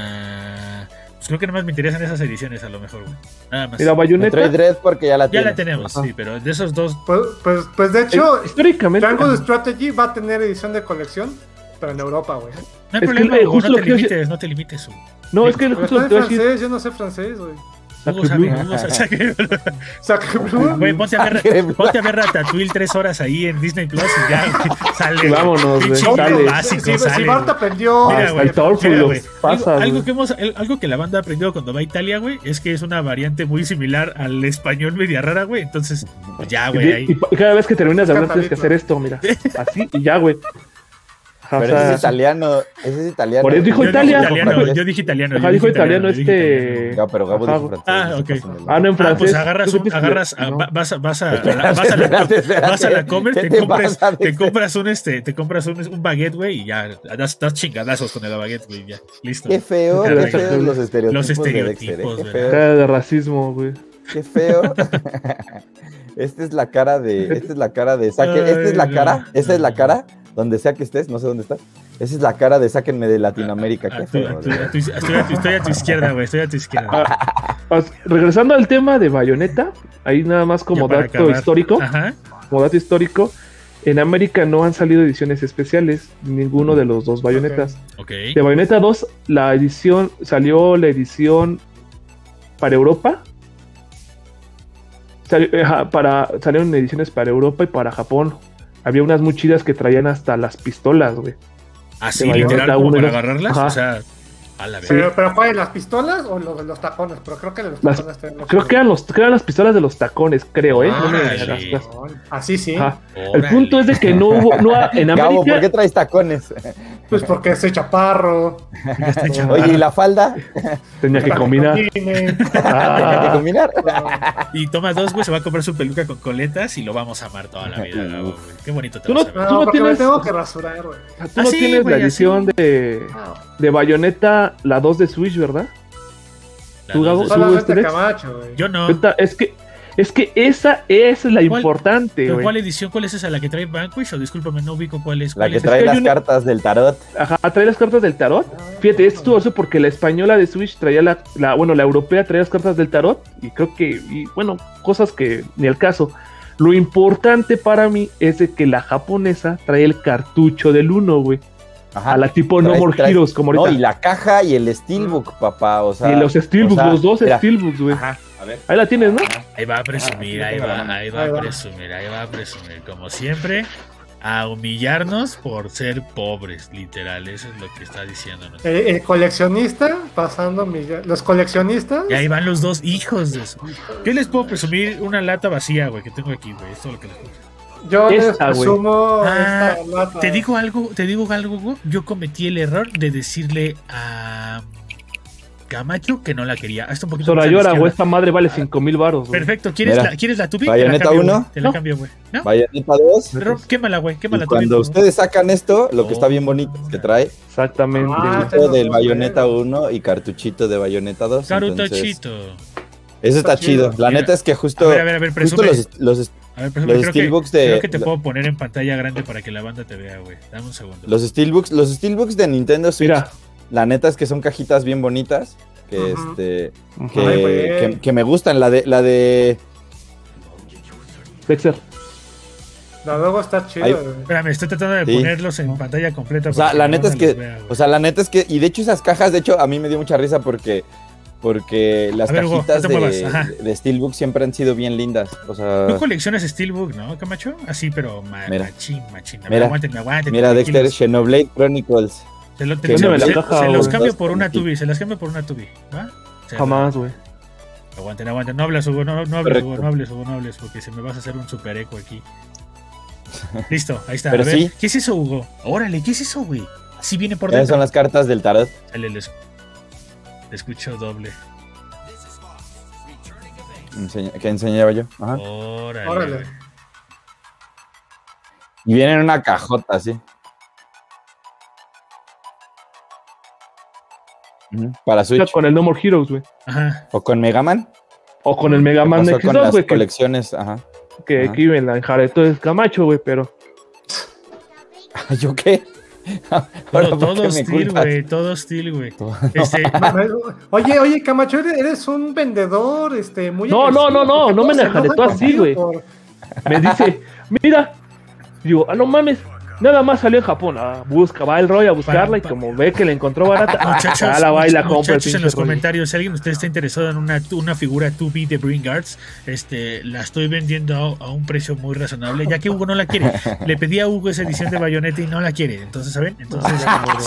A: Ah, pues creo que nada más me interesan esas ediciones a lo mejor, güey. Nada más.
C: Mira, Bayonetta,
B: Metroid Dread porque ya la
A: Ya
B: tiene. *laughs*
A: la tenemos,
C: Ajá.
A: sí, pero de esos dos.
D: Pues, pues, pues, de hecho,
C: eh, históricamente...
D: Triangle Strategy va a tener edición de colección, pero en Europa, güey.
A: No
C: Es
A: hay
C: que,
A: problema,
C: eh,
A: Hugo,
C: justo
A: no
C: lo
A: te
C: que yo-
A: limites, no te limites. Hugo.
C: No, es que
D: Pero
C: justo
D: está
C: lo
D: en
C: que te voy a decir...
D: francés, yo no sé francés, güey.
A: Hugo sabe, Hugo sabe.
D: Sacre Blue.
A: *laughs* Güey, ponte a
B: Sangre
A: ver,
B: blanca.
A: ponte a ver Ratatouille tres horas ahí en Disney Plus y ya güey, *laughs* sale.
C: Vámonos, güey,
A: Pinche
C: sale.
A: hilo básico,
D: si, si-
A: sale,
D: si
A: güey.
D: Bart aprendió. este,
A: Mira,
C: Hasta
A: güey,
C: el Torful
A: mira,
C: los
A: güey,
C: pasas,
A: algo, algo
C: güey.
A: que hemos, el- algo que la banda ha aprendido cuando va a Italia, güey, es que es una variante muy similar al español media rara, güey. Entonces, pues ya, güey,
C: Y, y
A: ahí.
C: pa- y cada vez que terminas de hablar tienes que
D: Catalito.
C: hacer esto, mira. *laughs* Así y ya, güey. Ajá,
B: Pero
C: o sea,
B: ese es italiano, ese es italiano.
C: Por eso dijo
A: Yo
C: Italia.
A: dije italiano, yo dije italiano.
C: ajá,
A: yo
C: dijo
A: dije
C: italiano
A: yo dije
C: este.
B: No, pero Gabo
C: Ajá,
B: dijo
C: güey.
B: francés.
A: Ah,
B: no
A: ok.
B: pasen de
C: Ah, no, en
A: Ah,
C: francés.
A: pues agarras,
C: ¿Tú
A: un-
C: supiste?
A: agarras, a-
C: No.
A: va- vas, a- vas a,
B: *laughs* Espérate,
A: vas a la,
B: espérate, espérate.
A: vas a la Comer,
B: ¿Qué
A: te,
B: te
A: compras,
B: pasa,
A: te
B: Alex?
A: compras un este, te compras un, un baguette, güey, y ya, das, das chingadazos con el baguette, güey, ya, listo.
B: Qué feo, qué
C: Los
B: feos los estereotipos.
A: los
B: de Dexter,
A: estereotipos,
B: ¿eh? Qué
A: ¿verdad?
B: feo.
C: Cara de racismo, güey.
B: Qué feo. Esta es la cara de. Esta es la cara de. Saquen, esta es la
A: Ay,
B: cara.
A: no.
B: Esta es la cara. Donde sea que estés, no sé dónde estás. Esa es la cara de sáquenme de Latinoamérica.
C: Ah,
A: A
B: Qué
A: tu- a
B: feo.
A: tu-
B: de
A: a tu- Estoy a tu- estoy a tu izquierda, güey, estoy a tu izquierda.
C: Ah, as- regresando al tema de Bayonetta, ahí nada más
A: Ya
C: como
A: para
C: dato
A: acabar.
C: histórico,
A: Ajá.
C: como dato histórico, en América no han salido ediciones especiales, ninguno de los dos Bayonetas.
A: Ok.
C: De Bayonetta 2, la edición salió la edición para Europa. Salió, ajá, para, salieron ediciones para Europa y para Japón. Había unas muy chidas que traían hasta las pistolas, güey.
A: Así,
C: de Bayonetta
A: literal, como
C: uno y
A: para
C: dos.
A: agarrarlas.
C: Ajá.
A: O sea, a la verga.
D: Pero, pero fue de las pistolas o los de los tacones, pero creo que de los
C: Las-
D: tacones tenemos.
C: Creo que eran, los, creo eran las pistolas de los tacones, creo, ¿eh? No me
A: Órale.
C: agarras.
D: Así sí.
C: Ajá. El
A: Órale.
C: punto es de que no hubo, no ha- en América.
B: Gabo, ¿por qué traes tacones?
D: Pues porque ese chaparro.
A: Ya está hecha
B: Oye, ¿y
A: barra.
B: la falda?
C: Tenía que
B: *laughs*
D: para
C: combinar. *laughs*
D: combine.
B: ¿Hay que
C: Ah, *laughs*
B: combinar?
A: Y tomas dos, güey, se va a comprar su peluca con coletas y lo vamos a amar toda la vida,
B: *laughs*
A: Gabo, güey. Qué bonito te
C: Tú
A: vas
C: no-
A: a ver.
D: No,
C: Tú
D: porque
C: tienes-
D: me tengo que rasurar, güey.
C: Tú no
A: Así,
C: tienes
A: Ah, güey,
C: la edición
A: así.
C: de, de Bayonetta, la 2 de Switch, ¿verdad?
A: La
C: tú,
A: dos
C: Gabo,
A: de-
C: tú-
D: Solamente
C: ustedes?
D: Camacho, güey.
A: Yo no.
C: Esta- es que es que esa es la
A: Ah. ¿Cuál?
C: importante,
A: ¿Pero ¿Cuál
C: güey.
A: edición? ¿Cuál es esa? ¿La que trae Vanquish? O discúlpame, no ubico cuál es.
B: La
A: cuál
B: que
A: es?
B: trae
C: que hay
B: las
C: una-
B: cartas del tarot.
C: Ajá, trae las cartas del tarot. Fíjate, esto estuvo eso porque la española de Switch traía la, la- bueno, la europea traía las cartas del tarot y creo que, y, bueno, cosas que ni el caso. Lo importante para mí es de que la japonesa trae el cartucho del 1, güey.
B: Ajá.
C: A la tipo No
B: Traes-
C: More
B: traes-
C: Heroes, como
B: No,
C: ahorita.
B: y la caja y el steelbook, papá. O sea,
C: y los Steelbooks,
B: o sea,
C: los dos
B: mira,
C: Steelbooks, güey.
B: Ajá, a ver.
C: Ahí la tienes, ¿no?
A: Ahí va a presumir,
B: Ah,
A: ahí
B: sí, tengo la
A: va,
B: mano.
A: ahí va
D: Ahí
A: a
D: va.
A: presumir, ahí va a presumir. Como siempre, a humillarnos por ser pobres, literal. Eso es lo que está diciéndonos.
D: El, el Eh, coleccionista pasando millones. Los coleccionistas.
A: Y ahí van los dos hijos de eso. Yo les puedo presumir una lata vacía, güey, que tengo aquí, güey. Esto es lo que les puedo-
D: Yo les
C: Esta, güey.
D: presumo
A: Ah,
D: esta lata.
A: Te digo algo, te digo algo, güey. Yo cometí el error de decirle a Camacho que no la quería. Hasta un poquito más a la
C: Sorayora,
A: izquierda.
C: güey, esta madre vale 5 mil baros, güey.
A: Perfecto, ¿quieres
B: Mira,
A: la, ¿quieres la tubi? te la
B: Bayonetta
A: cambio,
B: uno.
A: güey, Te la
C: No.
A: cambio, güey. ¿No?
B: Bayoneta 2.
A: Pero quémala, güey, quémala
B: Y
A: tubi,
B: cuando
A: güey.
B: ustedes sacan esto, lo que
A: Oh.
B: está bien bonito es que trae
C: Exactamente. güey.
D: Ah, sí.
B: todo del Bayoneta 1 y cartuchito de Bayoneta 2.
A: Caruto
B: entonces,
A: Chito.
B: Eso está
D: Está
B: chido.
D: chido.
B: La
A: Mira.
B: neta es que
A: A
B: justo,
A: ver, a ver, a ver,
B: justo
A: presume.
B: los, los,
A: a ver, presume.
B: los
A: creo,
B: steelbooks
A: que,
B: de-
A: creo que te
B: lo-
A: puedo poner en pantalla grande para que la banda te vea, güey. Dame un segundo.
B: los steelbooks, los steelbooks de Nintendo Switch,
C: Mira,
B: la neta es que son cajitas bien bonitas. Que
D: Ujú.
B: este. Que,
C: ajá.
D: Ay, güey.
B: que- que me gustan. La de. La de.
C: Dexter.
D: La logo está chida,
B: Ahí-
D: güey.
A: Espérame, estoy tratando de
B: Sí.
A: ponerlos en pantalla completa.
B: O sea,
A: para
B: la
A: la
B: neta es
A: banda
B: que.
A: los vea, güey.
B: O sea, la neta es que. Y de hecho, esas cajas, de hecho, a mí me dio mucha risa porque. Porque las
A: A ver, Hugo,
B: cajitas
A: no te
B: de,
A: muevas, ajá.
B: de Steelbook siempre han sido bien lindas. O sea.
A: Tú coleccionas Steelbook, ¿no, Camacho? Así, pero ma-
B: ah. Mira.
A: machín, machín. A ver,
B: Mira.
A: aguántenme, aguántenme,
B: Mira, Dexter,
A: tranquilos.
B: Xenoblade Chronicles.
A: Se, lo- te-
B: que
A: se-
B: no me la
A: se-
C: caja,
A: se los
C: güey.
A: cambio por una
B: Aquí.
A: tubi, se las cambio por una tubi. ¿va? Se-
C: Jamás, güey.
A: Aguanten, aguanten. No hablas, Hugo, no, no hables,
B: Correcto.
A: Hugo, no hables, Hugo, no hables, porque se me vas a hacer un super eco aquí.
B: *laughs*
A: Listo, ahí está.
B: Pero
A: a ver,
B: sí.
A: ¿qué es eso, Hugo? Órale, ¿qué es eso, güey? Así viene por
B: Esas
A: dentro.
B: son las cartas del tarot.
A: Sale, les... te escucho doble.
B: Enseña- que enseñaba yo. Ajá.
A: Órale.
D: Órale.
A: güey.
B: Y viene en una cajota, sí. Ujú, Para Switch.
C: Con el No More Heroes, güey.
A: Ajá.
B: O con Mega Man.
C: O con el Mega
B: que
C: Man
B: pasó con
C: X2,
B: las
C: güey. Que,
B: colecciones. Ajá. *laughs*
C: que
B: Ajá.
C: aquí me la enjaretó el Camacho, güey, pero.
B: ¿Yo qué? *laughs*
A: Todo,
B: Ahora, ¿por qué
A: todo
B: me
A: hostil,
B: culpas?
A: güey. Todo hostil,
B: *laughs*
A: güey.
B: Todo-
A: Este,
D: Oye, oye, Camacho, eres, eres un vendedor, este, muy
C: No, no, no,
D: agresivo,
C: no,
D: porque
C: no me
D: todos se
C: dejaré
D: enojan
C: tú así, *laughs*
D: contigo
C: güey.
D: por-
C: Me dice, mira. Digo, ah, no mames. Nada más salió en Japón. Ah, busca, va el Roy a buscarla y como ve que la encontró barata, *laughs*
A: Muchachos,
C: ah, la va y la
A: muchachos,
C: compra. el
A: en
C: pinche
A: los
C: Roy.
A: comentarios, si alguien de ustedes está interesado en una, una figura 2B de Bring Arts, este, la estoy vendiendo a, a un precio muy razonable, ya que Hugo no la quiere.
C: *laughs*
A: Le pedí a Hugo esa edición de Bayonetta y no la quiere. Entonces, ¿saben? Entonces,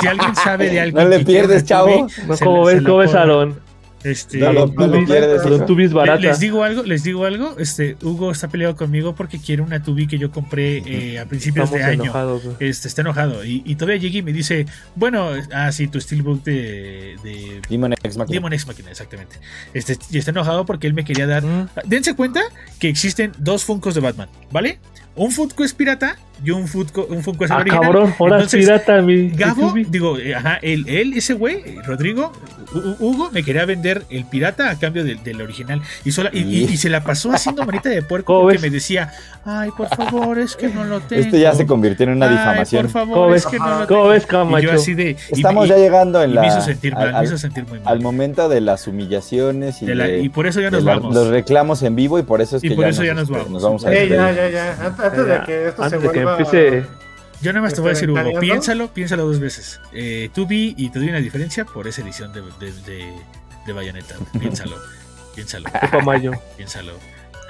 A: si alguien sabe de alguien.
B: No le
A: que quiere
B: pierdes,
A: una
B: chavo.
A: 2B,
C: *laughs* No,
A: se
C: como
A: la- se
C: ves,
A: la
C: como ves,
A: puedo-
C: Aaron.
A: Este,
B: No lo, no lo
D: Barbie.
B: pierdes.
C: A los
B: hijo.
C: tubis
A: Le-
C: barata.
A: Les digo algo, les digo algo. Este, Hugo está peleado conmigo porque quiere una tubi que yo compré eh, a principios
C: Estamos
A: de año.
C: enojados. güey.
A: Este, está enojado. Y, y todavía llegué y me dice, bueno, ah, sí, tu steelbook de, de
B: Demon X Machina.
A: Demon X Machina, exactamente. Este, y está enojado porque él me quería dar.
B: Mm.
A: ah, Dense cuenta que existen dos Funkos de Batman, ¿vale? Un Funko es pirata y un Funko, un Funko es el
C: Ah,
A: original.
C: cabrón, ahora es
A: Pues, Entonces,
C: pirata, mi.
A: Gabo,
C: mi tubi.
A: digo, eh, ajá, él, él, ese güey, eh, Rodrigo, Hu- Hu- Hugo, me quería vender el pirata a cambio del, del original. Y, sola- y, y- y se la pasó haciendo manita de puerco
C: ¿Cómo
A: porque
C: ves?
A: me decía, ay, por favor, es que no
B: *laughs*
A: lo tengo.
B: Esto Este ya se convirtió en una
A: Ay,
B: difamación.
A: Por
C: ¿Cómo
A: favor,
C: ves?
A: es que no lo
C: ¿Cómo
A: tengo.
C: ves,
A: Y yo
C: Camacho?
A: así de. y-
B: Estamos
A: y-
B: ya llegando
A: y
B: en la.
A: me hizo sentir mal,
B: al,
A: me hizo
B: al-
A: sentir muy
B: al
A: mal.
B: momento de las humillaciones y
A: De la-
B: de-
A: y por eso ya
B: de
A: nos
B: la-
A: vamos.
B: los reclamos en vivo y por eso es
A: Y
B: que
A: por
B: ya,
A: eso
B: nos,
A: ya nos
B: este,
A: vamos.
B: a
D: Ey, ya,
B: despedir.
D: ya, ya. Ant- Antes de que esto se
C: Antes de que
D: vuelva. eh,
C: empiece.
A: Yo nada más te voy a decir,
D: ¿Está
A: Hugo,
D: ventaneando?
A: piénsalo, piénsalo dos veces. Eh, tú vi y te doy una diferencia por esa edición de, de, de, de Bayonetta.
B: *laughs*
A: Piénsalo, piénsalo,
C: Opa, Mayo.
A: piénsalo.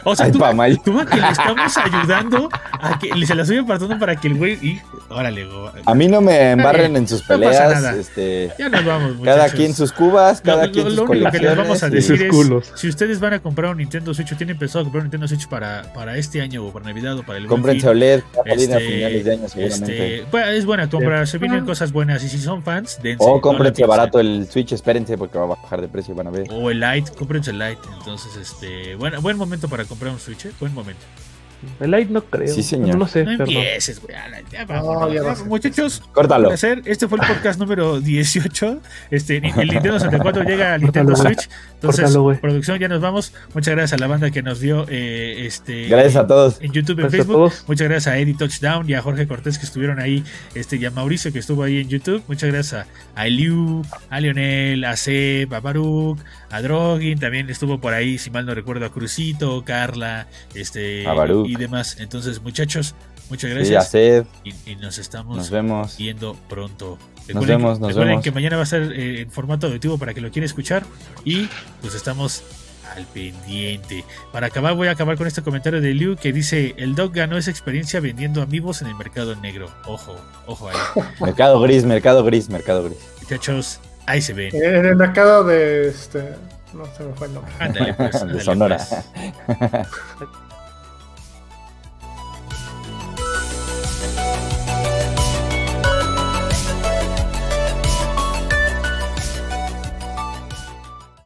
A: O sea,
B: Ay,
A: tú,
B: pa' mayo.
A: tú va que le estamos ayudando a que le- se la estoy apartando para que el güey. Y, órale, go.
B: A mí no me embarren en sus
A: pasa
B: peleas.
A: nada.
B: este,
A: Ya nos vamos, muchachos.
B: cada quien sus cubas,
A: Lo-
B: cada
A: lo-
B: quien
A: lo
B: sus
A: único que les vamos a
B: colecciones y-
A: decir
C: sus
A: es
C: culos.
A: si ustedes van a comprar un Nintendo Switch o tienen pensado comprar un Nintendo Switch para, para este año o para Navidad o para el Buen
B: Cómprense
A: Fin,
B: OLED, va a salir a
A: Este,
B: finales de año seguramente.
A: Este, bueno, es buena compra, se vienen cosas buenas y si son fans, dense. no
B: o
A: la
B: Oh, cómprense
A: piensen.
B: barato el Switch, espérense porque va a bajar de precio y van a ver.
A: O el Lite, cómprense el Lite. Entonces, este, bueno, buen momento para comprar un Switch, ¿eh? buen momento.
C: El light no creo.
B: Sí, señor.
C: No sé,
A: No
C: perdón.
A: empieces, güey. ala, Ya vámonos,
D: No, ya
A: ya,
D: vas a-
A: Muchachos, un
B: Córtalo.
A: placer. Este fue el podcast número 18. Este, ni- el Nintendo 64 llega al Nintendo
C: Córtalo, güey.
A: Switch. Entonces,
C: Córtalo, güey.
A: producción, ya nos vamos. Muchas gracias a la banda que nos dio eh, este.
B: Gracias a todos.
A: en YouTube, en
C: Gracias a
A: Facebook.
C: todos.
A: Muchas gracias a Eddie Touchdown y a Jorge Cortés que estuvieron ahí, este, y a Mauricio que estuvo ahí en YouTube. Muchas gracias a, a Eliu, a Lionel, a Seb, a Baruch, a Drogin, también estuvo por ahí, si mal no recuerdo, a Crucito, Carla, este
B: A Baruch.
A: y demás. Entonces, muchachos, muchas
B: Sí, a
A: gracias.
B: sed.
A: y, y nos estamos
B: Nos vemos.
A: viendo pronto.
B: vemos, nos
A: recuerden
B: vemos.
A: que mañana va a ser eh, en formato auditivo para que lo quiera escuchar. Y pues estamos al pendiente. Para acabar, voy a acabar con este comentario de Liu que dice: El Doc ganó esa experiencia vendiendo amigos en el mercado negro. Ojo, ojo
B: *laughs*
A: ahí.
B: Mercado gris, mercado gris, mercado gris.
A: Muchachos, ahí se ven.
D: En el mercado de. Este, no se me fue el nombre.
A: Ándale, pues. ándale,
B: De Sonora.
A: pues.